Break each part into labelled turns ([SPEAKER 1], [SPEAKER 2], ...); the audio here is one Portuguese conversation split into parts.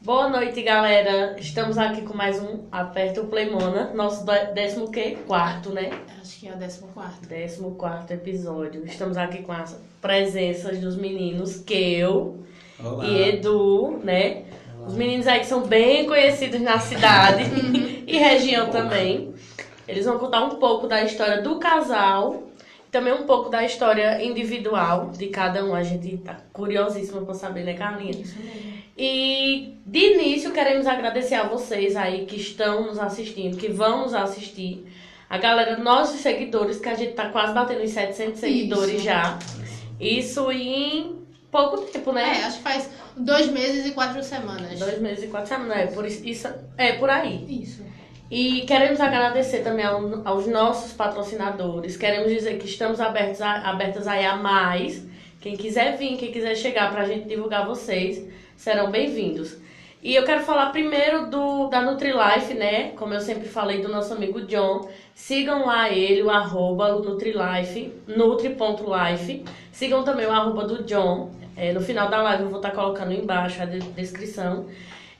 [SPEAKER 1] Boa noite, galera. Estamos aqui com mais um Aperta o Play Mona, nosso dé- décimo quê? Quarto, né?
[SPEAKER 2] Acho que é o décimo quarto.
[SPEAKER 1] Décimo quarto episódio. Estamos aqui com as presenças dos meninos Keu
[SPEAKER 3] Olá.
[SPEAKER 1] e Edu, né?
[SPEAKER 3] Olá.
[SPEAKER 1] Os meninos aí que são bem conhecidos na cidade e região também. Eles vão contar um pouco da história do casal, também um pouco da história individual de cada um. A gente tá curiosíssima pra saber, né, Carlinha?
[SPEAKER 2] Isso mesmo.
[SPEAKER 1] E de início queremos agradecer a vocês aí que estão nos assistindo, que vão nos assistir. A galera, nossos seguidores, que a gente tá quase batendo os 700 seguidores
[SPEAKER 2] Isso.
[SPEAKER 1] já. Isso em pouco tempo, né?
[SPEAKER 2] É, acho que faz dois meses e quatro semanas.
[SPEAKER 1] Dois meses e quatro semanas, é por, isso- isso, é por aí.
[SPEAKER 2] Isso.
[SPEAKER 1] E queremos agradecer também ao- aos nossos patrocinadores. Queremos dizer que estamos abertos a, abertas aí a mais. Quem quiser vir, quem quiser chegar pra gente divulgar vocês, serão bem-vindos. E eu quero falar primeiro do da Nutrilife, né? Como eu sempre falei do nosso amigo John. Sigam lá ele, o arroba Nutrilife, nutri.life. Sigam também o arroba do John. É, no final da live eu vou estar colocando embaixo a de- descrição.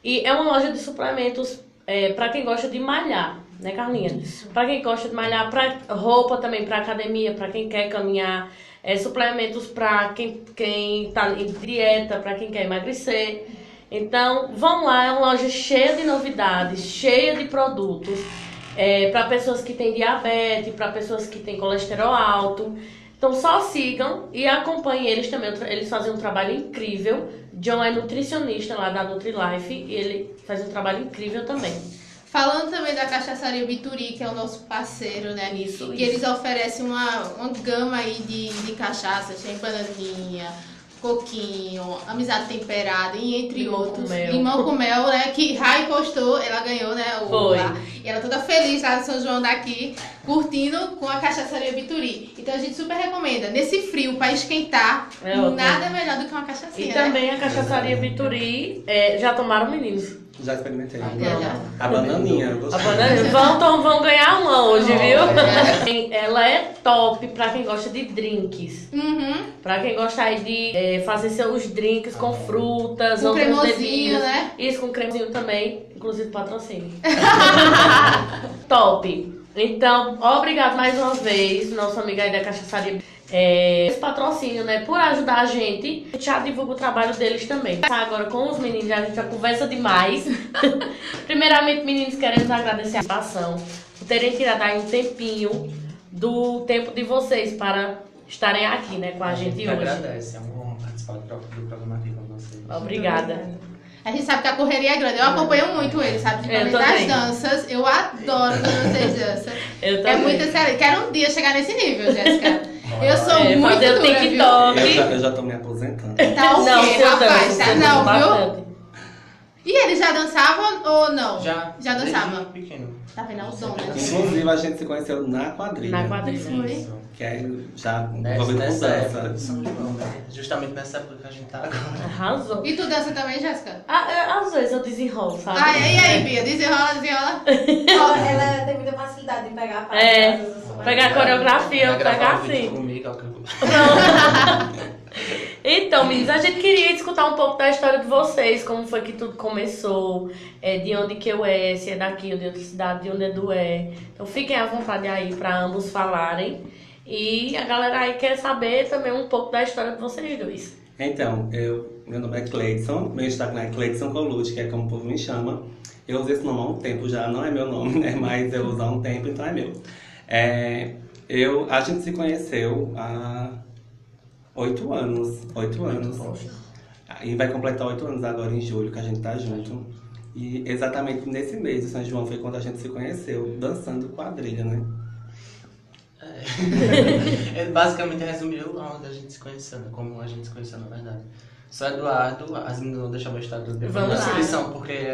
[SPEAKER 1] E é uma loja de suplementos é, para quem gosta de malhar, né, Carlinha?
[SPEAKER 2] Isso.
[SPEAKER 1] Para quem gosta de malhar, pra roupa também para academia, para quem quer caminhar, é, suplementos para quem quem tá em dieta, para quem quer emagrecer. Então, vão lá, é uma loja cheia de novidades, cheia de produtos. para pessoas que têm diabetes, para pessoas que têm colesterol alto. Então só sigam e acompanhem eles também. O tra- Eles fazem um trabalho incrível. John é nutricionista lá da Nutrilife e ele faz um trabalho incrível também.
[SPEAKER 2] Falando também da cachaçaria Bituri, que é o nosso parceiro, né?
[SPEAKER 1] Isso,
[SPEAKER 2] Que
[SPEAKER 1] isso.
[SPEAKER 2] eles oferecem uma, uma gama aí de, de cachaças, tem bananinha, coquinho, amizade temperada e entre
[SPEAKER 1] Limão com
[SPEAKER 2] outros.
[SPEAKER 1] mel.
[SPEAKER 2] Limão com mel, né? Que Rai postou, ela ganhou, né? O,
[SPEAKER 1] Foi.
[SPEAKER 2] lá. E ela toda feliz lá no São João daqui, curtindo com a cachaçaria Bituri. Então a gente super recomenda. Nesse frio, pra esquentar,
[SPEAKER 1] É ótimo.
[SPEAKER 2] nada melhor do que uma cachaçinha,
[SPEAKER 1] E
[SPEAKER 2] né?
[SPEAKER 1] também a cachaçaria Bituri, é, já tomaram meninos.
[SPEAKER 3] Já experimentei.
[SPEAKER 1] Ah,
[SPEAKER 2] Olha, já.
[SPEAKER 3] A bananinha,
[SPEAKER 1] A
[SPEAKER 3] gostei.
[SPEAKER 1] banana, vão, então, vão ganhar uma hoje,
[SPEAKER 2] Olha.
[SPEAKER 1] viu? Ela é top pra quem gosta de drinks.
[SPEAKER 2] Uhum.
[SPEAKER 1] Pra quem gosta aí de é, fazer seus drinks com frutas,
[SPEAKER 2] Com
[SPEAKER 1] outras
[SPEAKER 2] cremosinho,
[SPEAKER 1] bebidas.
[SPEAKER 2] né?
[SPEAKER 1] Isso, com cremosinho também, inclusive patrocínio. Top! Então, obrigado mais uma vez, nosso amigo aí da Cachaçaria. É, esse patrocínio, né? Por ajudar a gente. A gente já divulga o trabalho deles também. Tá agora com os meninos, a gente já conversa demais. Primeiramente, meninos, queremos agradecer a ação por terem tirado aí um tempinho do tempo de vocês para estarem aqui, né, com a gente
[SPEAKER 3] que
[SPEAKER 1] hoje.
[SPEAKER 3] Agradece, é
[SPEAKER 4] um
[SPEAKER 3] uma honra participar do pro- do programa aqui com vocês.
[SPEAKER 1] Obrigada.
[SPEAKER 2] A gente sabe que a correria é grande. Eu acompanho muito ele, sabe?
[SPEAKER 1] É, Eu
[SPEAKER 2] Principalmente das
[SPEAKER 1] também.
[SPEAKER 2] danças. Eu adoro quando vocês dançam.
[SPEAKER 1] Eu
[SPEAKER 2] É
[SPEAKER 1] também.
[SPEAKER 2] muito excelente. Quero um dia chegar nesse nível, Jéssica. Eu sou
[SPEAKER 1] É,
[SPEAKER 2] muito
[SPEAKER 1] fazer o
[SPEAKER 2] dura, viu?
[SPEAKER 1] TikTok.
[SPEAKER 3] Eu já, eu já tô me aposentando.
[SPEAKER 2] Tá ok,
[SPEAKER 1] seu
[SPEAKER 2] rapaz.
[SPEAKER 1] Deus,
[SPEAKER 2] tá-
[SPEAKER 1] seu
[SPEAKER 2] não,
[SPEAKER 1] Deus,
[SPEAKER 2] viu?
[SPEAKER 1] bastante.
[SPEAKER 2] E ele já dançava ou não?
[SPEAKER 4] Já.
[SPEAKER 2] Já dançava.
[SPEAKER 4] Desde pequeno.
[SPEAKER 2] Tá vendo? É o som, né?
[SPEAKER 3] Inclusive, a gente se conheceu na quadrilha.
[SPEAKER 1] Na quadrilha.
[SPEAKER 2] Foi.
[SPEAKER 4] Isso.
[SPEAKER 3] Que é já
[SPEAKER 4] Nessa,
[SPEAKER 3] envolvido com
[SPEAKER 4] nessa época do
[SPEAKER 3] dança.
[SPEAKER 4] São João, né? Justamente nessa época que a gente tá agora.
[SPEAKER 1] Arrasou.
[SPEAKER 2] E tu dança também, Jéssica?
[SPEAKER 1] Ah, é, Às vezes eu desenrolo, sabe?
[SPEAKER 2] Ah, e aí, Bia? Desenrola, desenrola.
[SPEAKER 5] Ó, ela tem muita facilidade em pegar a parte.
[SPEAKER 1] É.
[SPEAKER 5] às vezes eu sou
[SPEAKER 1] Pegar a coreografia,
[SPEAKER 4] Vai gravar
[SPEAKER 1] pegar
[SPEAKER 4] um vídeo
[SPEAKER 1] assim.
[SPEAKER 4] Comigo, ó, que eu-
[SPEAKER 1] Então, meninos, a gente queria escutar um pouco da história de vocês, como foi que tudo começou, é, de onde que eu é, se é daqui ou de outra cidade, de onde Edu é. Então fiquem à vontade aí pra ambos falarem. E a galera aí quer saber também um pouco da história de vocês dois.
[SPEAKER 3] Então, eu, meu nome é Cleidson, meu Instagram é Cleidson Colucci, que é como o povo me chama. Eu uso esse nome há um tempo já, não é meu nome, né? Mas eu uso há um tempo, então é meu. É, eu, a gente se conheceu há oito anos. Oito anos. E vai completar oito anos agora em julho, que a gente tá junto. E exatamente nesse mês de São João foi quando a gente se conheceu, dançando quadrilha, né?
[SPEAKER 4] Ele É, basicamente resumiu onde a gente se conheceu, né? como a gente se conheceu na verdade. Só Eduardo, as meninas vão deixar meu Instagram depois
[SPEAKER 1] Vamos
[SPEAKER 4] na
[SPEAKER 1] lá.
[SPEAKER 4] descrição, porque é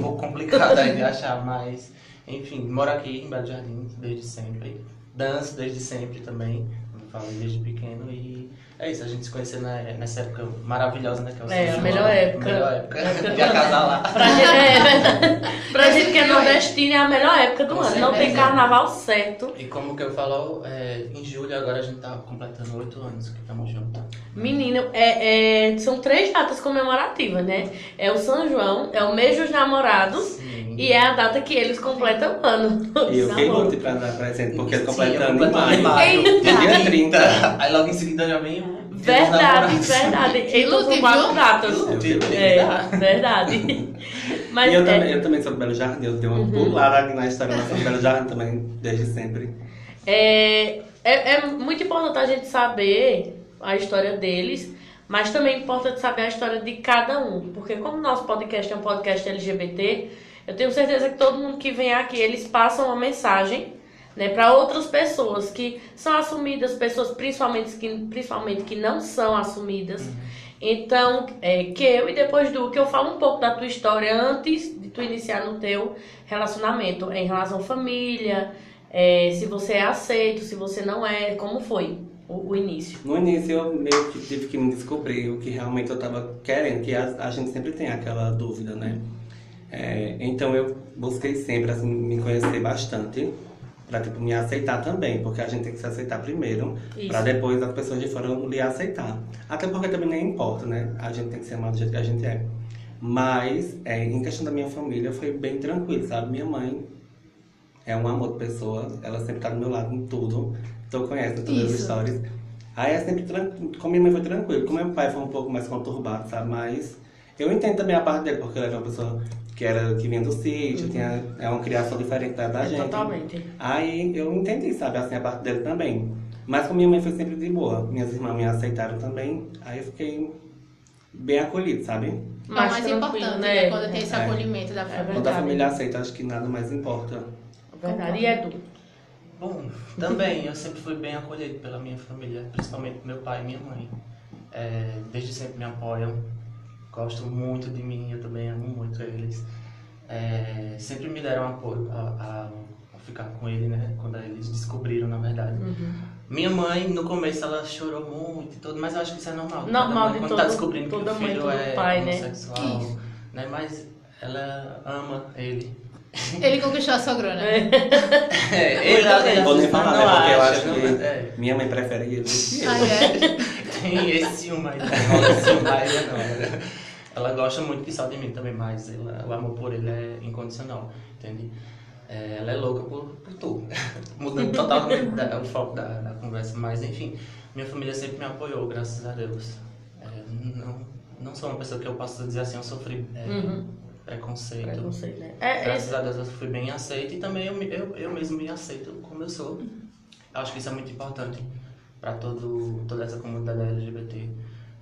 [SPEAKER 4] pouco complicado aí de achar, mas enfim, moro aqui em Belo Jardim desde sempre. Danço desde sempre também, como eu falei desde pequeno, e é É isso, a gente se conheceu na- nessa época maravilhosa, né? Que é, o
[SPEAKER 1] É,
[SPEAKER 4] São
[SPEAKER 1] a melhor
[SPEAKER 4] João,
[SPEAKER 1] época.
[SPEAKER 4] Melhor época.
[SPEAKER 1] Época
[SPEAKER 4] Ia casar lá.
[SPEAKER 1] Pra gente, é, verdade. pra gente que é
[SPEAKER 2] Esse filme.
[SPEAKER 1] nordestino é a melhor época do
[SPEAKER 4] Com
[SPEAKER 1] ano. Não tem
[SPEAKER 4] certeza.
[SPEAKER 1] carnaval certo.
[SPEAKER 4] E como que eu falo, é, em julho agora a gente tá completando oito anos que estamos juntos.
[SPEAKER 1] Menino, é, é- são três datas comemorativas, né? É o São João, é o mês dos namorados
[SPEAKER 4] Sim.
[SPEAKER 1] e é a data que eles completam o ano. Então,
[SPEAKER 3] E eu fiquei
[SPEAKER 1] Namoro.
[SPEAKER 3] muito pra dar presente, porque ele
[SPEAKER 4] Sim, é
[SPEAKER 3] completa
[SPEAKER 4] eu completo
[SPEAKER 3] em maio.
[SPEAKER 1] É
[SPEAKER 4] maio.
[SPEAKER 2] Eita!
[SPEAKER 3] No dia 30.
[SPEAKER 4] é Aí logo em seguida já vem um o Dia dos
[SPEAKER 1] Verdade,
[SPEAKER 4] Namorados.
[SPEAKER 1] verdade. Então são
[SPEAKER 2] luta,
[SPEAKER 1] quatro
[SPEAKER 2] viu?
[SPEAKER 1] datas.
[SPEAKER 4] Eu
[SPEAKER 3] Eu
[SPEAKER 4] digo, dá.
[SPEAKER 1] É, verdade. Mas
[SPEAKER 3] e
[SPEAKER 1] é,
[SPEAKER 3] eu,
[SPEAKER 1] Uhum.
[SPEAKER 3] também, eu também sou do Belo Jardim, eu dei uma pulada aqui na história, mas sou do Belo Jardim também, desde sempre.
[SPEAKER 1] É, é, é muito importante a gente saber a história deles, mas também é importante saber a história de cada um. Porque como o nosso podcast é um podcast LGBT, eu tenho certeza que todo mundo que vem aqui, eles passam uma mensagem né, para outras pessoas que são assumidas, pessoas principalmente que, principalmente que não são assumidas. Então, é, que eu e depois do que eu falo um pouco da tua história antes de tu iniciar no teu relacionamento, em relação à família, é, se você é aceito, se você não é, como foi o, o início.
[SPEAKER 3] No início eu meio que tive que me descobrir o que realmente eu tava querendo, que a, a gente sempre tem aquela dúvida, né? É, então eu busquei sempre assim, me conhecer bastante, pra tipo, me aceitar também, porque a gente tem que se aceitar primeiro,
[SPEAKER 1] Isso.
[SPEAKER 3] pra depois as pessoas de fora lhe aceitar. Até porque também nem importa, né? A gente tem que ser amado do jeito que a gente é. Mas, é, em questão da minha família, foi bem tranquilo, sabe? Minha mãe é um amor de pessoa, ela sempre tá do meu lado em tudo. Então conhece todas as
[SPEAKER 2] Isso.
[SPEAKER 3] histórias. Aí é sempre tranquilo. Com minha mãe foi tranquilo. Com meu pai foi um pouco mais conturbado, sabe? Mas eu entendo também a parte dele, porque ele era uma pessoa que, era, que vinha do sítio, tinha, é uma criação diferente da, da
[SPEAKER 1] Uhum. É,
[SPEAKER 3] gente.
[SPEAKER 1] Totalmente.
[SPEAKER 3] Aí eu entendi, sabe, assim, a parte dele também. Mas com minha mãe foi sempre de boa. Minhas irmãs me aceitaram também. Aí eu fiquei bem acolhido, sabe?
[SPEAKER 2] É o mais
[SPEAKER 1] tranquilo,
[SPEAKER 2] importante, né? Quando tem esse
[SPEAKER 3] É.
[SPEAKER 2] acolhimento da família.
[SPEAKER 3] Quando a família aceita, acho que nada mais importa.
[SPEAKER 1] Verdade. é E Edu?
[SPEAKER 4] Bom, também eu sempre fui bem acolhido pela minha família, principalmente meu pai e minha mãe. É, desde sempre me apoiam, gostam muito de mim, eu também amo muito eles. É, sempre me deram apoio a, a- a ficar com ele, né? Quando eles descobriram, na verdade.
[SPEAKER 2] Uhum.
[SPEAKER 4] Minha mãe, no começo, ela chorou muito e tudo, mas eu acho que isso é normal.
[SPEAKER 1] Normal
[SPEAKER 4] Toda mãe,
[SPEAKER 1] de
[SPEAKER 4] Quando
[SPEAKER 1] todo-
[SPEAKER 4] tá descobrindo que
[SPEAKER 1] toda
[SPEAKER 4] o
[SPEAKER 1] mãe,
[SPEAKER 4] filho
[SPEAKER 1] todo
[SPEAKER 4] é
[SPEAKER 1] pai, né?
[SPEAKER 4] homossexual,
[SPEAKER 2] Isso.
[SPEAKER 4] né? Mas ela ama ele.
[SPEAKER 2] Ele conquistou a sogrona.
[SPEAKER 4] É,
[SPEAKER 1] também.
[SPEAKER 3] Vou nem falar, né?
[SPEAKER 4] não
[SPEAKER 3] Porque eu
[SPEAKER 4] acha,
[SPEAKER 3] acho
[SPEAKER 4] não-
[SPEAKER 3] que
[SPEAKER 4] é.
[SPEAKER 3] minha mãe prefere ele do que eu.
[SPEAKER 2] Ah, é?
[SPEAKER 4] Tem esse uma aí, não rola esse uma aí, não. né? Ela gosta muito que só de mim também, mas ela- o amor por ele é incondicional, entende? É, ela é louca por, por tu. Mudando totalmente da- o foco da, da conversa, mas enfim, minha família sempre me apoiou, graças a Deus. É, não, não sou uma pessoa que eu posso dizer assim, eu sofri é,
[SPEAKER 1] Uhum.
[SPEAKER 4] preconceito.
[SPEAKER 1] Preconceito, né? É, é,
[SPEAKER 4] Graças a Deus eu fui bem aceito e também eu, me- eu, eu mesmo me aceito como eu sou. Acho que isso é muito importante para toda essa comunidade LGBT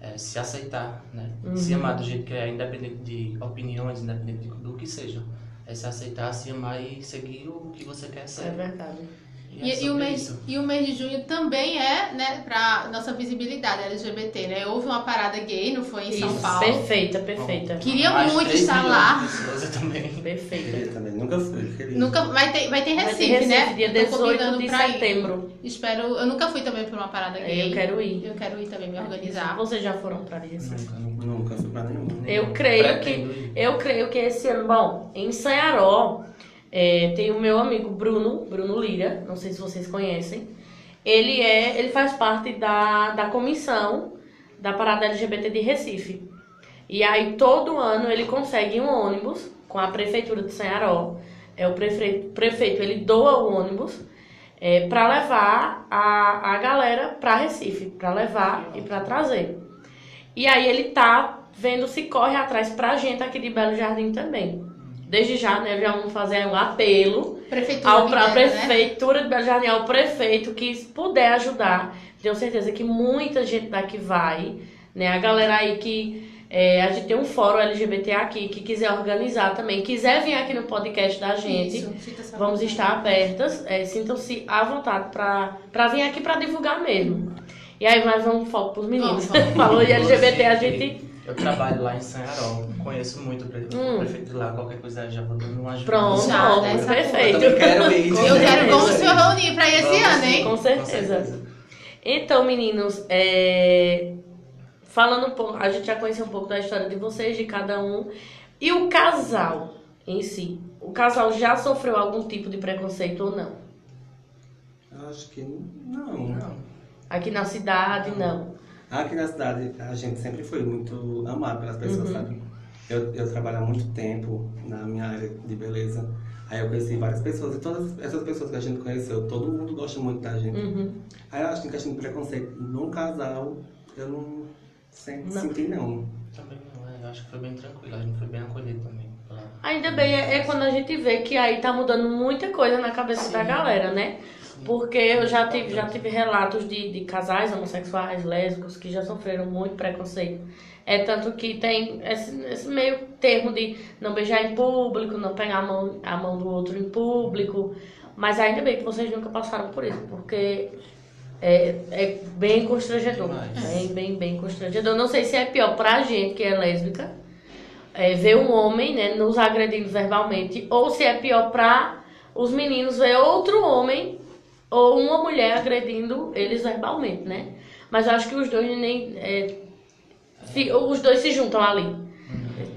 [SPEAKER 4] é, se aceitar, né?
[SPEAKER 2] Uhum.
[SPEAKER 4] Se amar do jeito que é, independente de opiniões, independente de- do que seja. É se aceitar, se amar e seguir o que você quer
[SPEAKER 1] é
[SPEAKER 4] ser.
[SPEAKER 1] verdade.
[SPEAKER 4] é
[SPEAKER 2] E, e o
[SPEAKER 4] sobre
[SPEAKER 2] mês,
[SPEAKER 4] isso.
[SPEAKER 2] e o mês de junho também é, né, pra nossa visibilidade LGBT, né? Houve uma parada gay, não foi em São
[SPEAKER 1] Isso,
[SPEAKER 2] Paulo?
[SPEAKER 3] Tá
[SPEAKER 1] Perfeita, perfeita.
[SPEAKER 2] Queria
[SPEAKER 4] Mais
[SPEAKER 2] muito
[SPEAKER 4] três
[SPEAKER 2] estar
[SPEAKER 4] milhões
[SPEAKER 2] lá.
[SPEAKER 4] de pessoas, eu também.
[SPEAKER 1] Perfeita.
[SPEAKER 3] Ele também nunca fui, querido.
[SPEAKER 2] Nunca, vai ter, vai ter
[SPEAKER 1] Vai ter
[SPEAKER 2] Recife, né?
[SPEAKER 1] Dia
[SPEAKER 2] Eu tô
[SPEAKER 1] 18
[SPEAKER 2] combinando
[SPEAKER 1] de
[SPEAKER 2] pra ir.
[SPEAKER 1] setembro. É,
[SPEAKER 2] Espero, eu nunca fui também pra uma parada gay.
[SPEAKER 1] Eu quero ir.
[SPEAKER 2] Eu quero ir também me organizar.
[SPEAKER 1] Vocês já foram pra Recife?
[SPEAKER 4] Nunca, nunca.
[SPEAKER 3] Nunca fui pra
[SPEAKER 4] Né?
[SPEAKER 3] nenhum.
[SPEAKER 1] Eu creio
[SPEAKER 4] Pretendo ir.
[SPEAKER 1] Eu creio que esse ano, bom, em Ceará é, tem o meu amigo Bruno, Bruno Lira, não sei se vocês conhecem. Ele é, ele faz parte da, da comissão da parada LGBT de Recife. E aí todo ano ele consegue um ônibus com a prefeitura de Ceará. É o prefeito, prefeito ele doa o ônibus é, para levar a, a galera para Recife, para levar e para trazer. E aí ele tá vendo se corre atrás pra gente aqui de Belo Jardim também. Desde já, né, já vamos fazer um apelo
[SPEAKER 2] Prefeitura
[SPEAKER 1] ao, pra
[SPEAKER 2] mineira, né?
[SPEAKER 1] prefeitura de Belo Jardim, ao prefeito que puder ajudar. Tenho certeza que muita gente daqui vai, né, a galera aí que é, a gente tem um fórum LGBT aqui, que quiser organizar também, quiser vir aqui no podcast da gente,
[SPEAKER 2] Isso, fica sabendo.
[SPEAKER 1] Vamos estar abertas, é, sintam-se à vontade para vir aqui para divulgar mesmo. E aí nós vamos foco pros meninos.
[SPEAKER 2] Vamos,
[SPEAKER 1] Falou de LGBT, a
[SPEAKER 4] Inclusive,
[SPEAKER 1] gente.
[SPEAKER 4] Eu trabalho lá em Sanharol, conheço muito o pre-
[SPEAKER 1] Hum.
[SPEAKER 4] o prefeito de lá, qualquer coisa já vou dando uma ajuda.
[SPEAKER 1] Pronto,
[SPEAKER 2] Já,
[SPEAKER 1] pronto,
[SPEAKER 2] dá essa
[SPEAKER 1] perfeito.
[SPEAKER 4] Eu também quero ir.
[SPEAKER 1] Com
[SPEAKER 2] Eu quero,
[SPEAKER 1] certeza.
[SPEAKER 2] vamos se reunir pra ir esse
[SPEAKER 4] Vamos
[SPEAKER 2] ano,
[SPEAKER 4] sim.
[SPEAKER 2] hein?
[SPEAKER 1] Com certeza. Então, meninos, é, falando um pouco, a gente já conheceu um pouco da história de vocês, de cada um. E o casal em si? O casal já sofreu algum tipo de preconceito ou não?
[SPEAKER 3] Acho que não.
[SPEAKER 4] Não.
[SPEAKER 1] Aqui na cidade, não.
[SPEAKER 3] Aqui na cidade a gente sempre foi muito amado pelas pessoas,
[SPEAKER 1] Uhum.
[SPEAKER 3] sabe? Eu, eu trabalho há muito tempo na minha área de beleza. Aí eu conheci várias pessoas e todas essas pessoas que a gente conheceu, todo mundo gosta muito da gente.
[SPEAKER 1] Uhum.
[SPEAKER 3] Aí eu acho que em questão de preconceito num casal, eu não, sen-
[SPEAKER 1] Não.
[SPEAKER 3] senti não.
[SPEAKER 4] Também não é. Eu acho que foi bem tranquilo. A gente foi bem acolhido também. Pela...
[SPEAKER 1] Ainda bem, é, é quando a gente vê que aí tá mudando muita coisa na cabeça da galera, né? Porque eu já tive, já tive relatos de, de casais homossexuais, lésbicos, que já sofreram muito preconceito. É tanto que tem esse, esse meio termo de não beijar em público, não pegar a mão, a mão do outro em público. Mas ainda bem que vocês nunca passaram por isso, porque é, é bem constrangedor.
[SPEAKER 4] Demais.
[SPEAKER 1] Bem, bem, bem constrangedor. Não sei se é pior pra gente que é lésbica, é, ver um homem né, nos agredindo verbalmente, ou se é pior pra os meninos ver outro homem ou uma mulher agredindo eles verbalmente, né? Mas eu acho que os dois nem. é, fi- os dois se juntam ali.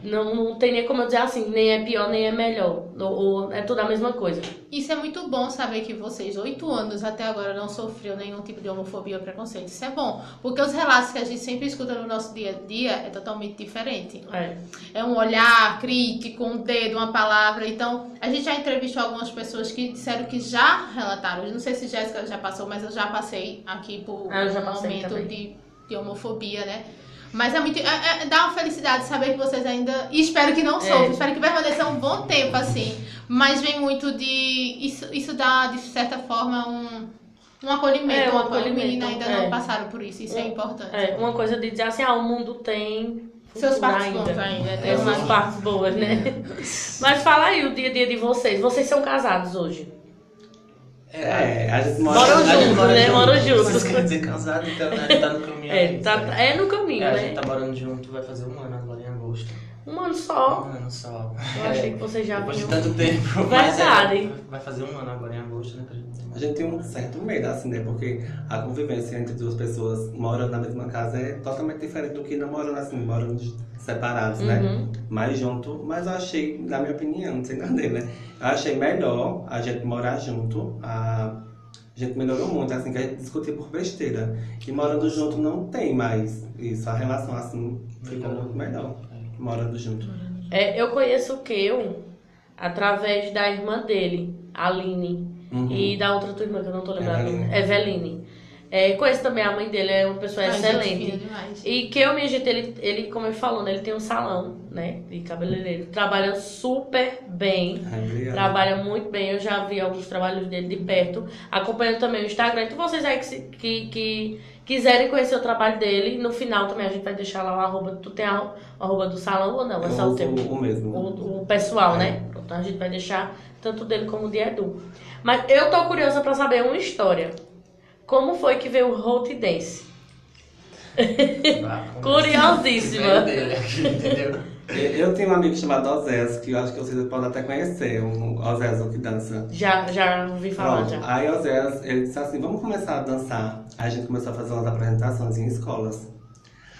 [SPEAKER 1] Não, não tem nem como eu dizer assim, nem é pior, nem é melhor. Ou, ou é tudo a mesma coisa.
[SPEAKER 2] Isso é muito bom saber que vocês, oito anos até agora, não sofreu nenhum tipo de homofobia ou preconceito. Isso é bom, porque os relatos que a gente sempre escuta no nosso dia a dia é totalmente diferente.
[SPEAKER 1] É.
[SPEAKER 2] É um olhar crítico, um dedo, uma palavra. Então, a gente já entrevistou algumas pessoas que disseram que já relataram. Eu Não sei se Jéssica já passou, mas eu já passei aqui por
[SPEAKER 1] Ah, eu já
[SPEAKER 2] um
[SPEAKER 1] passei
[SPEAKER 2] momento
[SPEAKER 1] também.
[SPEAKER 2] de, de homofobia, né? Mas é muito. é- é- dá uma felicidade saber que vocês ainda. E espero que
[SPEAKER 1] É.
[SPEAKER 2] não sofram. Espero que permaneça um bom tempo assim. Mas vem muito de. Isso, isso dá, de certa forma, um,
[SPEAKER 1] É, um
[SPEAKER 2] um acolhimento. uma acolhimento.
[SPEAKER 1] acolhimento,
[SPEAKER 2] menina ainda
[SPEAKER 1] é.
[SPEAKER 2] não passaram por isso. Isso é,
[SPEAKER 1] Um-
[SPEAKER 2] importante.
[SPEAKER 1] É, uma coisa de dizer assim, ah, o mundo tem.
[SPEAKER 2] Seus
[SPEAKER 1] futuro
[SPEAKER 2] partes bons ainda.
[SPEAKER 1] É
[SPEAKER 2] Tem
[SPEAKER 1] umas
[SPEAKER 2] uma-
[SPEAKER 1] partes boas, né? Mas fala aí o dia a dia de vocês. Vocês são casados hoje?
[SPEAKER 3] É, a gente um mora.
[SPEAKER 1] Moram
[SPEAKER 4] a gente
[SPEAKER 1] junto,
[SPEAKER 4] mora
[SPEAKER 1] né?
[SPEAKER 4] junto.
[SPEAKER 1] Moram junto.
[SPEAKER 4] Vocês querem dizer casado, então né? a gente tá no caminho.
[SPEAKER 1] É,
[SPEAKER 4] ainda.
[SPEAKER 1] tá, é no caminho,
[SPEAKER 4] É, a
[SPEAKER 1] né?
[SPEAKER 4] gente tá morando junto, vai fazer um ano agora em agosto.
[SPEAKER 1] Um ano só.
[SPEAKER 4] Um ano só.
[SPEAKER 1] Eu achei que vocês já
[SPEAKER 4] Depois de
[SPEAKER 1] vinham.
[SPEAKER 4] tanto tempo. mas
[SPEAKER 1] Verdade.
[SPEAKER 4] é, vai fazer um ano agora em agosto, né? que gente tem.
[SPEAKER 3] A gente tem um certo medo, assim, né? Porque a convivência entre duas pessoas morando na mesma casa é totalmente diferente do que não morando assim, morando separados, né?
[SPEAKER 1] Uhum.
[SPEAKER 3] mais junto, mas eu achei, na minha opinião, não sei entender, né? Eu achei melhor a gente morar junto, a, a gente melhorou muito, assim, que a gente discutia por besteira. E morando junto não tem mais isso, a relação assim ficou
[SPEAKER 4] Melhorou.
[SPEAKER 3] muito melhor,
[SPEAKER 4] É.
[SPEAKER 3] morando junto.
[SPEAKER 1] É, eu conheço o Keu através da irmã dele, Aline,
[SPEAKER 3] Uhum.
[SPEAKER 1] e da outra tua irmã, que eu não tô
[SPEAKER 4] É,
[SPEAKER 1] lembrando,
[SPEAKER 3] Eveline.
[SPEAKER 1] Eveline. É, conheço também a mãe dele, é uma pessoa
[SPEAKER 2] Ai, gente
[SPEAKER 1] excelente.
[SPEAKER 2] fina demais.
[SPEAKER 1] E que eu, minha gente, ele, ele, como eu falou, né, ele tem um salão, né, de cabeleireiro. Trabalha super bem.
[SPEAKER 3] Ai, É, obrigado.
[SPEAKER 1] Trabalha muito bem, eu já vi alguns trabalhos dele de perto, acompanhando também o Instagram. Então, vocês aí que, se- que, que quiserem conhecer o trabalho dele, no final também a gente vai deixar lá o arroba. Tu tem a- o arroba do salão ou não? É
[SPEAKER 3] Eu
[SPEAKER 1] só o
[SPEAKER 3] uso
[SPEAKER 1] teu?
[SPEAKER 3] o mesmo.
[SPEAKER 1] O, o pessoal,
[SPEAKER 3] É.
[SPEAKER 1] né? Então a gente vai deixar tanto dele como de Edu. Mas eu tô curiosa pra saber uma história. Como foi que veio o Hot Dance?
[SPEAKER 4] Vá, começa.
[SPEAKER 1] Curiosíssima.
[SPEAKER 4] Primeiro dele aqui, entendeu?
[SPEAKER 3] Eu eu tenho um amigo chamado Ozeso, que eu acho que vocês podem até conhecer, um Ozeso que dança.
[SPEAKER 1] Já, já ouvi falar,
[SPEAKER 3] Pronto.
[SPEAKER 1] já.
[SPEAKER 3] Aí o Zé, ele disse assim, vamos começar a dançar. Aí a gente começou a fazer umas apresentações em escolas.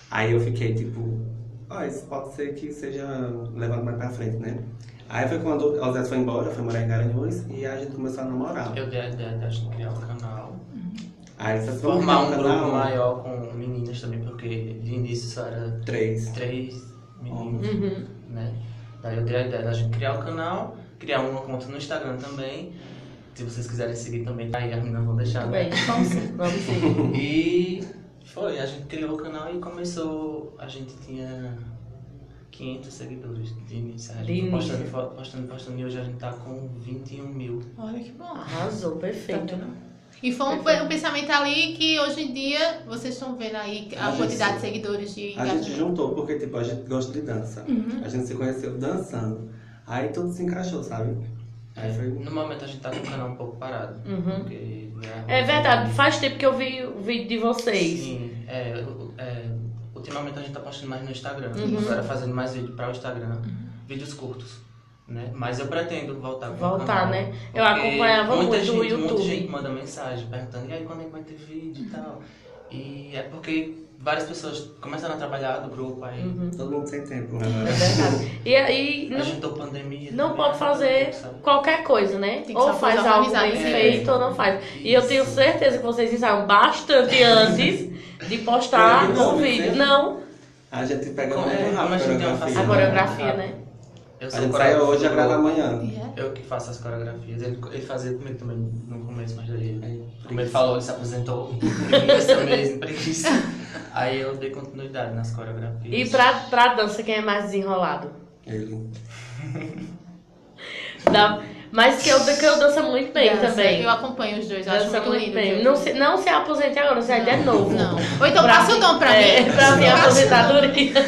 [SPEAKER 3] Aí eu fiquei tipo, ó, isso pode ser que seja levado mais pra frente, né? Aí foi quando o Zé foi embora, foi morar em Garanhuns, e a gente começou a namorar.
[SPEAKER 4] Eu dei a ideia de a gente criar um canal.
[SPEAKER 3] Aí você
[SPEAKER 4] Formar um grupo maior com meninas também, porque de início só era
[SPEAKER 3] Três.
[SPEAKER 4] três meninas.
[SPEAKER 1] Uhum.
[SPEAKER 4] né? Daí eu dei a ideia da gente criar o canal, criar uma conta no Instagram também. Se vocês quiserem seguir também, tá aí, as meninas vão deixar,
[SPEAKER 1] Tudo
[SPEAKER 4] né?
[SPEAKER 1] bem, vamos sim, vamos sim.
[SPEAKER 4] E foi, a gente criou o canal e começou, a gente tinha 500 seguidores de início. A gente
[SPEAKER 1] De
[SPEAKER 4] foi postando,
[SPEAKER 1] início.
[SPEAKER 4] fo- postando, postando, e hoje a gente tá com 21 mil.
[SPEAKER 2] Olha que bom.
[SPEAKER 1] Arrasou, perfeito.
[SPEAKER 2] Tá vendo? E foi um, foi um pensamento ali que hoje em dia vocês estão vendo aí a,
[SPEAKER 3] A gente-
[SPEAKER 2] quantidade de seguidores de
[SPEAKER 3] A gente
[SPEAKER 2] engajamento.
[SPEAKER 3] juntou, porque tipo, a gente gosta de dança. A gente se conheceu dançando. Aí tudo se encaixou, sabe? Aí foi...
[SPEAKER 4] No momento a gente tá com o canal um pouco parado.
[SPEAKER 1] Uhum.
[SPEAKER 4] porque, né,
[SPEAKER 1] É verdade, faz tempo que eu vi o vídeo de vocês.
[SPEAKER 4] Sim, é, o- é, ultimamente a gente tá postando mais no Instagram.
[SPEAKER 1] Uhum.
[SPEAKER 4] Agora fazendo mais vídeo para o Instagram. Vídeos curtos. Né? Mas eu pretendo voltar com o
[SPEAKER 1] Voltar,
[SPEAKER 4] canal,
[SPEAKER 1] né?
[SPEAKER 4] porque
[SPEAKER 1] Eu acompanhava
[SPEAKER 4] muita
[SPEAKER 1] muito
[SPEAKER 4] gente,
[SPEAKER 1] o
[SPEAKER 4] Muita
[SPEAKER 1] YouTube.
[SPEAKER 4] gente manda mensagem perguntando, e aí quando é que vai ter vídeo e tal. E é porque várias pessoas começaram a trabalhar do grupo aí.
[SPEAKER 1] Uhum.
[SPEAKER 3] Todo mundo sem tempo,
[SPEAKER 1] É
[SPEAKER 3] né?
[SPEAKER 1] verdade. E aí
[SPEAKER 4] Não,
[SPEAKER 1] não,
[SPEAKER 4] Ajuntou pandemia.
[SPEAKER 1] não
[SPEAKER 4] também, né?
[SPEAKER 1] pode fazer
[SPEAKER 4] sabe?
[SPEAKER 1] qualquer coisa, né?
[SPEAKER 2] é Tem que
[SPEAKER 1] Ou
[SPEAKER 2] só fazer
[SPEAKER 1] faz
[SPEAKER 2] uma
[SPEAKER 1] algo
[SPEAKER 2] amizade,
[SPEAKER 1] bem
[SPEAKER 4] né?
[SPEAKER 1] feito ou não faz. E eu tenho
[SPEAKER 4] Isso.
[SPEAKER 1] certeza que vocês ensaiam bastante antes de postar
[SPEAKER 3] Eu não,
[SPEAKER 1] o
[SPEAKER 3] mas
[SPEAKER 1] vídeo.
[SPEAKER 3] sempre.
[SPEAKER 1] Não,
[SPEAKER 3] A gente pega
[SPEAKER 4] Como
[SPEAKER 3] muito
[SPEAKER 4] é? Como a
[SPEAKER 3] rápido
[SPEAKER 4] gente tem uma
[SPEAKER 3] coreografia.
[SPEAKER 1] a
[SPEAKER 4] Sim.
[SPEAKER 1] coreografia, né?
[SPEAKER 4] Eu
[SPEAKER 3] A
[SPEAKER 4] sou
[SPEAKER 3] gente sai
[SPEAKER 4] coreógrafo
[SPEAKER 3] hoje e
[SPEAKER 4] do
[SPEAKER 3] grava
[SPEAKER 4] grupo.
[SPEAKER 3] amanhã.
[SPEAKER 2] E é.
[SPEAKER 4] Eu que faço as coreografias. Ele, ele fazia comigo também no começo, mas aí, como ele falou, ele se apresentou. Preguiça mesmo, preguiça. Aí eu dei continuidade nas coreografias.
[SPEAKER 1] E pra, pra dança, quem é mais desenrolado?
[SPEAKER 3] Ele.
[SPEAKER 1] Dá- Mas que eu, que eu danço muito bem
[SPEAKER 2] Dança.
[SPEAKER 1] também.
[SPEAKER 2] Eu acompanho os dois, eu acho
[SPEAKER 1] Dança
[SPEAKER 2] muito, lindo. os dois.
[SPEAKER 1] Não se, não se aposente agora, você ainda é novo.
[SPEAKER 2] Não. Ou então passa o dom pra
[SPEAKER 1] é,
[SPEAKER 2] mim.
[SPEAKER 1] Pra minha
[SPEAKER 2] Passa o dom.
[SPEAKER 1] aposentadoria.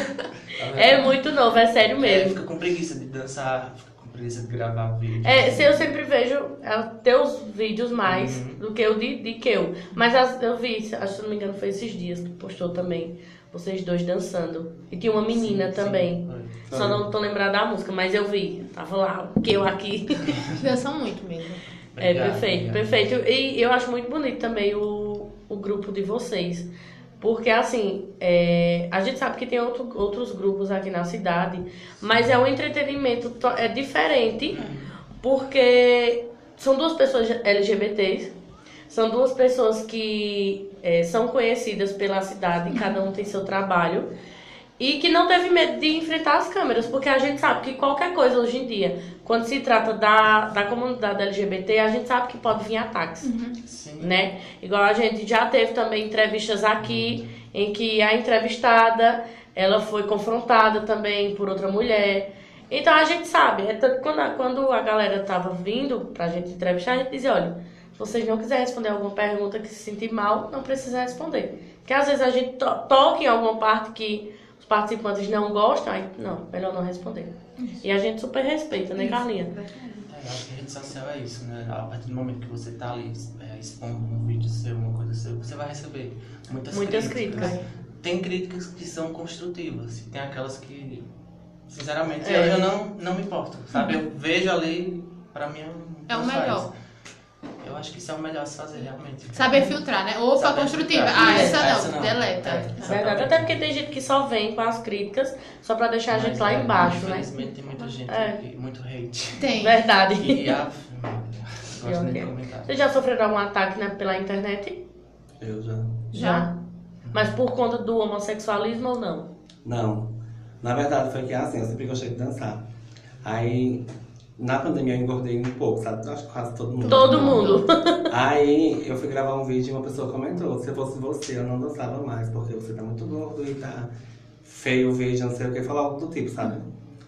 [SPEAKER 1] É muito novo, é sério
[SPEAKER 4] É,
[SPEAKER 1] mesmo.
[SPEAKER 4] fica com preguiça de dançar, fica com preguiça de gravar vídeo.
[SPEAKER 1] É, se eu sempre vejo é, teus vídeos mais
[SPEAKER 4] Uhum.
[SPEAKER 1] do que o de, de que eu. Mas as- eu vi, se acho que não me engano, foi esses dias que postou também. Vocês dois dançando. E tinha é uma menina
[SPEAKER 4] Sim, sim,
[SPEAKER 1] também.
[SPEAKER 4] foi.
[SPEAKER 1] Só não tô lembrada da música, mas eu vi. Tava lá, o que eu aqui.
[SPEAKER 2] Dançam muito mesmo.
[SPEAKER 1] É,
[SPEAKER 4] Obrigado,
[SPEAKER 1] perfeito,
[SPEAKER 4] obrigado.
[SPEAKER 1] perfeito. E eu acho muito bonito também o, o grupo de vocês. Porque, assim, é, a gente sabe que tem outro- outros grupos aqui na cidade, mas é um entretenimento to- é diferente, porque são duas pessoas LGBTs, são duas pessoas que é, são conhecidas pela cidade, cada um tem seu trabalho, e que não teve medo de enfrentar as câmeras, porque a gente sabe que qualquer coisa hoje em dia, quando se trata da, da comunidade LGBT, a gente sabe que pode vir ataques
[SPEAKER 2] Uhum.
[SPEAKER 4] Sim.
[SPEAKER 1] né? Igual a gente já teve também entrevistas aqui em que a entrevistada ela foi confrontada também por outra mulher. Então a gente sabe, é tanto que quando, a, quando a galera tava vindo pra gente entrevistar, a gente dizia, olha, se vocês não quiserem responder alguma pergunta que se sentir mal, não precisa responder. Porque às vezes a gente to- toca em alguma parte que os participantes não gostam, aí não, melhor não responder. E a gente super respeita, né, Carlinha?
[SPEAKER 4] É, acho que a rede social é isso, né? A partir do momento que você tá ali é, expondo um vídeo seu, uma coisa seu, você vai receber muitas,
[SPEAKER 1] Muitas críticas.
[SPEAKER 4] Tem críticas que são construtivas, e tem aquelas que, sinceramente,
[SPEAKER 1] É.
[SPEAKER 4] eu, eu não, não me importo, sabe? Eu vejo ali, pra mim, um não
[SPEAKER 2] É o
[SPEAKER 4] faz.
[SPEAKER 2] melhor.
[SPEAKER 4] Eu acho que isso é o melhor a se fazer, realmente.
[SPEAKER 2] Saber filtrar, né? Opa,
[SPEAKER 4] Saber
[SPEAKER 2] construtiva.
[SPEAKER 4] filtrar.
[SPEAKER 2] Ah,
[SPEAKER 4] Isso,
[SPEAKER 2] essa não. Deleta.
[SPEAKER 4] É,
[SPEAKER 1] É
[SPEAKER 4] exatamente.
[SPEAKER 1] Verdade. Até porque tem gente que só vem com as críticas só pra deixar a gente
[SPEAKER 4] Mas,
[SPEAKER 1] lá
[SPEAKER 4] é,
[SPEAKER 1] embaixo, né?
[SPEAKER 4] Infelizmente, tem muita gente,
[SPEAKER 1] É.
[SPEAKER 4] que- muito hate.
[SPEAKER 2] Tem.
[SPEAKER 1] Verdade.
[SPEAKER 4] E, af, não gosto nem de
[SPEAKER 1] Eu-
[SPEAKER 4] comentar.
[SPEAKER 1] Vocês já sofreram algum ataque né, pela internet?
[SPEAKER 3] Eu já.
[SPEAKER 2] Já.
[SPEAKER 1] Mas por conta do homossexualismo ou não?
[SPEAKER 3] Não. Na verdade, foi que assim, eu sempre gostei de dançar. Aí, na pandemia, eu engordei um pouco, sabe? Acho que quase todo mundo.
[SPEAKER 1] Todo mundo.
[SPEAKER 3] Aí, eu fui gravar um vídeo e uma pessoa comentou: se fosse você, eu não dançava mais, porque você tá muito gordo e tá feio o vídeo, não sei o que, falar algo do tipo, sabe?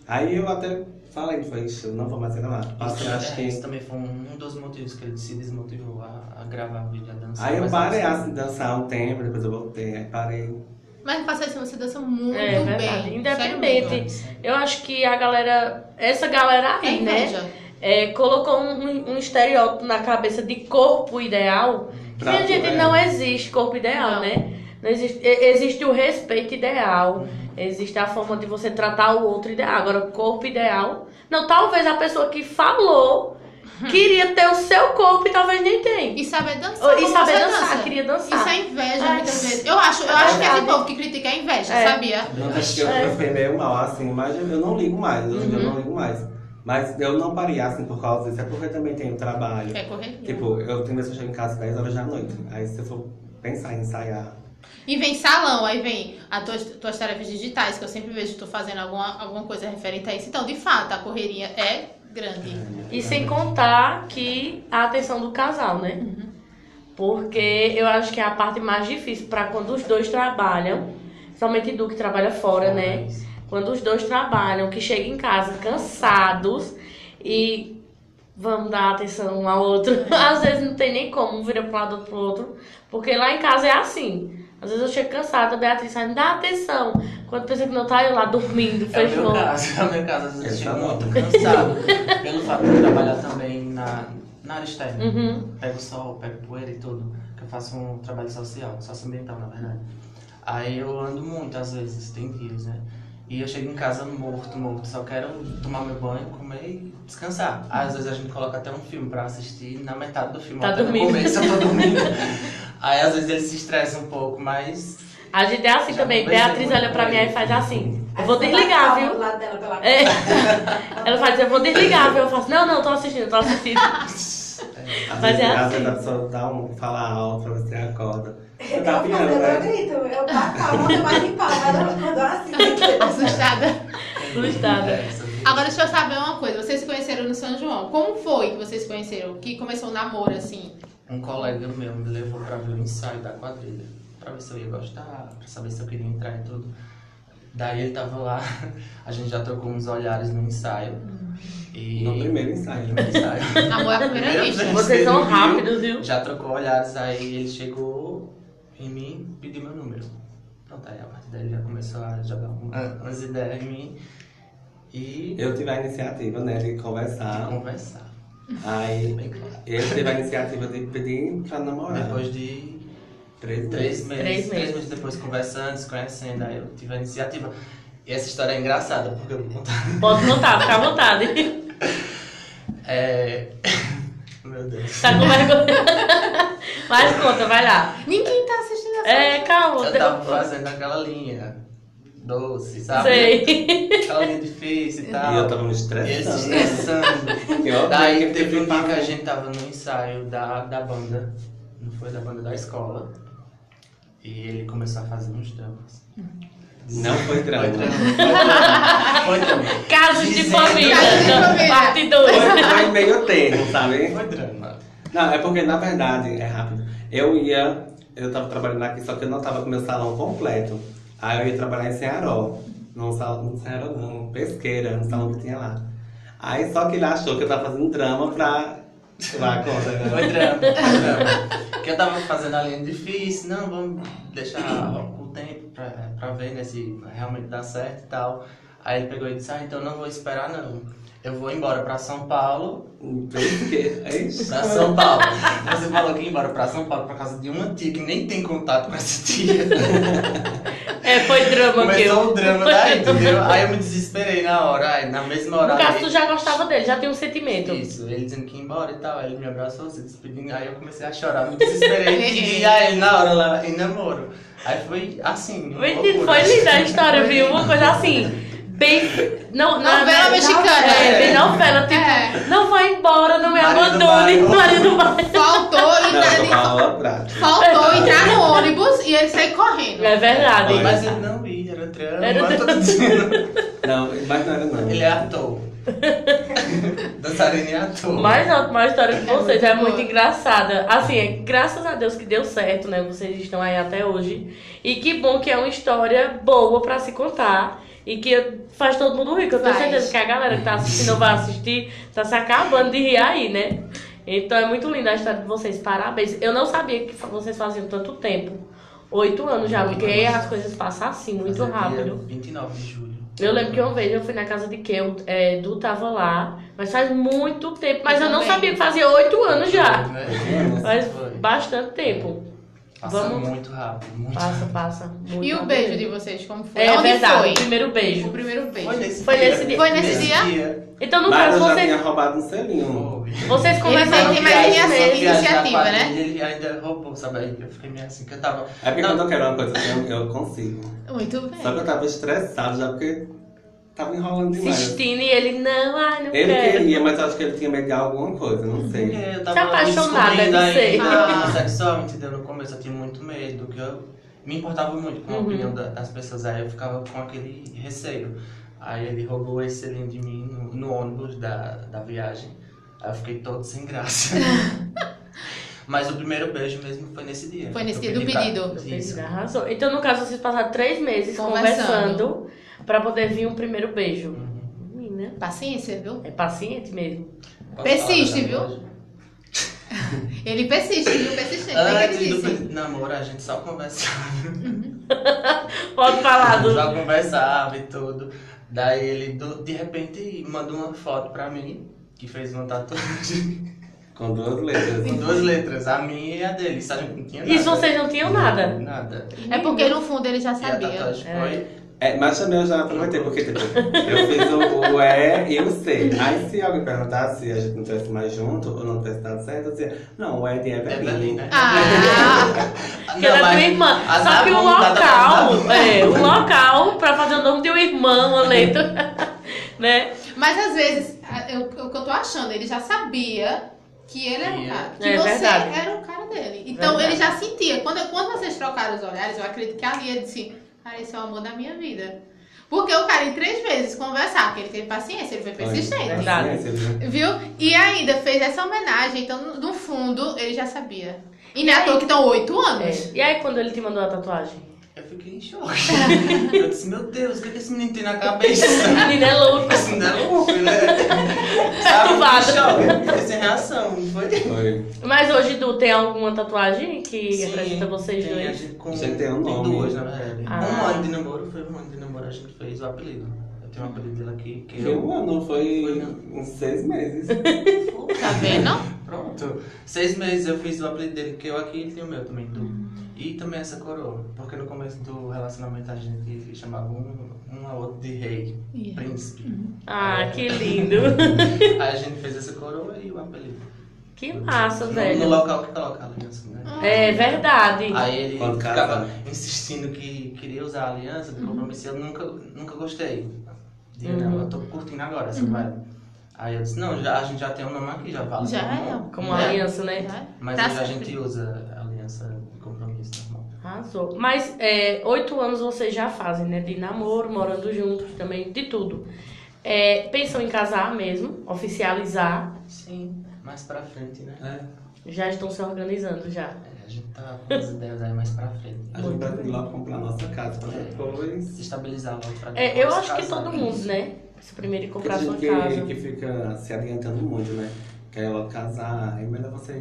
[SPEAKER 3] Aí eu até falei: foi, "Ixi, eu não vou mais gravar. Passei,
[SPEAKER 4] Isso,
[SPEAKER 3] acho
[SPEAKER 4] é,
[SPEAKER 3] que.
[SPEAKER 4] isso também foi um dos motivos que ele se desmotivou a, a gravar vídeo, a dançar.
[SPEAKER 3] Aí eu
[SPEAKER 4] mas
[SPEAKER 3] parei
[SPEAKER 4] não sei.
[SPEAKER 3] assim, dançar um tempo, depois eu voltei, aí parei.
[SPEAKER 2] Mas faça isso, você dança muito
[SPEAKER 1] É verdade.
[SPEAKER 2] bem.
[SPEAKER 1] Independente.
[SPEAKER 4] né?
[SPEAKER 1] Eu acho que a galera. Essa galera
[SPEAKER 2] Sério mesmo. É
[SPEAKER 1] aí, né?
[SPEAKER 2] inveja.
[SPEAKER 1] é, colocou um, um estereótipo na cabeça de corpo ideal. Que
[SPEAKER 3] Pra
[SPEAKER 1] a gente
[SPEAKER 3] tu, é.
[SPEAKER 1] não existe corpo ideal,
[SPEAKER 2] Não.
[SPEAKER 1] né? Não existe, e- existe o respeito ideal, existe a forma de você tratar o outro ideal. Agora, corpo ideal. Não, talvez a pessoa que falou queria ter o seu corpo e talvez nem tem.
[SPEAKER 2] E saber dançar.
[SPEAKER 1] Ou- E
[SPEAKER 2] como
[SPEAKER 1] saber
[SPEAKER 2] você
[SPEAKER 1] dançar,
[SPEAKER 2] é dança.
[SPEAKER 1] queria dançar.
[SPEAKER 2] Isso é inveja
[SPEAKER 1] Ah. Ai.
[SPEAKER 2] muitas vezes. Eu acho, eu acho que esse
[SPEAKER 1] verdade.
[SPEAKER 2] povo que critica é inveja,
[SPEAKER 1] É.
[SPEAKER 2] sabia?
[SPEAKER 3] Não, acho que eu, eu fiquei meio mal, assim, mas eu eu não ligo mais, hoje em dia eu
[SPEAKER 1] Uhum.
[SPEAKER 3] não ligo mais. Mas eu não parei, assim, por causa disso, é porque eu também tenho trabalho.
[SPEAKER 2] É correria.
[SPEAKER 3] Tipo, eu tenho vezes que eu chego em casa às 10 horas da noite, aí se eu for pensar em ensaiar...
[SPEAKER 2] E vem salão, aí vem as tuas, tuas tarefas digitais, que eu sempre vejo tu fazendo alguma, alguma coisa referente a isso. Então, de fato, a correria é grande.
[SPEAKER 1] E sem contar que a atenção do casal, né? Porque eu acho que é a parte mais difícil pra quando os dois trabalham, somente Du que trabalha fora, né? Quando os dois trabalham, que chega em casa cansados e vamos dar atenção um ao outro. Às vezes não tem nem como, um vira pro lado outro pro outro, porque lá em casa é assim. Às vezes eu chego cansada, a Beatriz sai, me dá atenção. Quando pensa que não tá, eu lá dormindo,
[SPEAKER 4] É o meu
[SPEAKER 1] fechou.
[SPEAKER 4] caso, é o meu caso. Às vezes eu
[SPEAKER 3] Essa
[SPEAKER 4] chego muito
[SPEAKER 3] não.
[SPEAKER 4] cansado pelo fato de eu trabalhar também na, na área externa.
[SPEAKER 1] Uhum.
[SPEAKER 4] Pego sol, pego poeira e tudo, que eu faço um trabalho social, socioambiental, na verdade. Aí eu ando muito, às vezes, tem dias, né? E eu chego em casa morto, morto. Só quero tomar meu banho, comer e descansar. Às vezes a gente coloca até um filme pra assistir e na metade do filme.
[SPEAKER 1] Tá
[SPEAKER 4] até
[SPEAKER 1] dormindo.
[SPEAKER 4] No começo eu tô dormindo. Aí às vezes ele se estressa um pouco, mas...
[SPEAKER 1] A gente é assim
[SPEAKER 4] Já
[SPEAKER 1] também.
[SPEAKER 4] conversei
[SPEAKER 1] Beatriz
[SPEAKER 4] muito
[SPEAKER 1] olha pra
[SPEAKER 4] com
[SPEAKER 1] mim e
[SPEAKER 4] ele.
[SPEAKER 1] faz assim.
[SPEAKER 5] Aí
[SPEAKER 1] Eu vou
[SPEAKER 5] você dá
[SPEAKER 1] desligar,
[SPEAKER 5] palma
[SPEAKER 1] viu?
[SPEAKER 5] do lado tá dela pela
[SPEAKER 1] É. Ela faz, eu vou desligar, viu? Eu faço, não, não, tô assistindo, tô assistindo. Mas
[SPEAKER 3] Às vezes,
[SPEAKER 1] é
[SPEAKER 3] às
[SPEAKER 1] assim.
[SPEAKER 3] vezes a pessoa dá um, fala alto pra você acorda. Você
[SPEAKER 5] Eu
[SPEAKER 3] tá
[SPEAKER 5] tava
[SPEAKER 3] apanhando,
[SPEAKER 5] fazendo, eu
[SPEAKER 3] né?
[SPEAKER 5] grito. Eu bato palma, eu bato em palma. Ela mandou assim.
[SPEAKER 2] Assustada.
[SPEAKER 1] Lustrada.
[SPEAKER 4] É, sobre-
[SPEAKER 2] Agora deixa eu saber uma coisa. Vocês se conheceram no São João. Como foi que vocês se conheceram? Que começou o namoro, assim?
[SPEAKER 4] Um colega meu me levou pra ver o ensaio da quadrilha, pra ver se eu ia gostar, pra saber se eu queria entrar e tudo. Daí ele tava lá, a gente já trocou uns olhares no ensaio. E...
[SPEAKER 3] No primeiro ensaio.
[SPEAKER 4] No primeiro ensaio.
[SPEAKER 2] Namoro à primeira vista.
[SPEAKER 1] Vocês são rápidos, viu?
[SPEAKER 4] Já trocou olhares, aí ele chegou em mim e pediu meu número. Pronto, aí a partir daí ele já começou a jogar uma- umas ideias em mim e
[SPEAKER 3] Ah. Eu tive a iniciativa, né, de conversar.
[SPEAKER 4] conversar.
[SPEAKER 3] Aí
[SPEAKER 4] Bem claro.
[SPEAKER 3] eu tive a iniciativa de pedir pra namorar.
[SPEAKER 4] Depois de
[SPEAKER 3] três
[SPEAKER 4] Três meses.
[SPEAKER 1] Três
[SPEAKER 4] Três
[SPEAKER 1] meses.
[SPEAKER 4] meses. depois, conversando, se conhecendo, aí eu tive a iniciativa. E essa história é engraçada, porque eu vou contar.
[SPEAKER 1] Pode contar, fica à vontade.
[SPEAKER 4] É... Meu Deus.
[SPEAKER 1] Tá com vergonha. Mas conta, vai lá.
[SPEAKER 2] Ninguém tá assistindo essa.
[SPEAKER 1] É, calma.
[SPEAKER 4] Eu tava fazendo aquela linha doce, sabe?
[SPEAKER 1] Sei.
[SPEAKER 4] Aquela linha difícil e tal.
[SPEAKER 3] E eu tava me
[SPEAKER 4] E ele se
[SPEAKER 3] estressando. né?
[SPEAKER 4] estressando.
[SPEAKER 3] Eu
[SPEAKER 4] Daí
[SPEAKER 3] odeio
[SPEAKER 4] teve um dia que a
[SPEAKER 3] papo.
[SPEAKER 4] gente tava no ensaio da, da banda, não foi? Da banda da escola. E ele começou a fazer uns dramas.
[SPEAKER 3] Não foi drama.
[SPEAKER 4] Foi drama. Foi drama. Foi drama.
[SPEAKER 1] Casos de
[SPEAKER 4] Dizendo-
[SPEAKER 1] família. então,
[SPEAKER 2] Casos de família.
[SPEAKER 1] Parte 2.
[SPEAKER 3] Foi, foi meio termo, sabe?
[SPEAKER 4] Foi drama.
[SPEAKER 3] Não, é porque na verdade, é rápido. Eu ia, eu tava trabalhando aqui, só que eu não tava com meu salão completo. Aí eu ia trabalhar em Cearó. Num salão, não Cearó não, pesqueira, no salão que tinha lá. Aí só que ele achou que eu tava fazendo drama pra. pra conta, né?
[SPEAKER 4] Foi drama, foi drama. É. Porque eu tava fazendo a linha difícil, não, vamos deixar o tempo pra, pra ver né, se realmente dá certo e tal. Aí ele pegou e disse, ah, então não vou esperar não. Eu vou embora pra São Paulo.
[SPEAKER 3] Pesqueira. Um Ixi.
[SPEAKER 4] Pra São Paulo. Você falou que ia embora pra São Paulo por causa de uma tia que nem tem contato com essa tia.
[SPEAKER 1] É, foi drama que
[SPEAKER 4] Começou
[SPEAKER 1] eu.
[SPEAKER 4] o drama daí, entendeu? Aí eu me desesperei na hora, aí na mesma hora.
[SPEAKER 1] No caso,
[SPEAKER 4] aí-
[SPEAKER 1] tu já gostava dele, já tinha um sentimento.
[SPEAKER 4] Isso, ele dizendo que ia embora e tal, aí ele me abraçou, se despedindo, aí eu comecei a chorar, me desesperei, pedi a ele na hora lá em namoro. Aí foi assim, uma
[SPEAKER 1] Menino,
[SPEAKER 4] loucura.
[SPEAKER 1] foi linda a história, viu? Uma coisa assim, bem. Não,
[SPEAKER 2] Novela mexicana.
[SPEAKER 1] É, bem novela, tipo,
[SPEAKER 2] É.
[SPEAKER 1] não vai embora, não me
[SPEAKER 4] Marido
[SPEAKER 1] abandone,
[SPEAKER 4] vai.
[SPEAKER 1] marido vai.
[SPEAKER 2] Faltou
[SPEAKER 3] Não, eu tô com
[SPEAKER 2] entrar,
[SPEAKER 3] a aula prática.
[SPEAKER 2] faltou entrar no ônibus e ele saiu correndo.
[SPEAKER 1] É verdade.
[SPEAKER 3] Olha.
[SPEAKER 4] Mas ele não ia, era drama,
[SPEAKER 1] Era
[SPEAKER 4] eu tô dizendo.
[SPEAKER 3] Não, mas não era não.
[SPEAKER 4] Ele é ator. Dançarino é ator.
[SPEAKER 1] Mas não, uma história de vocês é
[SPEAKER 2] muito
[SPEAKER 1] muito
[SPEAKER 2] boa.
[SPEAKER 1] engraçada. Assim, é, graças a Deus que deu certo, né? Vocês estão aí até hoje. E que bom que é uma história boa pra se contar. E que faz todo mundo rico. Eu tenho
[SPEAKER 2] Faz.
[SPEAKER 1] certeza que a galera que tá assistindo vai assistir, tá se acabando de rir aí, né? Então é muito linda a história de vocês. Parabéns. Eu não sabia que fa- vocês faziam tanto tempo. Oito anos já, porque as coisas passam assim, muito
[SPEAKER 4] Mas é dia
[SPEAKER 1] rápido.
[SPEAKER 4] 29 de julho.
[SPEAKER 1] Eu lembro que uma vez eu fui na casa de Kel, é, Du tava lá, mas faz muito tempo. Mas eu,
[SPEAKER 2] Eu
[SPEAKER 1] não
[SPEAKER 2] também.
[SPEAKER 1] sabia que fazia oito anos já.
[SPEAKER 4] Né?
[SPEAKER 1] Faz
[SPEAKER 4] Foi.
[SPEAKER 1] bastante tempo.
[SPEAKER 4] Passa
[SPEAKER 1] vamos-
[SPEAKER 4] muito rápido, muito
[SPEAKER 1] Passa,
[SPEAKER 4] rápido.
[SPEAKER 1] passa. Muito
[SPEAKER 2] E o
[SPEAKER 1] rápido.
[SPEAKER 2] beijo de vocês, como foi?
[SPEAKER 1] É
[SPEAKER 2] Onde
[SPEAKER 1] verdade, o
[SPEAKER 2] foi?
[SPEAKER 1] primeiro beijo.
[SPEAKER 2] O primeiro beijo.
[SPEAKER 1] Foi nesse dia.
[SPEAKER 2] Foi nesse dia?
[SPEAKER 1] Então, no
[SPEAKER 3] Mas
[SPEAKER 1] caso,
[SPEAKER 3] eu já tinha
[SPEAKER 1] vocês,
[SPEAKER 3] roubado um selinho.
[SPEAKER 4] Foi.
[SPEAKER 1] vocês
[SPEAKER 2] Ele
[SPEAKER 1] começaram...
[SPEAKER 2] tem- mas ele tinha essa iniciativa,
[SPEAKER 4] da
[SPEAKER 2] né?
[SPEAKER 4] família, Ele ainda roubou, sabe? Aí Eu fiquei meio assim, que eu tava.
[SPEAKER 3] É porque
[SPEAKER 4] Não. É.
[SPEAKER 3] quando eu quero uma coisa, eu, eu consigo.
[SPEAKER 2] Muito bem.
[SPEAKER 3] Só que eu tava estressado já porque tava enrolando demais.
[SPEAKER 1] Sistine e ele, não, ai, não
[SPEAKER 3] Ele
[SPEAKER 1] quero.
[SPEAKER 3] queria, mas eu acho que ele tinha medo de alguma coisa, não
[SPEAKER 4] Porque
[SPEAKER 3] sei.
[SPEAKER 4] eu
[SPEAKER 1] Se
[SPEAKER 4] tava me
[SPEAKER 1] é apaixonada,
[SPEAKER 4] descobrindo
[SPEAKER 1] não sei.
[SPEAKER 4] ainda sexual, entendeu? No começo eu tinha muito medo, que eu me importava muito com a
[SPEAKER 1] Uhum.
[SPEAKER 4] opinião da- das pessoas, aí eu ficava com aquele receio. Aí ele roubou esse selinho de mim no, no ônibus da, da viagem. Aí eu fiquei todo sem graça. Mas o primeiro beijo mesmo foi nesse dia.
[SPEAKER 2] Foi nesse
[SPEAKER 4] Eu
[SPEAKER 2] dia do
[SPEAKER 4] pedi pra-
[SPEAKER 2] pedido.
[SPEAKER 4] Isso.
[SPEAKER 1] Arrasou. Então, no caso, vocês passaram três meses
[SPEAKER 2] Conversando.
[SPEAKER 1] conversando, pra poder vir um primeiro beijo.
[SPEAKER 4] Uhum.
[SPEAKER 1] Menina,
[SPEAKER 2] Paciência, viu?
[SPEAKER 1] é paciente mesmo.
[SPEAKER 4] Posso
[SPEAKER 2] Persiste,
[SPEAKER 4] falar da
[SPEAKER 2] viu? Ele persiste, viu? Persistente. É que
[SPEAKER 4] Antes
[SPEAKER 2] ele
[SPEAKER 4] do
[SPEAKER 2] disse.
[SPEAKER 4] pedido de namoro, a gente só conversava.
[SPEAKER 1] Pode falar, Du.
[SPEAKER 4] Só conversava e tudo. Daí ele, do- de repente, mandou uma foto pra mim, que fez uma tatuagem
[SPEAKER 3] Com duas letras.
[SPEAKER 4] com duas letras, a minha e a dele. Isso a gente não tinha nada.
[SPEAKER 1] Isso vocês não tinham nada.
[SPEAKER 4] Nada.
[SPEAKER 2] É porque no fundo ele já
[SPEAKER 4] E a
[SPEAKER 2] sabia.
[SPEAKER 4] tatuagem foi
[SPEAKER 3] É, mas também eu já aproveitei, porque tipo, eu fiz o, o E e o C. Aí se alguém perguntar se a gente não tivesse mais junto ou não tivesse dado certo, eu dizia, não, o E de
[SPEAKER 4] É
[SPEAKER 3] Evelyn.
[SPEAKER 4] Berlim, né?
[SPEAKER 2] Ah,
[SPEAKER 1] Porque era tua irmã.
[SPEAKER 4] as
[SPEAKER 1] Só que o
[SPEAKER 4] apontadas da-
[SPEAKER 1] local, é, o local pra fazer o nome de uma irmã, uma letra, né?
[SPEAKER 2] mas às vezes, a- eu- o que eu tô achando, ele já sabia que ele era o cara. Que
[SPEAKER 1] É
[SPEAKER 2] você
[SPEAKER 1] verdade.
[SPEAKER 2] era o cara dele. Então
[SPEAKER 4] Verdade.
[SPEAKER 2] ele já sentia. Quando, quando vocês trocaram os horários, eu acredito que ali ele disse, cara, esse é o amor da minha vida. Porque o cara em três meses conversar, porque ele teve paciência, ele foi persistente.
[SPEAKER 1] Verdade.
[SPEAKER 3] né?
[SPEAKER 2] Viu? E ainda fez essa homenagem, então no fundo ele já sabia. E não é à toa que estão oito anos.
[SPEAKER 1] É. E aí quando ele te mandou a tatuagem?
[SPEAKER 4] Eu fiquei em choque. Eu disse, meu Deus, o que, que esse menino tem na cabeça?
[SPEAKER 1] Menina é louca.
[SPEAKER 4] Assim, não é louco, né? Sabe, eu
[SPEAKER 1] Perturbada.
[SPEAKER 4] fiquei em choque. Fiquei sem reação, não foi?
[SPEAKER 3] Foi.
[SPEAKER 1] Mas hoje, Du, tem alguma tatuagem que
[SPEAKER 4] Sim,
[SPEAKER 1] representa vocês
[SPEAKER 4] tem, a
[SPEAKER 1] dois?
[SPEAKER 4] gente com-
[SPEAKER 3] Você tem um nome.
[SPEAKER 4] duas, na verdade.
[SPEAKER 1] Ah.
[SPEAKER 4] Um ano de namoro, foi um ano de namoro, a gente fez o apelido. Eu tenho um apelido dela aqui, que
[SPEAKER 3] Foi um
[SPEAKER 4] eu...
[SPEAKER 3] ano,
[SPEAKER 4] Foi
[SPEAKER 3] foi
[SPEAKER 4] não.
[SPEAKER 3] uns seis meses.
[SPEAKER 1] É.
[SPEAKER 2] Tá vendo?
[SPEAKER 4] Pronto. Seis meses eu fiz o apelido dele, que eu aqui e ele tem o meu também, Du.
[SPEAKER 1] Hum.
[SPEAKER 4] E também essa coroa, porque no começo do relacionamento a gente chamava um, um ao outro de rei, príncipe. É.
[SPEAKER 1] Ah, que lindo.
[SPEAKER 4] Aí a gente fez essa coroa e o apelido.
[SPEAKER 1] Que massa,
[SPEAKER 4] No-
[SPEAKER 1] velho.
[SPEAKER 4] No local que coloca a aliança, né?
[SPEAKER 1] É verdade.
[SPEAKER 4] Aí ele
[SPEAKER 3] Quando
[SPEAKER 4] ficava
[SPEAKER 3] casa.
[SPEAKER 4] insistindo que queria usar a aliança
[SPEAKER 1] Uhum.
[SPEAKER 4] do compromisso. Eu nunca, nunca gostei. Digo, não, eu tô curtindo agora essa
[SPEAKER 1] Uhum.
[SPEAKER 4] vibe. Aí eu disse, não, já, a gente já tem um nome aqui, já vale.
[SPEAKER 2] Já é.
[SPEAKER 1] Como
[SPEAKER 4] É.
[SPEAKER 1] aliança, né?
[SPEAKER 2] Já.
[SPEAKER 4] Mas
[SPEAKER 2] Tá
[SPEAKER 4] hoje a
[SPEAKER 2] sempre.
[SPEAKER 4] gente usa a aliança do compromisso normal.
[SPEAKER 1] Arrasou. Mas é, oito anos vocês já fazem, né? De namoro, morando juntos também, de tudo. É, pensam em casar mesmo, oficializar.
[SPEAKER 4] Sim, mais pra frente, né?
[SPEAKER 3] É,
[SPEAKER 1] Já estão se organizando já.
[SPEAKER 4] É, a gente tá com as ideias aí mais pra frente.
[SPEAKER 3] a gente vai logo comprar a nossa casa pra depois.
[SPEAKER 4] Se estabilizar logo pra
[SPEAKER 1] É, eu
[SPEAKER 4] depois
[SPEAKER 1] acho que
[SPEAKER 4] casar.
[SPEAKER 1] todo mundo, né? Se primeiro ir comprar
[SPEAKER 3] Tem
[SPEAKER 1] sua
[SPEAKER 3] gente que,
[SPEAKER 1] casa.
[SPEAKER 3] que fica se adiantando muito, né? Quer logo casar, é melhor você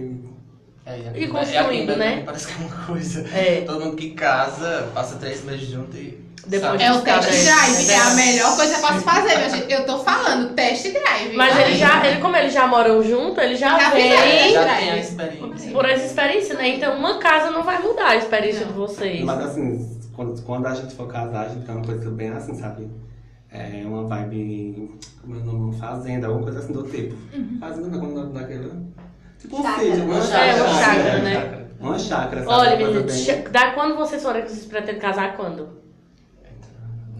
[SPEAKER 4] É,
[SPEAKER 1] E
[SPEAKER 4] aqui-
[SPEAKER 1] construindo,
[SPEAKER 4] é aqui em Belém
[SPEAKER 1] né?
[SPEAKER 4] Parece que é uma coisa.
[SPEAKER 1] É.
[SPEAKER 4] Todo mundo que casa, passa três meses junto e.
[SPEAKER 1] Depois
[SPEAKER 4] sabe?
[SPEAKER 2] É o
[SPEAKER 1] Tá
[SPEAKER 2] test
[SPEAKER 1] bem.
[SPEAKER 2] drive, é a melhor coisa pra se fazer, minha gente. Eu tô falando, test drive.
[SPEAKER 1] Mas
[SPEAKER 2] Olha
[SPEAKER 1] ele
[SPEAKER 2] aí.
[SPEAKER 1] já, ele, como eles já moram junto, ele já,
[SPEAKER 2] Já
[SPEAKER 1] vem
[SPEAKER 2] fizeram.
[SPEAKER 4] Já
[SPEAKER 2] Entra,
[SPEAKER 4] tem a
[SPEAKER 2] né?
[SPEAKER 4] experiência.
[SPEAKER 1] por essa experiência, né? Então uma casa não vai mudar a experiência
[SPEAKER 2] Não.
[SPEAKER 1] de vocês.
[SPEAKER 3] Mas assim, quando, quando a gente for casar, a gente quer uma coisa bem assim, sabe? É uma vibe, como é o nome? Fazenda, alguma coisa assim do tipo.
[SPEAKER 1] Uhum.
[SPEAKER 3] Fazenda, como é o nome daquela? Tipo um
[SPEAKER 5] Chácara.
[SPEAKER 3] sítio, uma
[SPEAKER 1] É,
[SPEAKER 3] chácara.
[SPEAKER 1] uma chácara, né?
[SPEAKER 3] Uma chácara, sabe?
[SPEAKER 1] Olha,
[SPEAKER 3] Uma coisa
[SPEAKER 1] menina,
[SPEAKER 3] bem-
[SPEAKER 1] cha- da quando vocês forem que vocês pretendem casar quando?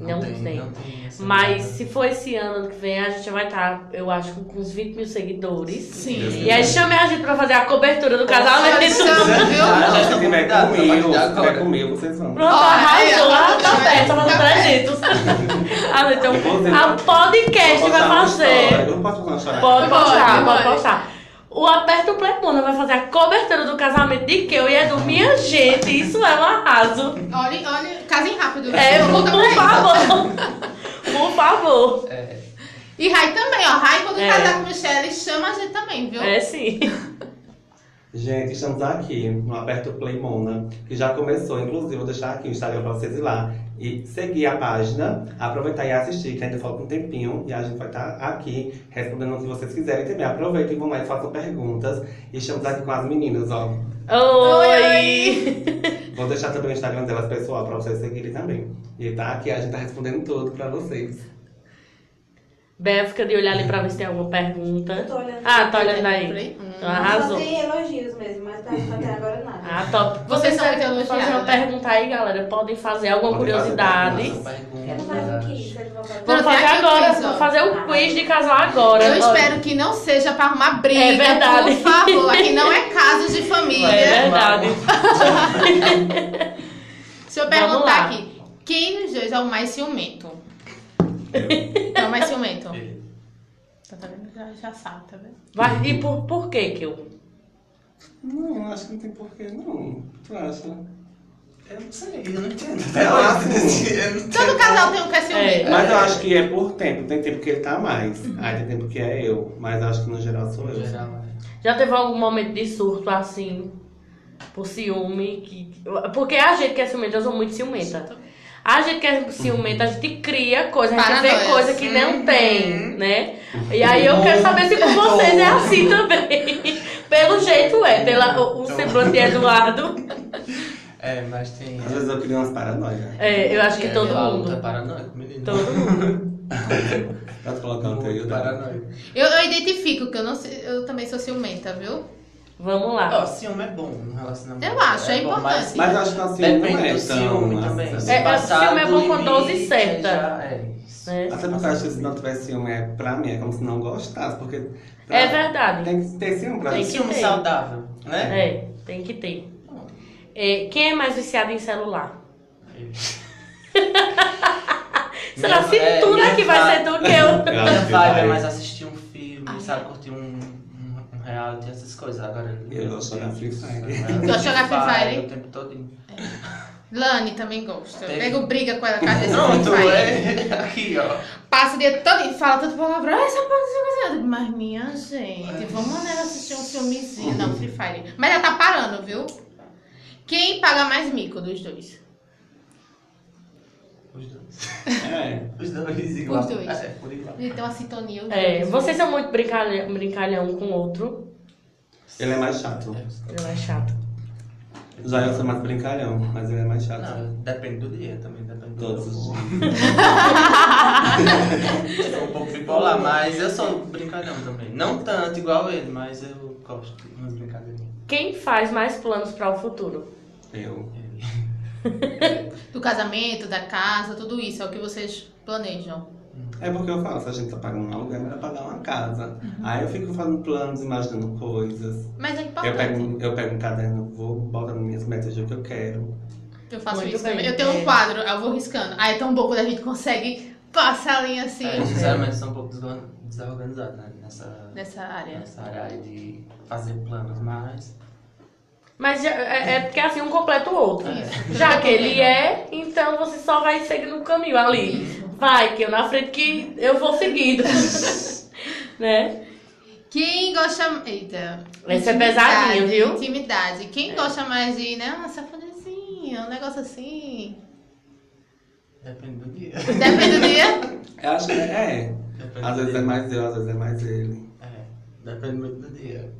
[SPEAKER 1] Não tem.
[SPEAKER 4] tem essa
[SPEAKER 1] Mas
[SPEAKER 4] data.
[SPEAKER 1] se for esse ano ano que vem, a gente vai estar, eu acho, com uns 20 mil seguidores.
[SPEAKER 2] Sim.
[SPEAKER 1] E aí chame a gente pra fazer a cobertura do né,
[SPEAKER 2] Olha,
[SPEAKER 1] casamento.
[SPEAKER 2] chama, viu?
[SPEAKER 3] Ah,
[SPEAKER 4] Já
[SPEAKER 3] não,
[SPEAKER 4] estão
[SPEAKER 3] se tiver
[SPEAKER 4] convidados,
[SPEAKER 3] comigo,
[SPEAKER 4] já
[SPEAKER 3] se tiver
[SPEAKER 4] agora.
[SPEAKER 3] comigo, vocês vão.
[SPEAKER 1] Pronto,
[SPEAKER 2] Olha,
[SPEAKER 1] arrasou,
[SPEAKER 2] olha,
[SPEAKER 1] tá
[SPEAKER 2] olha,
[SPEAKER 1] certo,
[SPEAKER 2] olha,
[SPEAKER 1] tá
[SPEAKER 2] olha.
[SPEAKER 1] trezentos. Ah, então,
[SPEAKER 3] Inclusive,
[SPEAKER 1] a podcast
[SPEAKER 3] tá? Vou
[SPEAKER 1] vai
[SPEAKER 3] postar uma
[SPEAKER 1] fazer.
[SPEAKER 3] história. Eu não posso fazer uma história.
[SPEAKER 1] Pode postar,
[SPEAKER 2] Pode,
[SPEAKER 1] pode
[SPEAKER 2] pode.
[SPEAKER 1] postar. O Aperto Play Mona vai fazer a cobertura do casamento de que eu e é do Minha Gente. Isso é um arraso.
[SPEAKER 2] Olha, olha, casem rápido.
[SPEAKER 1] É,
[SPEAKER 2] Eu
[SPEAKER 1] por
[SPEAKER 2] conto pra eles.
[SPEAKER 1] favor. Por favor.
[SPEAKER 4] É,
[SPEAKER 2] E Rai também, ó. Rai, quando
[SPEAKER 1] É.
[SPEAKER 2] casar com Michelle, chama a gente também, viu?
[SPEAKER 1] É sim.
[SPEAKER 3] Gente, estamos aqui no Aperto Play Mona, que já começou. Inclusive, vou deixar aqui o Instagram pra vocês ir lá e seguir a página, aproveitar e assistir, que ainda falta um tempinho. E a gente vai estar aqui respondendo o que vocês quiserem também. Aproveitem, vão lá e façam perguntas. E estamos aqui com as meninas, ó.
[SPEAKER 1] Oi.
[SPEAKER 3] Vou deixar também o Instagram delas pessoal pra vocês seguirem também. E tá aqui, a gente tá respondendo tudo pra vocês.
[SPEAKER 1] Bé, fica de olhar ali pra ver se tem alguma pergunta.
[SPEAKER 5] Eu tô olhando.
[SPEAKER 1] Ah, tá olhando
[SPEAKER 2] Por
[SPEAKER 1] aí.
[SPEAKER 2] aí. Hum.
[SPEAKER 1] Então arrasou.
[SPEAKER 5] Só tem elogios mesmo, mas tá- até agora nada.
[SPEAKER 1] Ah, top.
[SPEAKER 2] Vocês são
[SPEAKER 1] querem
[SPEAKER 2] muito
[SPEAKER 1] fazer uma
[SPEAKER 2] elogiadas.
[SPEAKER 1] pergunta aí, galera. Podem fazer alguma
[SPEAKER 3] Podem fazer
[SPEAKER 1] curiosidade.
[SPEAKER 3] perguntas.
[SPEAKER 5] Eu não faço o que isso, ele vai fazer.
[SPEAKER 1] Vamos
[SPEAKER 2] Não, tem
[SPEAKER 1] fazer
[SPEAKER 2] aqui o
[SPEAKER 1] agora,
[SPEAKER 2] quiz, ó.
[SPEAKER 1] vamos fazer o quiz de casal agora.
[SPEAKER 2] Eu
[SPEAKER 1] Olha.
[SPEAKER 2] espero que não seja pra arrumar briga,
[SPEAKER 1] É verdade.
[SPEAKER 2] por favor. Aqui não é caso de família.
[SPEAKER 1] É verdade.
[SPEAKER 2] Deixa eu
[SPEAKER 1] Vamos lá.
[SPEAKER 2] perguntar aqui. Quem dos dois é o mais ciumento? É o mais ciumento. Tá vendo? Já- Já sabe, tá vendo?
[SPEAKER 1] Vai, e por, por que que eu?
[SPEAKER 3] Não, acho que não tem porquê, não. Tu acha?
[SPEAKER 4] Eu não sei, eu não entendo.
[SPEAKER 3] Eu acho.
[SPEAKER 4] eu não entendo.
[SPEAKER 2] Todo casal tem um que é ciumento.
[SPEAKER 3] Mas eu acho que é por tempo. Tem tempo que ele tá mais. Aí tem tempo que é eu. Mas eu acho que no geral sou eu.
[SPEAKER 4] No geral, né?
[SPEAKER 1] Já teve algum momento de surto assim? Por ciúme? Que... Porque a gente que é ciumenta, eu sou muito ciumenta. A gente que é ciumenta, a gente cria coisa, a gente vê
[SPEAKER 2] Paranoias.
[SPEAKER 1] coisa que não
[SPEAKER 4] Uhum.
[SPEAKER 1] tem, né? E aí eu quero saber se com
[SPEAKER 4] Muito
[SPEAKER 1] vocês é
[SPEAKER 4] bom.
[SPEAKER 1] assim
[SPEAKER 2] Uhum.
[SPEAKER 1] é também. Pelo jeito é, pela, o, o semblante de Eduardo.
[SPEAKER 4] É, mas tem.
[SPEAKER 3] Às vezes eu crio umas paranoias.
[SPEAKER 1] É, eu acho que
[SPEAKER 2] É,
[SPEAKER 1] todo
[SPEAKER 4] Ela Tá
[SPEAKER 1] mundo.
[SPEAKER 4] paranoico, menino.
[SPEAKER 1] Todo mundo.
[SPEAKER 3] Tá te colocando teu
[SPEAKER 4] Muito paranoico.
[SPEAKER 2] Eu, eu identifico que eu não sei- eu também sou ciumenta, viu?
[SPEAKER 1] Vamos
[SPEAKER 4] Ó,
[SPEAKER 1] lá.
[SPEAKER 4] ciúme é bom no relacionamento.
[SPEAKER 2] Eu acho, é
[SPEAKER 4] bom,
[SPEAKER 2] importante.
[SPEAKER 3] Mas eu acho que assim, não
[SPEAKER 4] Depende
[SPEAKER 3] é
[SPEAKER 4] do
[SPEAKER 3] tão,
[SPEAKER 4] ciúme
[SPEAKER 3] assim.
[SPEAKER 4] também. Se
[SPEAKER 1] É, é,
[SPEAKER 4] passar
[SPEAKER 1] ciúme é
[SPEAKER 4] do
[SPEAKER 1] bom com dose
[SPEAKER 4] limite,
[SPEAKER 1] certa.
[SPEAKER 4] já É, isso.
[SPEAKER 1] Né?
[SPEAKER 3] Até porque eu acho que se não tiver ciúme, é, pra mim, é como se não gostasse, porque... pra-
[SPEAKER 1] É verdade.
[SPEAKER 3] Tem que ter ciúme pra
[SPEAKER 1] Tem
[SPEAKER 4] Um
[SPEAKER 1] que
[SPEAKER 3] gente.
[SPEAKER 4] ciúme
[SPEAKER 1] ter.
[SPEAKER 4] saudável, né?
[SPEAKER 1] É, tem que ter. É, quem é mais viciado em celular? Será
[SPEAKER 4] Minha-
[SPEAKER 1] se
[SPEAKER 4] é,
[SPEAKER 1] tu né
[SPEAKER 4] minha
[SPEAKER 1] que vai
[SPEAKER 4] vibe-
[SPEAKER 1] ser do que eu?
[SPEAKER 4] Minha
[SPEAKER 3] Claro que
[SPEAKER 4] vibe é
[SPEAKER 3] vai.
[SPEAKER 4] mais assistir um filme,
[SPEAKER 2] Ai.
[SPEAKER 4] sabe? Curtir um, um, um reality, essas coisas. Agora...
[SPEAKER 3] Eu gosto de jogar Free Fire.
[SPEAKER 4] Eu
[SPEAKER 2] Gosto de jogar Free Fire, hein?
[SPEAKER 4] O tempo todo.
[SPEAKER 2] Lani também gosta. Eu
[SPEAKER 4] Teve-
[SPEAKER 2] pego briga com ela, cara.
[SPEAKER 4] Pronto, é. Aqui, ó.
[SPEAKER 2] Passa o dia todo e fala tanto palavrão. "Ah, Essa porra, essa coisa. Eu digo, Mas minha gente, vamos né, assistir um filmezinho. Não, Free Fire. Mas ela tá parando, viu? Quem paga mais mico dos dois?
[SPEAKER 4] Os dois.
[SPEAKER 3] É.
[SPEAKER 4] Os dois igual.
[SPEAKER 2] Os dois.
[SPEAKER 4] É, por igual.
[SPEAKER 2] Ele tem uma sintonia. os
[SPEAKER 1] É,
[SPEAKER 2] dois.
[SPEAKER 1] vocês são muito brincalhão, brincalhão um com o outro.
[SPEAKER 3] Ele é mais chato.
[SPEAKER 1] Não é chato.
[SPEAKER 3] Já eu sou mais brincalhão, mas ele é mais chato.
[SPEAKER 4] Não, depende do dia também, depende do
[SPEAKER 3] Todos os dias.
[SPEAKER 4] Eu sou um pouco bipolar, mas eu sou um brincalhão também. Não tanto igual ele, mas eu gosto de umas brincadeirinhas.
[SPEAKER 1] Quem faz mais planos para o futuro?
[SPEAKER 3] Eu.
[SPEAKER 4] Ele.
[SPEAKER 2] Do casamento, da casa, tudo isso. É o que vocês planejam.
[SPEAKER 3] É porque eu falo, se a gente tá pagando um aluguel, é melhor pagar uma casa.
[SPEAKER 4] Uhum.
[SPEAKER 3] Aí eu fico fazendo planos, imaginando coisas.
[SPEAKER 2] Mas é
[SPEAKER 3] Eu
[SPEAKER 2] importante.
[SPEAKER 3] pego, um- eu pego um caderno, vou botando minhas metas do que eu quero.
[SPEAKER 2] Eu faço
[SPEAKER 1] Muito
[SPEAKER 2] isso
[SPEAKER 1] bem.
[SPEAKER 2] também. Eu tenho
[SPEAKER 1] É.
[SPEAKER 2] um quadro, eu vou riscando. Aí é tão bom quando a gente consegue passar a linha assim
[SPEAKER 4] É, sinceramente, sou um pouco desor- desorganizado né, nessa,
[SPEAKER 2] nessa área.
[SPEAKER 4] nessa área de fazer planos, mas.
[SPEAKER 1] Mas já- é, é porque assim um completa o outro.
[SPEAKER 3] É.
[SPEAKER 2] Isso.
[SPEAKER 1] Já que ele é, então você só vai seguindo o caminho ali. Vai, que eu na frente que eu vou seguindo. né?
[SPEAKER 2] Quem gosta. Eita.
[SPEAKER 1] Esse é
[SPEAKER 2] Intimidade,
[SPEAKER 1] pesadinho, viu? É.
[SPEAKER 2] Intimidade. Quem gosta mais de, né, uma safadezinha, um negócio assim.
[SPEAKER 4] Depende do dia.
[SPEAKER 2] Depende do dia.
[SPEAKER 3] Eu acho que é.
[SPEAKER 4] Depende
[SPEAKER 3] Às
[SPEAKER 4] do
[SPEAKER 3] vezes
[SPEAKER 4] dia.
[SPEAKER 3] é mais eu, às vezes é mais ele.
[SPEAKER 4] É, depende muito do dia.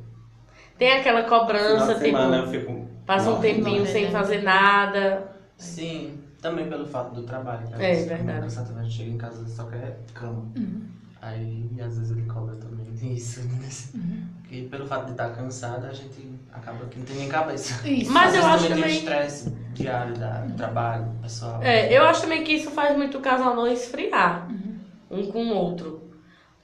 [SPEAKER 1] Tem aquela
[SPEAKER 3] Final
[SPEAKER 4] Ah,
[SPEAKER 1] cobrança,
[SPEAKER 3] de
[SPEAKER 1] tipo,
[SPEAKER 3] semana eu fico.
[SPEAKER 1] passa um
[SPEAKER 3] Nossa,
[SPEAKER 1] tempinho
[SPEAKER 2] nossa.
[SPEAKER 1] sem fazer nada.
[SPEAKER 4] Sim, também pelo fato do trabalho. que às
[SPEAKER 1] É,
[SPEAKER 4] vezes,
[SPEAKER 1] verdade. Uhum.
[SPEAKER 4] quando o Sato vai chega em casa só quer cama. Aí, às vezes, ele cobra também nisso. nisso.
[SPEAKER 1] Uhum.
[SPEAKER 4] E pelo fato de estar cansado, a gente acaba que não tem nem cabeça.
[SPEAKER 2] Isso.
[SPEAKER 1] Mas
[SPEAKER 4] Às
[SPEAKER 1] eu
[SPEAKER 4] vezes
[SPEAKER 1] acho
[SPEAKER 4] também. tem o
[SPEAKER 1] também.
[SPEAKER 4] estresse diário da, do trabalho, pessoal.
[SPEAKER 1] É, eu acho também que isso faz muito o casal não esfriar um com o outro.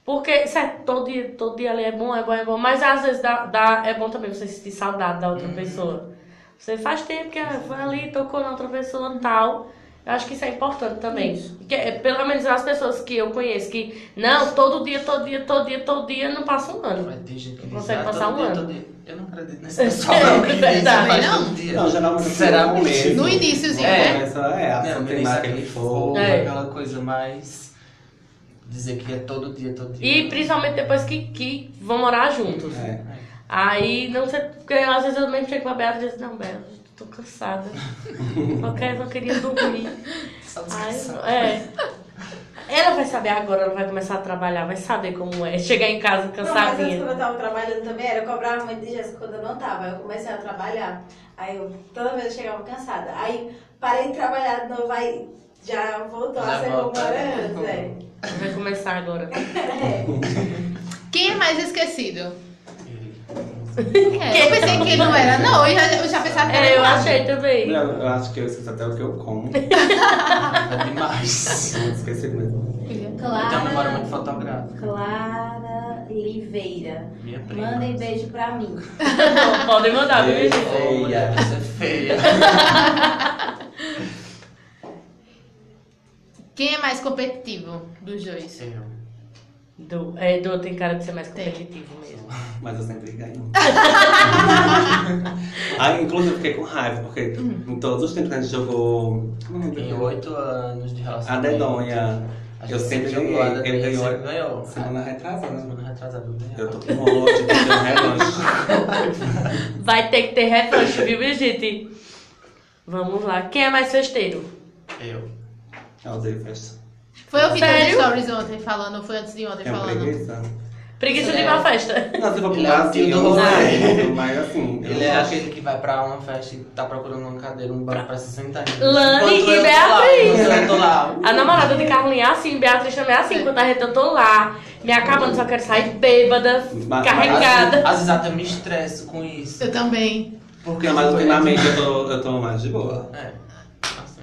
[SPEAKER 1] Porque, certo, todo dia, todo dia ali é bom, é bom, é bom. Mas às vezes dá, dá- é bom também você sentir saudade da outra pessoa. Você faz tempo que ah, foi ali, tocou na outra pessoa e tal. Eu acho que isso é importante também. Que, é, pelo menos as pessoas que eu conheço, que não, todo dia, todo dia, todo dia, todo dia, não passa um ano.
[SPEAKER 4] Mas tem gente que
[SPEAKER 1] Não
[SPEAKER 4] diz,
[SPEAKER 1] consegue
[SPEAKER 4] ah,
[SPEAKER 1] passar
[SPEAKER 4] todo
[SPEAKER 1] um
[SPEAKER 4] dia,
[SPEAKER 1] ano. É
[SPEAKER 4] todo dia. Eu não acredito nesse pessoal, não. que diz, "Ah,
[SPEAKER 1] Verdade.
[SPEAKER 4] faz
[SPEAKER 2] Não.
[SPEAKER 4] todo dia.
[SPEAKER 3] Não, geralmente
[SPEAKER 4] Será
[SPEAKER 3] eu fico
[SPEAKER 2] No
[SPEAKER 3] mesmo.
[SPEAKER 2] iníciozinho,
[SPEAKER 4] É.
[SPEAKER 2] né?
[SPEAKER 3] Começa, é, a
[SPEAKER 4] Não,
[SPEAKER 3] pessoa
[SPEAKER 4] tem
[SPEAKER 3] tem
[SPEAKER 4] mais
[SPEAKER 3] aquele
[SPEAKER 4] aquele fogo,
[SPEAKER 3] fogo.
[SPEAKER 1] É.
[SPEAKER 4] aquela coisa mais. Dizer que é todo dia, todo dia.
[SPEAKER 1] E principalmente depois que, que vão morar juntos.
[SPEAKER 3] É.
[SPEAKER 1] Aí, não sei, porque às vezes eu mesmo chego pra Beata e digo, assim, não, Beata, tô cansada. Só quero, só queria dormir.
[SPEAKER 4] Só
[SPEAKER 1] Ai,
[SPEAKER 4] descansar.
[SPEAKER 1] é. Ela vai saber agora, ela vai começar a trabalhar, vai saber como é. Chegar em casa
[SPEAKER 5] Não, mas antes, quando
[SPEAKER 1] cansadinha.
[SPEAKER 5] eu tava trabalhando também, era eu cobrava muito de Jéssica quando eu não tava. Aí eu comecei a trabalhar. Aí eu, toda vez eu chegava cansada. Aí parei de trabalhar de novo, aí já voltou
[SPEAKER 4] Já
[SPEAKER 5] a ser
[SPEAKER 4] volta,
[SPEAKER 5] como era
[SPEAKER 4] né?
[SPEAKER 5] antes, é.
[SPEAKER 1] Vai começar agora.
[SPEAKER 5] É.
[SPEAKER 2] Quem é mais esquecido?
[SPEAKER 4] Ele-
[SPEAKER 2] É, eu pensei que não era, não. Eu já, eu já pensava que era. um
[SPEAKER 1] É, eu
[SPEAKER 2] errado.
[SPEAKER 1] achei também.
[SPEAKER 3] Eu, eu acho que eu esqueço até o que eu como.
[SPEAKER 4] É demais.
[SPEAKER 3] Eu esqueci mesmo.
[SPEAKER 4] Eu tenho uma memória Então, muito
[SPEAKER 5] Clara,
[SPEAKER 4] fotográfica.
[SPEAKER 5] Clara Oliveira.
[SPEAKER 4] Minha prima.
[SPEAKER 5] Mandem beijo pra mim.
[SPEAKER 1] Então, Podem mandar, viu,
[SPEAKER 3] Ei.
[SPEAKER 1] gente?
[SPEAKER 4] Ô, mulher, você é feia.
[SPEAKER 2] Quem é mais competitivo dos dois?
[SPEAKER 4] Eu.
[SPEAKER 1] Du, é, Du tem cara de ser mais
[SPEAKER 2] Tem.
[SPEAKER 1] competitivo mesmo.
[SPEAKER 3] Mas eu sempre ganho. Aí, inclusive, eu fiquei com raiva, porque
[SPEAKER 2] Uhum.
[SPEAKER 3] em todos os tempos que a gente jogou. Não
[SPEAKER 4] Em
[SPEAKER 3] lembro.
[SPEAKER 4] oito anos de
[SPEAKER 3] A
[SPEAKER 4] relacionamento.
[SPEAKER 3] dedonha.
[SPEAKER 4] a gente
[SPEAKER 3] Eu sempre
[SPEAKER 4] jogou,
[SPEAKER 3] ganhei.
[SPEAKER 4] a
[SPEAKER 3] Eu
[SPEAKER 4] dedonha
[SPEAKER 3] ganhei
[SPEAKER 4] sempre ganhou.
[SPEAKER 3] semana retrasada. né?
[SPEAKER 4] Semana retrasada eu ganhei.
[SPEAKER 3] Eu tô com ódio, porque eu um relógio.
[SPEAKER 1] Vai ter que ter revanche, viu, minha gente? Vamos lá. Quem é mais festeiro?
[SPEAKER 4] Eu.
[SPEAKER 3] Eu odeio festa.
[SPEAKER 2] Foi eu que vi
[SPEAKER 1] Sério?
[SPEAKER 2] stories ontem falando, foi antes de ontem
[SPEAKER 3] Tenho
[SPEAKER 2] falando.
[SPEAKER 3] preguiça.
[SPEAKER 1] Preguiça de ir
[SPEAKER 4] É.
[SPEAKER 1] pra festa.
[SPEAKER 3] Não, se for pro
[SPEAKER 4] Ele é o
[SPEAKER 3] Brasil,
[SPEAKER 4] tio
[SPEAKER 3] eu
[SPEAKER 4] do
[SPEAKER 3] não
[SPEAKER 4] rolê.
[SPEAKER 3] sei, mas assim... eu
[SPEAKER 4] Ele é
[SPEAKER 3] não-
[SPEAKER 4] aquele que vai pra uma festa e tá procurando uma cadeira, um banco pra se sentar.
[SPEAKER 1] Lani
[SPEAKER 4] Enquanto
[SPEAKER 1] e
[SPEAKER 4] eu tô lá,
[SPEAKER 1] Beatriz.
[SPEAKER 4] enquanto Eu tô lá.
[SPEAKER 1] A namorada de Carlinhos é assim, Beatriz também é assim. Quando a gente eu tô lá, me acabando, só quero sair bêbada,
[SPEAKER 3] mas assim,
[SPEAKER 1] carregada.
[SPEAKER 4] Às vezes até me estresso com isso.
[SPEAKER 2] Eu também.
[SPEAKER 4] Porque
[SPEAKER 3] Não, mas
[SPEAKER 4] tipo, é-
[SPEAKER 3] ultimamente eu tô, eu tô mais de boa.
[SPEAKER 4] É. Assim.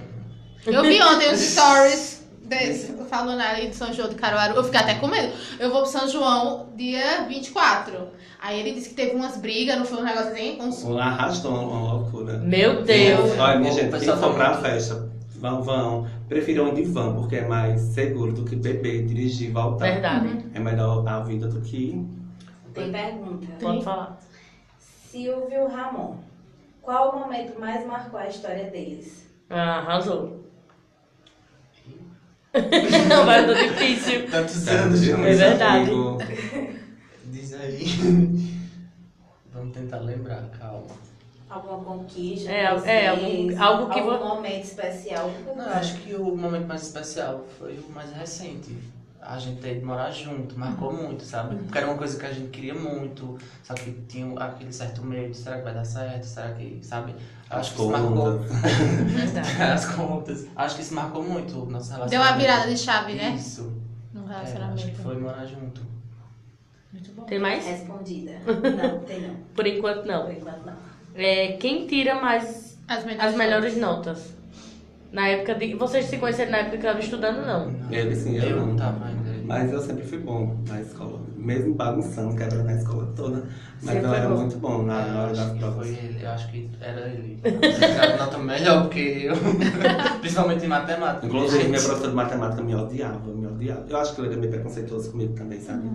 [SPEAKER 2] Eu vi ontem os stories desse, falando ali de São João de Caruaru. Eu fiquei até com medo. Eu vou pro São João dia 24. Aí ele disse que teve umas brigas, não foi um negócio assim?
[SPEAKER 1] Uhum.
[SPEAKER 2] Uns...
[SPEAKER 3] Um arrastão, uma loucura. Tipo,
[SPEAKER 1] Meu Deus.
[SPEAKER 3] Olha, minha
[SPEAKER 4] O
[SPEAKER 3] gente, quem
[SPEAKER 4] pessoal
[SPEAKER 3] for
[SPEAKER 4] tá
[SPEAKER 3] pra
[SPEAKER 4] muito-
[SPEAKER 3] festa, vão, vão. Prefiram ir de van, porque é mais seguro do que beber, dirigir e voltar.
[SPEAKER 1] Verdade.
[SPEAKER 3] É melhor a vida do que...
[SPEAKER 5] Tem pergunta.
[SPEAKER 1] Pode falar.
[SPEAKER 5] Silvio Ramon. Qual o momento mais marcou a história deles?
[SPEAKER 1] Ah, arrasou. Vai ser tá difícil.
[SPEAKER 4] Tantos
[SPEAKER 1] É verdade.
[SPEAKER 3] um Amigo,
[SPEAKER 4] Diz aí. Vamos tentar lembrar, calma.
[SPEAKER 5] Alguma conquista?
[SPEAKER 1] É,
[SPEAKER 5] vocês?
[SPEAKER 1] é, algum- algo que
[SPEAKER 5] algum
[SPEAKER 1] vo-
[SPEAKER 5] momento especial.
[SPEAKER 4] Não, eu acho que o momento mais especial foi o mais recente. A gente ter ido morar junto, marcou
[SPEAKER 2] Uhum.
[SPEAKER 4] muito, sabe? Porque era uma coisa que a gente queria muito, só que tinha um, aquele certo medo, será que vai dar certo? Será que, sabe?
[SPEAKER 3] As
[SPEAKER 4] Acho que isso marcou.
[SPEAKER 1] Verdade.
[SPEAKER 4] As contas. Acho que isso marcou muito o nosso relacionamento.
[SPEAKER 2] Deu uma virada de chave, né?
[SPEAKER 4] Isso.
[SPEAKER 2] No
[SPEAKER 4] É, acho que
[SPEAKER 2] relacionamento.
[SPEAKER 4] foi morar junto.
[SPEAKER 2] Muito bom.
[SPEAKER 1] Tem
[SPEAKER 3] É.
[SPEAKER 1] mais?
[SPEAKER 5] Respondida. Não, tem não.
[SPEAKER 1] Por enquanto,
[SPEAKER 5] Por
[SPEAKER 1] não.
[SPEAKER 5] enquanto não.
[SPEAKER 1] É, quem tira mais
[SPEAKER 2] As melhores.
[SPEAKER 1] as melhores notas? Na época de... Vocês se conheceram na época que eu estava estudando, não?
[SPEAKER 3] É, Ele sim, um eu
[SPEAKER 4] Eu
[SPEAKER 3] não.
[SPEAKER 4] não tava ainda.
[SPEAKER 3] Mas eu sempre fui bom na escola. Mesmo bagunçando, quebrando a escola toda. Mas
[SPEAKER 1] Sempre
[SPEAKER 3] eu
[SPEAKER 1] foi
[SPEAKER 3] era
[SPEAKER 1] bom.
[SPEAKER 3] muito bom na hora das provas.
[SPEAKER 4] Foi ele, eu acho que era ele. Era um nota melhor do que eu. Principalmente em matemática.
[SPEAKER 3] Inclusive, minha professora de matemática me odiava, me odiava. Eu acho que ele era meio preconceituoso comigo também, sabe?